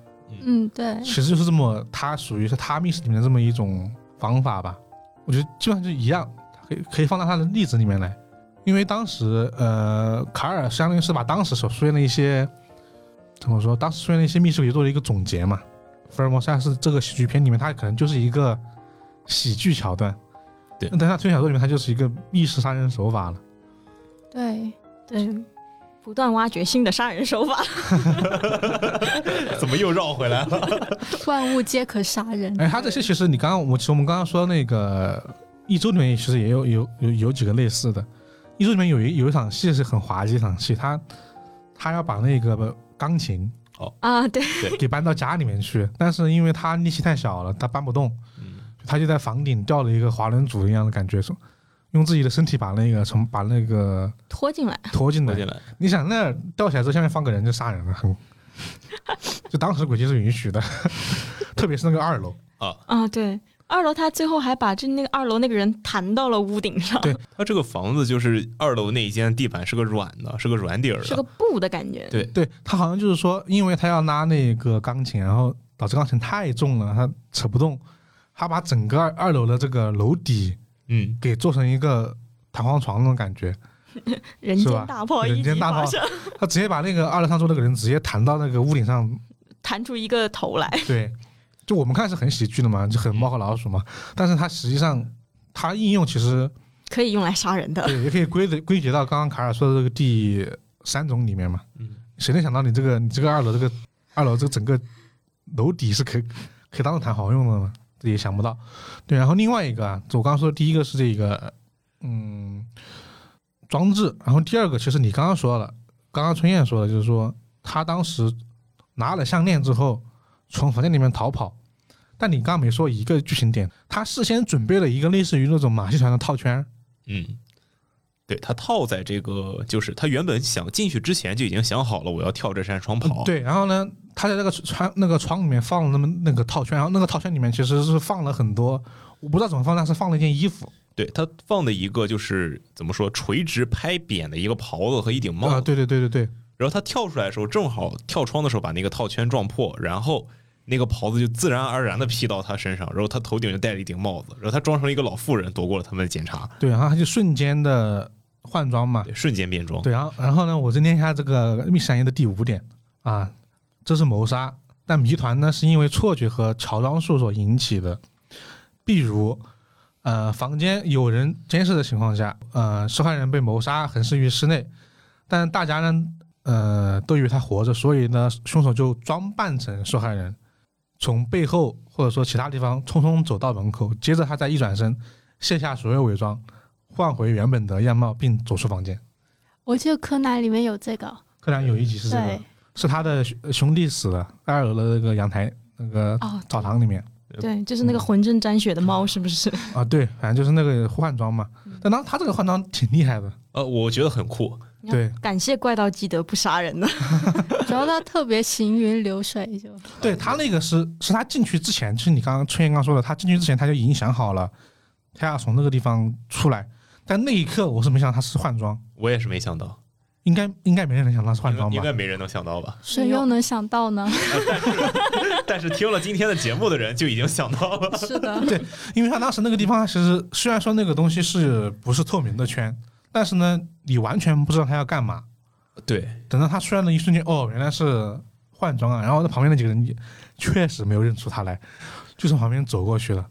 Speaker 3: 嗯，对，
Speaker 1: 其实就是这么，它属于是它密室里面的这么一种方法吧。我觉得基本上就一样，可以可以放到它的例子里面来，因为当时呃，卡尔相当于是把当时所出现的一些怎么说，当时出现的一些密室给做了一个总结嘛。福尔摩斯二世这个喜剧片里面，它可能就是一个喜剧桥段，
Speaker 4: 对
Speaker 1: 但它推理小说里面，它就是一个密室杀人手法了。
Speaker 3: 对，
Speaker 5: 对，不断挖掘新的杀人手法，
Speaker 4: 怎么又绕回来了？
Speaker 3: 万物皆可杀人。
Speaker 4: 嗯
Speaker 1: 哎，他这些其实你刚刚我其实我们刚刚说那个一周里面其实也有有有有几个类似的，一周里面有一有一场戏是很滑稽的一场戏，他他要把那个钢琴
Speaker 5: 啊，对，
Speaker 1: 给搬到家里面去，但是因为他力气太小了，他搬不动，
Speaker 4: 嗯
Speaker 1: 他就在房顶吊了一个滑轮组一样的感觉，说用自己的身体把那个从把那个
Speaker 5: 拖进来，
Speaker 1: 拖进
Speaker 4: 我
Speaker 1: 来
Speaker 4: 进。来，
Speaker 1: 你想那吊起来之后，下面放个人就杀人了，很 就当时轨迹是允许的， 特别是那个二楼。
Speaker 5: 啊，对，二楼他最后还把这那个二楼那个人弹到了屋顶上，
Speaker 1: 对
Speaker 4: 它这个房子就是二楼那一间地板是个软的，是个软底儿
Speaker 5: 是个
Speaker 4: 的。
Speaker 5: 布的感觉，
Speaker 4: 对
Speaker 1: 对他好像就是说，因为他要拉那个钢琴，然后导致钢琴太重了，他扯不动，他把整个二二楼的这个楼底
Speaker 4: 嗯，
Speaker 1: 给做成一个弹簧床那种感觉，
Speaker 5: 人
Speaker 1: 是
Speaker 5: 间
Speaker 1: 吧
Speaker 5: 大炮
Speaker 1: 人
Speaker 5: 一
Speaker 1: 间
Speaker 5: 击
Speaker 1: 大
Speaker 5: 发
Speaker 1: 炮
Speaker 5: 射，
Speaker 1: 他直接把那个二楼上坐那个人直接弹到那个屋顶上，
Speaker 5: 弹出一个头来，
Speaker 1: 对，就我们看是很喜剧的嘛，就很猫和老鼠嘛，但是它实际上它应用其实
Speaker 5: 可以用来杀人的。
Speaker 1: 对也可以归的归结到刚刚卡尔说的这个第三种里面嘛，
Speaker 4: 嗯
Speaker 1: 谁能想到你这个你这个二楼这个二楼这个整个楼底是可以可以当做弹簧用的呢？自己也想不到。对，然后另外一个啊，就我刚刚说的第一个是这个嗯装置，然后第二个其实你刚刚说了，刚刚春燕说的就是说他当时拿了项链之后从房间里面逃跑。但你刚刚没说一个剧情点，他事先准备了一个类似于那种马戏团的套圈，
Speaker 4: 嗯，对他套在这个，就是他原本想进去之前就已经想好了，我要跳这扇窗跑。
Speaker 1: 嗯对，然后呢，他在那个窗那个窗里面放了那么那个套圈，然后那个套圈里面其实是放了很多，我不知道怎么放，但是放了一件衣服
Speaker 4: 对他放的一个就是怎么说垂直拍扁的一个袍子和一顶帽
Speaker 1: 啊、
Speaker 4: 子。
Speaker 1: 对对对对对，
Speaker 4: 然后他跳出来的时候，正好跳窗的时候把那个套圈撞破，然后那个袍子就自然而然的披到他身上，然后他头顶就戴了一顶帽子，然后他装成了一个老妇人，躲过了他们的检查，
Speaker 1: 对，然后他就瞬间的换装嘛，
Speaker 4: 对，瞬间变装。
Speaker 1: 对，然后然后呢，我再念一下这个密室产业的第五点啊，这是谋杀，但谜团呢是因为错觉和乔装术所引起的，比如。呃，房间有人监视的情况下，呃，受害人被谋杀，横尸于室内，但大家呢，呃，都以为他活着，所以呢，凶手就装扮成受害人，从背后或者说其他地方匆匆走到门口，接着他再一转身，卸下所有伪装，换回原本的样貌，并走出房间。
Speaker 3: 我记得柯南里面有这个，
Speaker 1: 柯南有一集是这个
Speaker 3: 对，，
Speaker 1: 是他的兄兄弟死了，二楼的那个阳台那个
Speaker 2: 哦，
Speaker 1: 澡堂里面
Speaker 2: 对，
Speaker 1: 嗯
Speaker 2: 就是那个浑身沾血的猫，是不是？
Speaker 1: 啊，对，反正就是那个换装嘛。但当他这个换装挺厉害的，
Speaker 4: 呃，我觉得很酷，
Speaker 1: 对
Speaker 2: 感谢怪盗基德不杀人呢。
Speaker 3: 主要他特别行云流水就，
Speaker 1: 对他那个是是他进去之前，就是你刚刚春燕刚说的，他进去之前他就已经想好了，他要从那个地方出来。但那一刻我是没想到他是换装，
Speaker 4: 我也是没想到，
Speaker 1: 应该应该没人能想到是换
Speaker 4: 应该
Speaker 1: 装
Speaker 4: 应
Speaker 1: 吧
Speaker 4: 该？没人能想到吧？
Speaker 3: 谁又能想到呢？
Speaker 4: 但是听了今天的节目的人就已经想 到了。
Speaker 3: 是的，
Speaker 1: 因为他当时那个地方，其实虽然说那个东西是不是透明的圈，但是呢，你完全不知道他要干嘛。
Speaker 4: 对，
Speaker 1: 等到他出来的一瞬间，哦，原来是换装啊！然后那旁边那几个人也确实没有认出他来，就从旁边走过去了。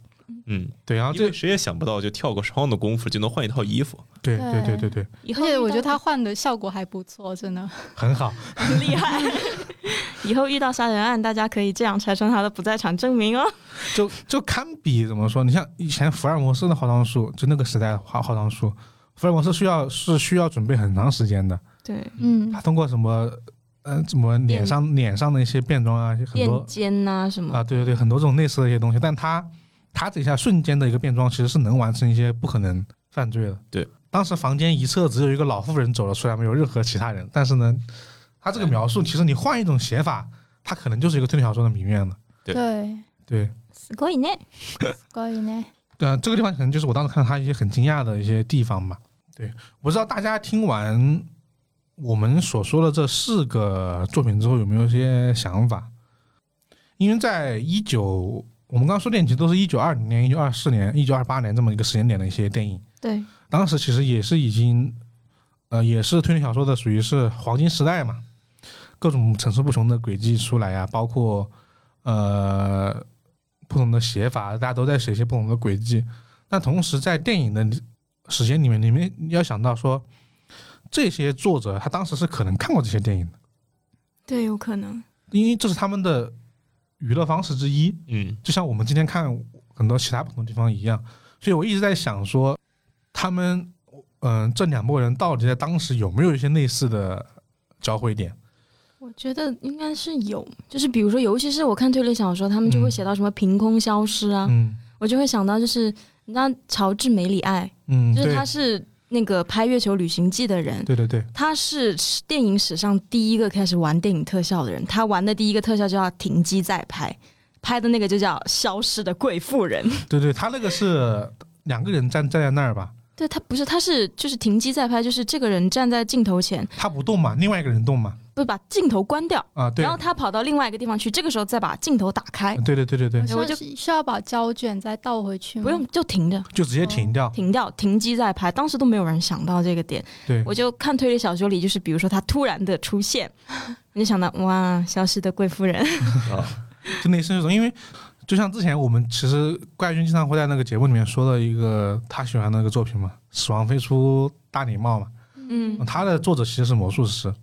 Speaker 4: 嗯，
Speaker 1: 对，然后
Speaker 4: 因
Speaker 1: 这
Speaker 4: 为谁也想不到，就跳个窗的功夫就能换一套衣服。
Speaker 1: 对对
Speaker 3: 对
Speaker 1: 对对对，
Speaker 6: 以
Speaker 3: 而
Speaker 6: 后遇
Speaker 3: 且
Speaker 6: 到
Speaker 3: 我觉得他换的效果还不错，真的。
Speaker 1: 很好。
Speaker 6: 很厉害， 以后遇到杀人案，大家可以这样拆穿他的不在场证明哦。
Speaker 1: 就就堪比怎么说？你像以前福尔摩斯的化妆术，就那个时代的化化妆术，福尔摩斯需要是需要准备很长时间的。
Speaker 2: 对，
Speaker 3: 嗯
Speaker 1: 他通过什么呃怎么脸上脸上的一些变装啊，很
Speaker 2: 垫
Speaker 1: 多
Speaker 2: 肩呐、什么，
Speaker 1: 啊，对对对，很多这种类似的一些东西，但他他这一下瞬间的一个变装，其实是能完成一些不可能犯罪的。
Speaker 4: 对，
Speaker 1: 当时房间一侧只有一个老妇人走了出来，没有任何其他人。但是呢，他这个描述，其实你换一种写法，他可能就是一个推理小说的谜面了。
Speaker 4: 对
Speaker 3: 对，
Speaker 1: 对，
Speaker 6: すごいね。
Speaker 3: 关于呢，
Speaker 1: 呃，这个地方可能就是我当时看到他一些很惊讶的一些地方吧。对，我不知道大家听完我们所说的这四个作品之后，有没有一些想法？因为在一九，我们刚刚说电影其实都是一九二零年、一九二四年、一九二八年这么一个时间点的一些电影，
Speaker 2: 对，
Speaker 1: 当时其实也是已经，呃，也是推理小说的属于是黄金时代嘛，各种层出不穷的轨迹出来啊，包括呃不同的写法，大家都在写一些不同的轨迹。但同时在电影的时间里面，你们要想到说，这些作者他当时是可能看过这些电影的，
Speaker 2: 对，有可能。
Speaker 1: 因为这是他们的娱乐方式之一。
Speaker 4: 嗯，
Speaker 1: 就像我们今天看很多其他不同地方一样。所以我一直在想说，他们嗯、这两拨人到底在当时有没有一些类似的交汇点？
Speaker 2: 我觉得应该是有，就是比如说，尤其是我看推理小说，他们就会
Speaker 1: 嗯
Speaker 2: 写到什么凭空消失啊，
Speaker 1: 嗯
Speaker 2: 我就会想到就是，你知道乔治梅里爱，
Speaker 1: 嗯，
Speaker 2: 就是
Speaker 1: 对
Speaker 2: 他是那个拍《月球旅行记》的人，
Speaker 1: 对对对，
Speaker 2: 他是电影史上第一个开始玩电影特效的人，他玩的第一个特效就叫停机再拍，拍的那个就叫《消失的贵妇人》。
Speaker 1: 对对，他那个是两个人站站在那儿吧，
Speaker 2: 对他不是，他是就是停机再拍，就是这个人站在镜头前，
Speaker 1: 他不动嘛，另外一个人动嘛，
Speaker 2: 不把镜头关掉，
Speaker 1: 啊，对
Speaker 2: 然，后他跑到另外一个地方去，这个时候再把镜头打开，
Speaker 1: 对对对对对，
Speaker 2: 我就
Speaker 3: 需需要把胶卷再倒回去吗？
Speaker 2: 不用就停着，
Speaker 1: 就直接停掉，
Speaker 2: 停掉，停机再拍。当时都没有人想到这个点，
Speaker 1: 对
Speaker 2: 我就看推理小说里，就是比如说他突然的出现，你就想到哇，消失的贵妇人，
Speaker 4: 啊，
Speaker 1: 就类似这种，因为。就像之前我们其实怪军经常会在那个节目里面说的一个他喜欢的那个作品嘛，《死亡飞出大礼帽》嘛，
Speaker 2: 嗯，
Speaker 1: 他的作者其实是魔术师，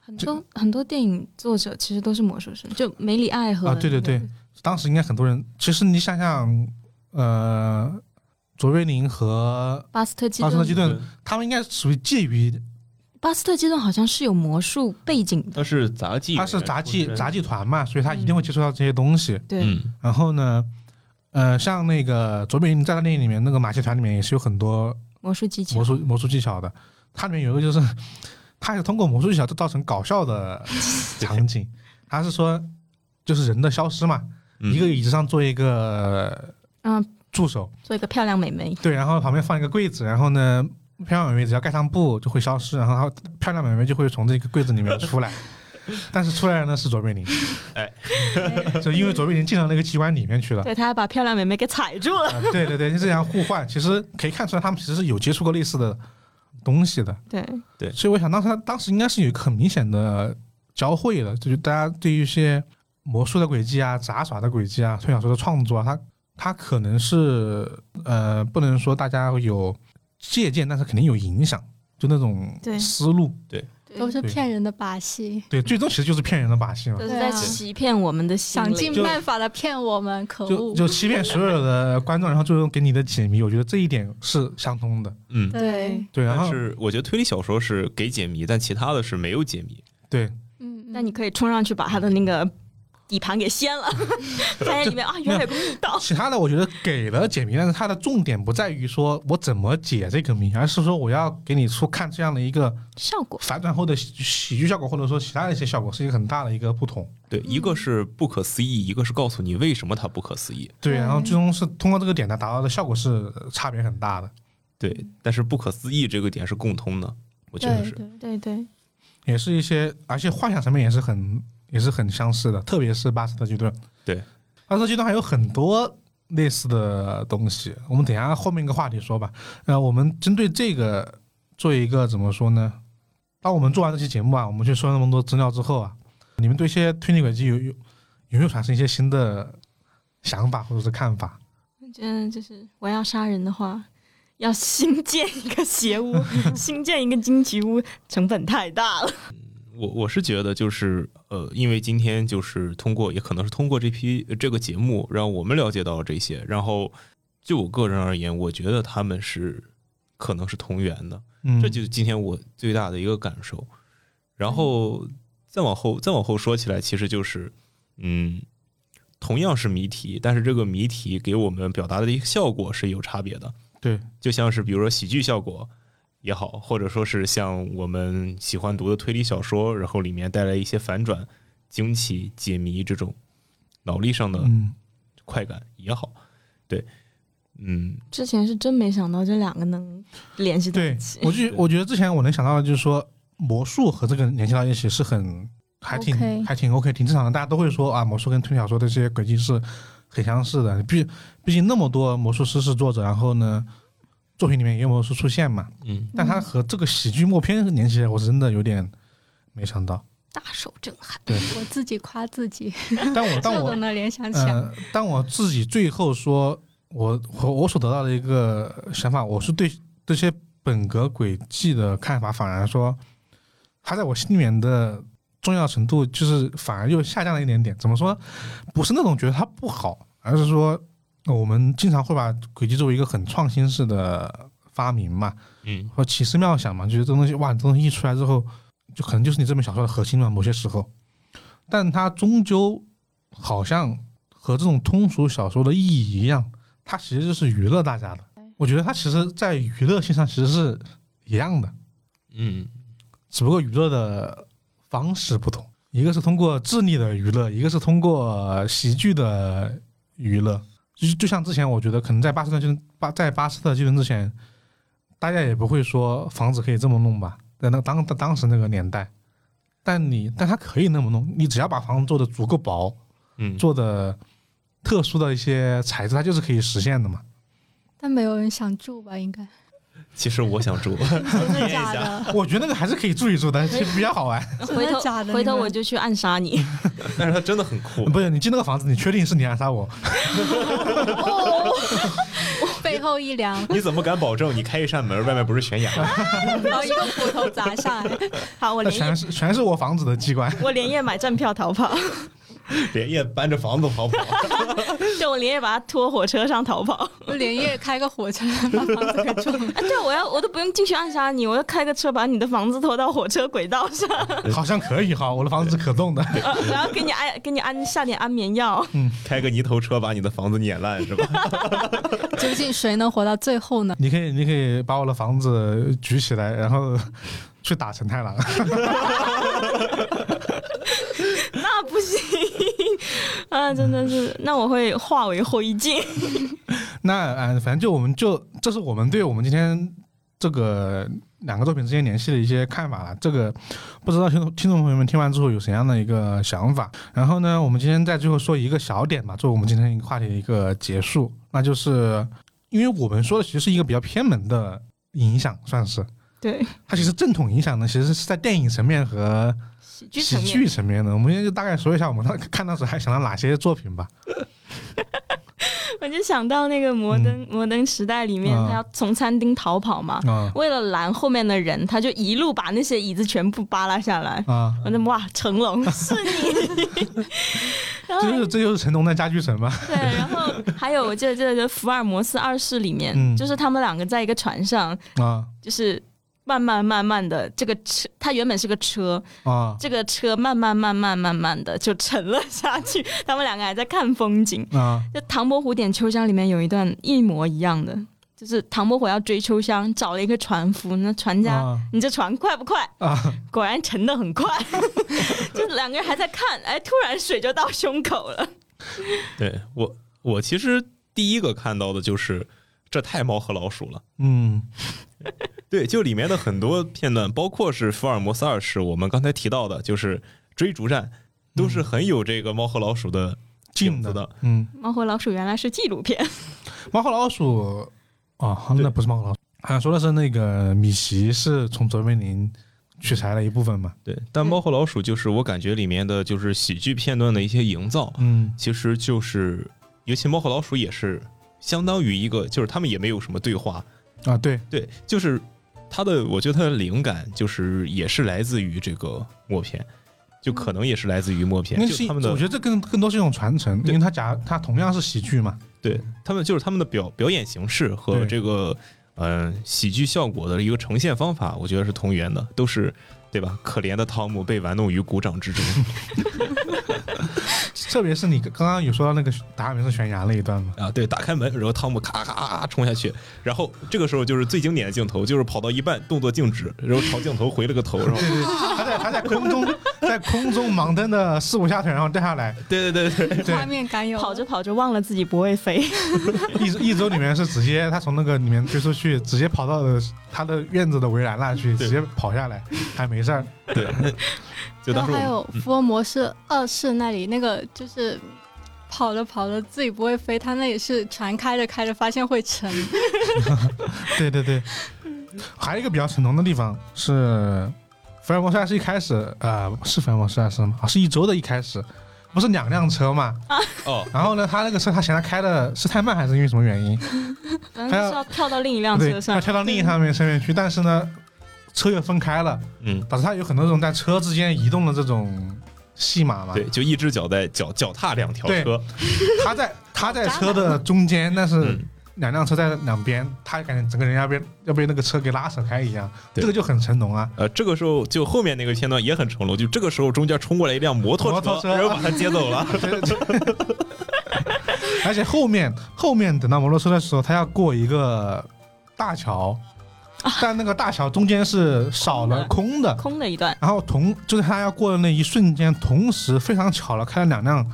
Speaker 2: 很多很多电影作者其实都是魔术师，就梅里爱和
Speaker 1: 啊，对对对，当时应该很多人。其实你想想，呃，卓别林和
Speaker 2: 巴斯特基
Speaker 1: 巴斯特基
Speaker 2: 顿，
Speaker 1: 顿，他们应该属于介于，
Speaker 2: 巴斯特基顿好像是有魔术背景的，
Speaker 4: 他是杂技，
Speaker 1: 他是杂技杂
Speaker 4: 技，
Speaker 1: 技团嘛，所以他一定会接触到这些东西。
Speaker 2: 对，
Speaker 4: 嗯，
Speaker 1: 然后呢，呃，像那个卓别林在他电影里面那个马戏团里面也是有很多
Speaker 5: 魔术技巧，
Speaker 1: 魔术魔术技巧的，它里面有一个就是， 它是通过魔术技巧制造成搞笑的场景。它是说，就是人的消失嘛，
Speaker 4: 嗯
Speaker 1: 一个椅子上做一个
Speaker 5: 嗯
Speaker 1: 助手，
Speaker 5: 做一个漂亮美眉，
Speaker 1: 对，然后旁边放一个柜子，然后呢，漂亮美眉只要盖上布就会消失，然后她漂亮美眉就会从这个柜子里面出来。但是出来的呢是卓别林，
Speaker 4: 哎，
Speaker 1: 就因为卓别林进到那个机关里面去了，
Speaker 5: 对，他还把漂亮美眉给踩住了。
Speaker 1: 啊，对对对，就这样互换，其实可以看出来他们其实是有接触过类似的东西的。
Speaker 5: 对，
Speaker 1: 所以我想当时当时应该是有一个很明显的交汇的，就是大家对于一些魔术的轨迹啊、杂耍的轨迹啊、推小说的创作啊，它它可能是呃不能说大家有借鉴，但是肯定有影响，就那种
Speaker 5: 对
Speaker 1: 思路。
Speaker 3: 都是
Speaker 1: 对
Speaker 3: 骗人的把戏，
Speaker 1: 对，最终其实就是骗人的把戏嘛
Speaker 5: 都，是
Speaker 3: 对
Speaker 5: 在
Speaker 3: 啊
Speaker 5: 欺骗我们的心
Speaker 3: 想
Speaker 5: 灵
Speaker 3: 尽
Speaker 1: 就
Speaker 3: 办法的骗我们，可
Speaker 1: 就
Speaker 3: 恶！
Speaker 1: 就欺骗所有的观众，然后最终给你的解谜。我觉得这一点是相通的。
Speaker 4: 嗯，
Speaker 3: 对，
Speaker 1: 对，然
Speaker 4: 但
Speaker 1: 后
Speaker 4: 是我觉得推理小说是给解谜，但其他的是没有解谜。
Speaker 1: 对，
Speaker 3: 嗯，
Speaker 5: 那你可以冲上去把他的那个底盘给掀 了，发现里面啊，原来有个密道。
Speaker 1: 其他的我觉得给了解谜，但是它的重点不在于说我怎么解这个谜，而是说我要给你出看这样的一个
Speaker 5: 效果
Speaker 1: 反转后的喜喜剧效果，或者说其他的一些效果，是一个很大的一个不同。
Speaker 4: 对，一个是不可思议，一个是告诉你为什么它不可思议。
Speaker 1: 对，
Speaker 3: 对
Speaker 1: 然后最终是通过这个点呢，达到的效果是呃差别很大的，
Speaker 4: 对，但是不可思议这个点是共通的，我觉得
Speaker 3: 对
Speaker 4: 是。
Speaker 3: 对
Speaker 5: 对对，
Speaker 1: 也是一些，而且幻想层面也是很也是很相似的，特别是巴斯特基顿。
Speaker 4: 对，
Speaker 1: 巴斯特基顿还有很多类似的东西，我们等一下后面一个话题说吧。呃，我们针对这个做一个怎么说呢？当我们做完这期节目啊，我们去收那么多资料之后啊，你们对一些推理轨迹有有有没有产生一些新的想法或者是看法？
Speaker 5: 嗯，就是我要杀人的话，要新建一个邪 屋，新建一个惊奇屋，成本太大了。
Speaker 4: 我我是觉得就是呃，因为今天就是通过，也可能是通过这批这个节目，让我们了解到这些。然后就我个人而言，我觉得他们是可能是同源的，
Speaker 1: 嗯，
Speaker 4: 这就是今天我最大的一个感受。然后再往后再往后说起来，其实就是嗯，同样是谜题，但是这个谜题给我们表达的一个效果是有差别的。
Speaker 1: 对，
Speaker 4: 就像是比如说喜剧效果也好，或者说是像我们喜欢读的推理小说，然后里面带来一些反转、惊奇、解谜这种脑力上的
Speaker 1: 嗯，
Speaker 4: 快感也好，对，嗯，
Speaker 5: 之前是真没想到这两个能联系在
Speaker 1: 对
Speaker 5: 一起，
Speaker 1: 我就我觉得之前我能想到的就是说，魔术和这个联系到一起是很还挺
Speaker 3: OK
Speaker 1: 还挺 OK，挺正常的。大家都会说啊，魔术跟推理小说的这些轨迹是很相似的。毕毕竟那么多魔术师是作者，然后呢，作品里面也有魔术出现嘛。
Speaker 4: 嗯，
Speaker 1: 但它和这个喜剧默片联系起来，我是真的有点没想到。
Speaker 5: 大受震撼。
Speaker 3: 我自己夸自己，
Speaker 1: 但我但
Speaker 3: 这
Speaker 1: 我
Speaker 3: 都能联想起来。
Speaker 1: 呃，但我自己最后说，我我我所得到的一个想法，我是对这些本格轨迹的看法，反而说，它在我心里面的重要程度，就是反而又下降了一点点。怎么说呢？不是那种觉得它不好，而是说我们经常会把轨迹作为一个很创新式的发明嘛，
Speaker 4: 嗯，
Speaker 1: 或奇思妙想嘛，就是这东西，哇，这东西一出来之后，就可能就是你这本小说的核心嘛，某些时候，但它终究好像和这种通俗小说的意义一样，它其实就是娱乐大家的。我觉得它其实，在娱乐性上其实是一样的，
Speaker 4: 嗯，
Speaker 1: 只不过娱乐的方式不同，一个是通过智力的娱乐，一个是通过喜剧的娱乐。就就像之前，我觉得可能在巴斯特基顿巴在巴斯特基顿之前，大家也不会说房子可以这么弄吧，在那当当当时那个年代，但你但它可以那么弄，你只要把房子做的足够薄，
Speaker 4: 嗯，
Speaker 1: 做的特殊的一些材质，它就是可以实现的嘛。
Speaker 3: 但没有人想住吧？应该
Speaker 4: 其实我想住，
Speaker 3: 真
Speaker 4: 验
Speaker 3: 的
Speaker 4: 一
Speaker 3: 假
Speaker 4: 下
Speaker 3: 的？
Speaker 1: 我觉得那个还是可以住一住的，其实比较好玩。
Speaker 3: 真
Speaker 5: 回头
Speaker 3: 的假的？
Speaker 5: 回头
Speaker 3: 你们
Speaker 5: 我就去暗杀 你，
Speaker 4: 但是它真的很酷，
Speaker 1: 不是你进那个房子，你确定是你暗杀我？
Speaker 3: 哦背后一凉，
Speaker 4: 你怎么敢保证你开一扇门，外面不是悬崖？
Speaker 3: 然后一个斧头砸下来。
Speaker 5: 好，我
Speaker 1: 那
Speaker 5: 连夜
Speaker 1: 全是全是我房子的机关。
Speaker 5: 我连夜买站票逃跑。
Speaker 4: 连夜搬着房子逃跑。
Speaker 2: 对我连夜把他拖火车上逃跑。
Speaker 3: 就连夜开个火车把房子给撞了。
Speaker 2: 哎，对，我要我都不用进去暗杀你，我要开个车把你的房子拖到火车轨道 上，
Speaker 1: 好像可以哈，我的房子是可动的。
Speaker 2: 呃我要给你安给你安下点安眠药。
Speaker 4: 开个泥头车把你的房子碾烂是吧？
Speaker 3: 究竟谁能活到最后呢？
Speaker 1: 你可以，你可以把我的房子举起来，然后去打陈太郎。
Speaker 2: 那不行啊，真的是，那我会化为灰烬。
Speaker 1: 那啊、呃反正就我们就这是我们对我们今天这个两个作品之间联系的一些看法了。这个不知道听众听众朋友们听完之后有什么样的一个想法？然后呢，我们今天在最后说一个小点吧，做我们今天一个话题的一个结束，那就是因为我们说的其实是一个比较偏门的影响，算是
Speaker 2: 对，
Speaker 1: 它其实正统影响呢，其实是在电影层面和
Speaker 2: 喜剧
Speaker 1: 喜
Speaker 2: 层面。
Speaker 1: 剧层面的。我们今天就大概说一下我们当 看当时还想到哪些作品吧。
Speaker 2: 我就想到那个摩登、摩登时代里面，
Speaker 1: 嗯
Speaker 2: 他要从餐厅逃跑嘛，
Speaker 1: 啊
Speaker 2: 为了拦后面的人，他就一路把那些椅子全部扒拉下来。
Speaker 1: 啊，
Speaker 2: 我那哇，成 龙是你，然后
Speaker 1: 就是这就是成龙的家具城嘛。
Speaker 2: 对，然后还有我记得这个福尔摩斯二世里面，
Speaker 1: 嗯
Speaker 2: 就是他们两个在一个船上，
Speaker 1: 啊
Speaker 2: 就是慢慢慢慢的这个车，它原本是个车，
Speaker 1: 啊
Speaker 2: 这个车慢慢慢慢慢慢的就沉了下去，他们两个还在看风景。
Speaker 1: 啊！
Speaker 2: 就《唐伯虎点秋香》里面有一段一模一样的，就是唐伯虎要追秋香，找了一个船夫，那船家。
Speaker 1: 啊
Speaker 2: 你这船快不快？
Speaker 1: 啊
Speaker 2: 果然沉得很快， 就两个人还在看，哎，突然水就到胸口了。
Speaker 4: 对我，我其实第一个看到的就是这太猫和老鼠了。
Speaker 1: 嗯
Speaker 4: 对，就里面的很多片段，包括是福尔摩斯二世，我们刚才提到的，就是追逐战，都是很有这个猫和老鼠的
Speaker 1: 近
Speaker 4: 影子的。
Speaker 1: 嗯，
Speaker 2: 猫和老鼠原来是纪录片，
Speaker 1: 猫和老鼠啊，
Speaker 4: 对
Speaker 1: 那不是猫和老鼠，好像说的是那个米奇是从卓别林取材了一部分嘛。
Speaker 4: 对，但猫和老鼠就是我感觉里面的就是喜剧片段的一些营造，
Speaker 1: 嗯
Speaker 4: 其实就是尤其猫和老鼠也是相当于一个，就是他们也没有什么对话，
Speaker 1: 啊，对，
Speaker 4: 对，就是它的，我觉得它的灵感就是也是来自于这个默片，就可能也是来自于默片，
Speaker 1: 那是
Speaker 4: 就
Speaker 1: 一
Speaker 4: 他
Speaker 1: 我
Speaker 4: 们的
Speaker 1: 觉得这更更多是一种传承，因
Speaker 4: 对
Speaker 1: 为它假它同样是喜剧嘛。
Speaker 4: 对他们就是他们的表表演形式和
Speaker 1: 对
Speaker 4: 这个呃喜剧效果的一个呈现方法，我觉得是同源的，都是对吧？可怜的汤姆被玩弄于股掌之中
Speaker 1: 特别是你刚刚有说到那个达尔文是悬崖那一段 嘛，
Speaker 4: 啊！对，打开门，然后汤姆咔咔咔咔冲下去，然后这个时候就是最经典的镜头，就是跑到一半动作静止，然后朝镜头回了个头，然后
Speaker 1: 对对，他在他在空中在空中盲蹬的四五下腿，然后掉下来。
Speaker 4: 对对对对，
Speaker 1: 对
Speaker 3: 画，面感
Speaker 5: 啊
Speaker 3: 有
Speaker 2: 跑着跑着忘了自己不会飞，
Speaker 1: 一周一周里面是直接他从那个里面追出去，直接跑到了他的院子的围栏那去，
Speaker 4: 对
Speaker 1: 直接跑下来，还没事儿。
Speaker 4: 就当
Speaker 3: 然
Speaker 4: 时我
Speaker 3: 后还
Speaker 4: 们
Speaker 3: 有福尔摩斯二世那里那个就是。跑着跑着自己不会飞，他那也是船开着开着发现会沉，
Speaker 1: 对对对，还有一个比较成龙的地方是，福尔摩斯二世一开始，呃，是福尔摩斯二世吗？啊，是一周的一开始，不是两辆车嘛？
Speaker 4: 哦，
Speaker 1: 然后呢，他那个车他嫌他开的是太慢，还是因为什么原因？
Speaker 5: 嗯
Speaker 2: 反正
Speaker 1: 还有
Speaker 2: 是要跳到另一辆
Speaker 1: 对
Speaker 2: 车，上
Speaker 1: 他。跳到另一上面上面去，但是呢，车又分开了，
Speaker 4: 嗯。
Speaker 1: 导致他有很多这种在车之间移动的这种戏码嘛。
Speaker 4: 对，就一只脚在脚脚踏两条
Speaker 1: 对
Speaker 4: 车，
Speaker 1: 他在他在车的中间，但是
Speaker 4: 嗯，
Speaker 1: 两辆车在两边，他感觉整个人要被要被那个车给拉扯开一样，
Speaker 4: 对
Speaker 1: 这个就很成龙啊。
Speaker 4: 呃，这个时候就后面那个片段也很成龙，就这个时候中间冲过来一辆摩托
Speaker 1: 摩
Speaker 4: 车，
Speaker 1: 托车
Speaker 4: 然后把他接 走了。
Speaker 1: 对对对。而且后面后面等到摩托车的时候，他要过一个大桥，但那个大桥中间是少了空的，
Speaker 2: 空的一段，
Speaker 1: 然后同就是他要过的那一瞬间，同时非常巧了，开了两辆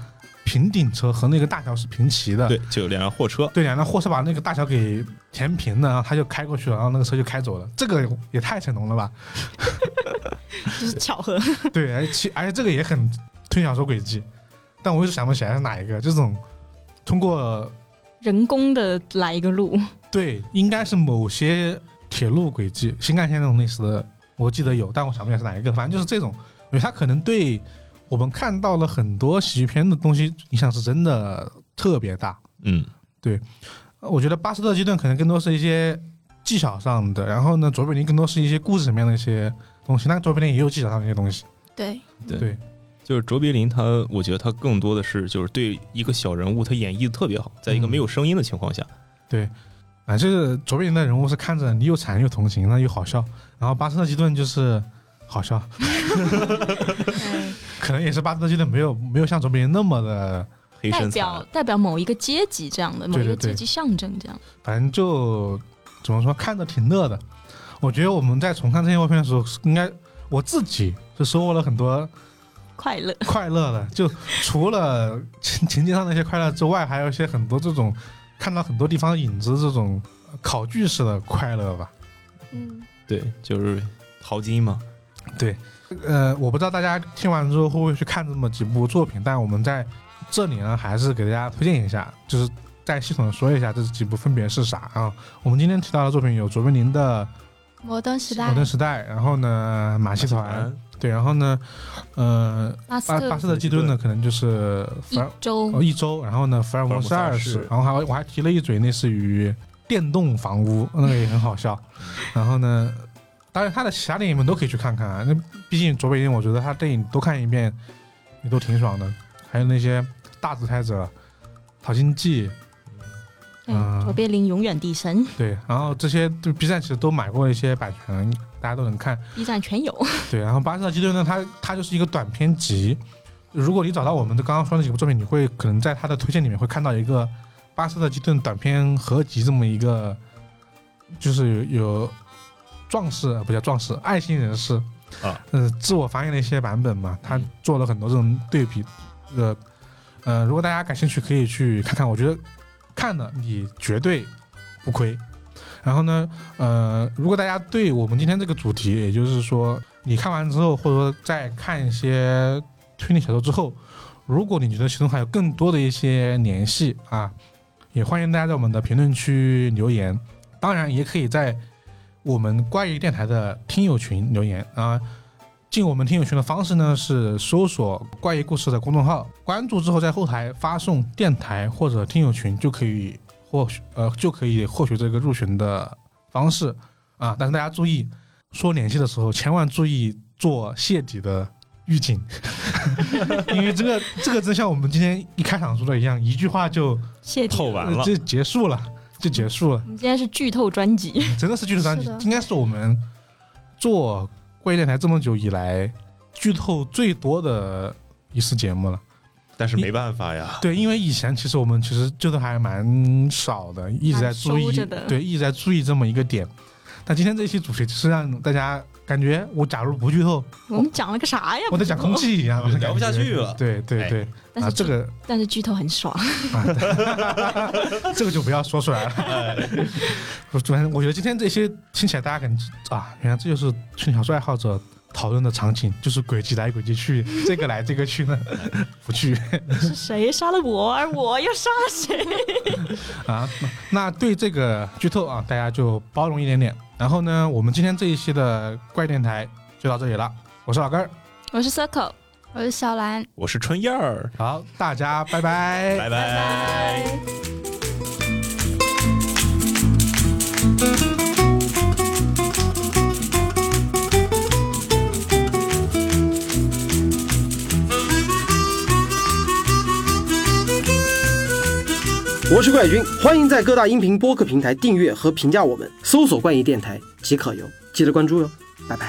Speaker 1: 平顶车和那个大桥是平齐的。
Speaker 4: 对，就有两辆货车。
Speaker 1: 对，两辆货车把那个大桥给填平了，然后他就开过去了，然后那个车就开走了。这个也太成龙了吧？
Speaker 2: 就是巧合。
Speaker 1: 对，而且而且这个也很推小说轨迹，但我一直想不起来是哪一个。这种通过
Speaker 2: 人工的来一个路，
Speaker 1: 对，应该是某些铁路轨迹，新干线那种类似的，我记得有，但我想不起来是哪一个。反正就是这种，因为它可能对我们看到了很多喜剧片的东西影响是真的特别大。
Speaker 4: 嗯，
Speaker 1: 呃我觉得巴斯特基顿可能更多是一些技巧上的，然后呢，卓别林更多是一些故事层面的一些东西。但卓别林也有技巧上的一些东西。
Speaker 3: 对，
Speaker 4: 对
Speaker 1: 对
Speaker 4: 就是卓别林他，我觉得他更多的是就是对一个小人物他演绎的特别好，在一个
Speaker 1: 嗯
Speaker 4: 没有声音的情况下，
Speaker 1: 啊，这个卓别林的人物是看着你又惨又同情，那又好笑。然后巴斯特基顿就是好笑，可能也是巴斯特基顿没有没有像卓别林那么的，
Speaker 4: 黑
Speaker 5: 代
Speaker 4: 身材，
Speaker 5: 表代表某一个阶级这样的，某
Speaker 1: 对
Speaker 5: 一个
Speaker 1: 对对
Speaker 5: 阶级象征这样。
Speaker 1: 反正就怎么说，看着挺乐的。我觉得我们在重看这些照片的时候，应该我自己是收获了很多
Speaker 5: 快乐，
Speaker 1: 快乐的，就除了情情节上那些快乐之外，还有一些很多这种看到很多地方的影子，这种呃考据式的快乐吧。
Speaker 3: 嗯，
Speaker 4: 对，就是淘金嘛，
Speaker 1: 呃，我不知道大家听完之后会不会去看这么几部作品，但我们在这里呢，还是给大家推荐一下，就是再系统地说一下这几部分别是啥啊。我们今天提到的作品有卓别林的
Speaker 3: 摩登时
Speaker 1: 《
Speaker 3: 代
Speaker 1: 摩登时代》，然后呢马戏团，对，然后呢，呃，
Speaker 5: 巴
Speaker 1: 巴
Speaker 5: 斯特
Speaker 1: 巴斯特基顿呢，可能就是
Speaker 5: 一
Speaker 1: 反
Speaker 5: 周
Speaker 1: 哦，一周，然后呢，福尔摩斯
Speaker 4: 福尔摩
Speaker 1: 二
Speaker 4: 斯
Speaker 1: 世
Speaker 4: 20，
Speaker 1: 然后还我还提了一嘴，类似于电动房屋，那个也很好笑。然后呢，当然他的其他电影们都可以去看看啊，那毕竟卓别林，我觉得他电影都看一遍也都挺爽的。还有那些大独裁者、淘金记，嗯
Speaker 5: 嗯，卓别林永远地神
Speaker 1: 对，然后这些对 B 站其实都买过一些版权，大家都能看。
Speaker 5: ，B 站全有。
Speaker 1: 对，然后《巴斯特基顿》呢，它它就是一个短篇集。如果你找到我们的刚刚说的几部作品，你会可能在它的推荐里面会看到一个《巴斯特基顿短篇合集》这么一个，就是有有壮士呃不叫壮士，爱心人士
Speaker 4: 啊，
Speaker 1: 呃，自我发现的一些版本嘛，他做了很多这种对比，呃呃，如果大家感兴趣，可以去看看，我觉得看了你绝对不亏。然后呢，呃，如果大家对我们今天这个主题，也就是说你看完之后，或者说在看一些推理小说之后，如果你觉得其中还有更多的一些联系啊，也欢迎大家在我们的评论区留言。当然，也可以在我们关于电台的听友群留言啊。进我们听友群的方式呢是搜索“怪异故事”的公众号，关注之后在后台发送“电台”或者“听友群”就可以获取呃就可以获取这个入群的方式啊。但是大家注意，说联系的时候千万注意做泄底的预警， 因为这个这个真像我们今天一开场说的一样，一句话就
Speaker 5: 谢谢。
Speaker 4: 透完了，
Speaker 1: 就结束了，就结束了
Speaker 5: 我。们今天是剧透专辑，
Speaker 1: 真的是剧透专辑
Speaker 3: 是的，
Speaker 1: 应该是我们做怪异电台这么久以来剧透最多的一次节目了。
Speaker 4: 但是没办法呀，
Speaker 1: 对，因为以前其实我们其实剧透还蛮少的，一直在注
Speaker 5: 蛮收
Speaker 1: 意
Speaker 5: 着的，
Speaker 1: 对，一直在注意这么一个点。但今天这期主题就是让大家感觉，我假如不剧透，
Speaker 5: 我们讲了个啥呀？
Speaker 1: 我在讲空气一样，
Speaker 4: 就 聊不下去了
Speaker 1: 对对
Speaker 4: 哎
Speaker 1: 对，
Speaker 5: 但
Speaker 1: 啊，
Speaker 5: 是
Speaker 1: 这
Speaker 5: 剧
Speaker 1: 个
Speaker 5: 但是剧透很爽，
Speaker 1: 啊，对这个就不要说出 来了。
Speaker 4: 哎
Speaker 1: 我反正我觉得今天这些听起来大家可能啊，原来这就是推理小说爱好者讨论的场景，就是轨迹来轨迹去，这个来这个去呢， 不去
Speaker 5: 是谁杀了我，而我又杀了谁？
Speaker 1: 啊。那对这个剧透啊，大家就包容一点点。然后呢，我们今天这一期的怪电台就到这里了。我是老根儿，
Speaker 5: 我是 Circle，
Speaker 3: 我是小兰，
Speaker 4: 我是春燕儿，
Speaker 1: 好，大家拜拜。
Speaker 4: 哎拜拜。
Speaker 7: 我是怪君，欢迎在各大音频播客平台订阅和评价我们，搜索“怪异电台”即可哟，记得关注哟，拜拜。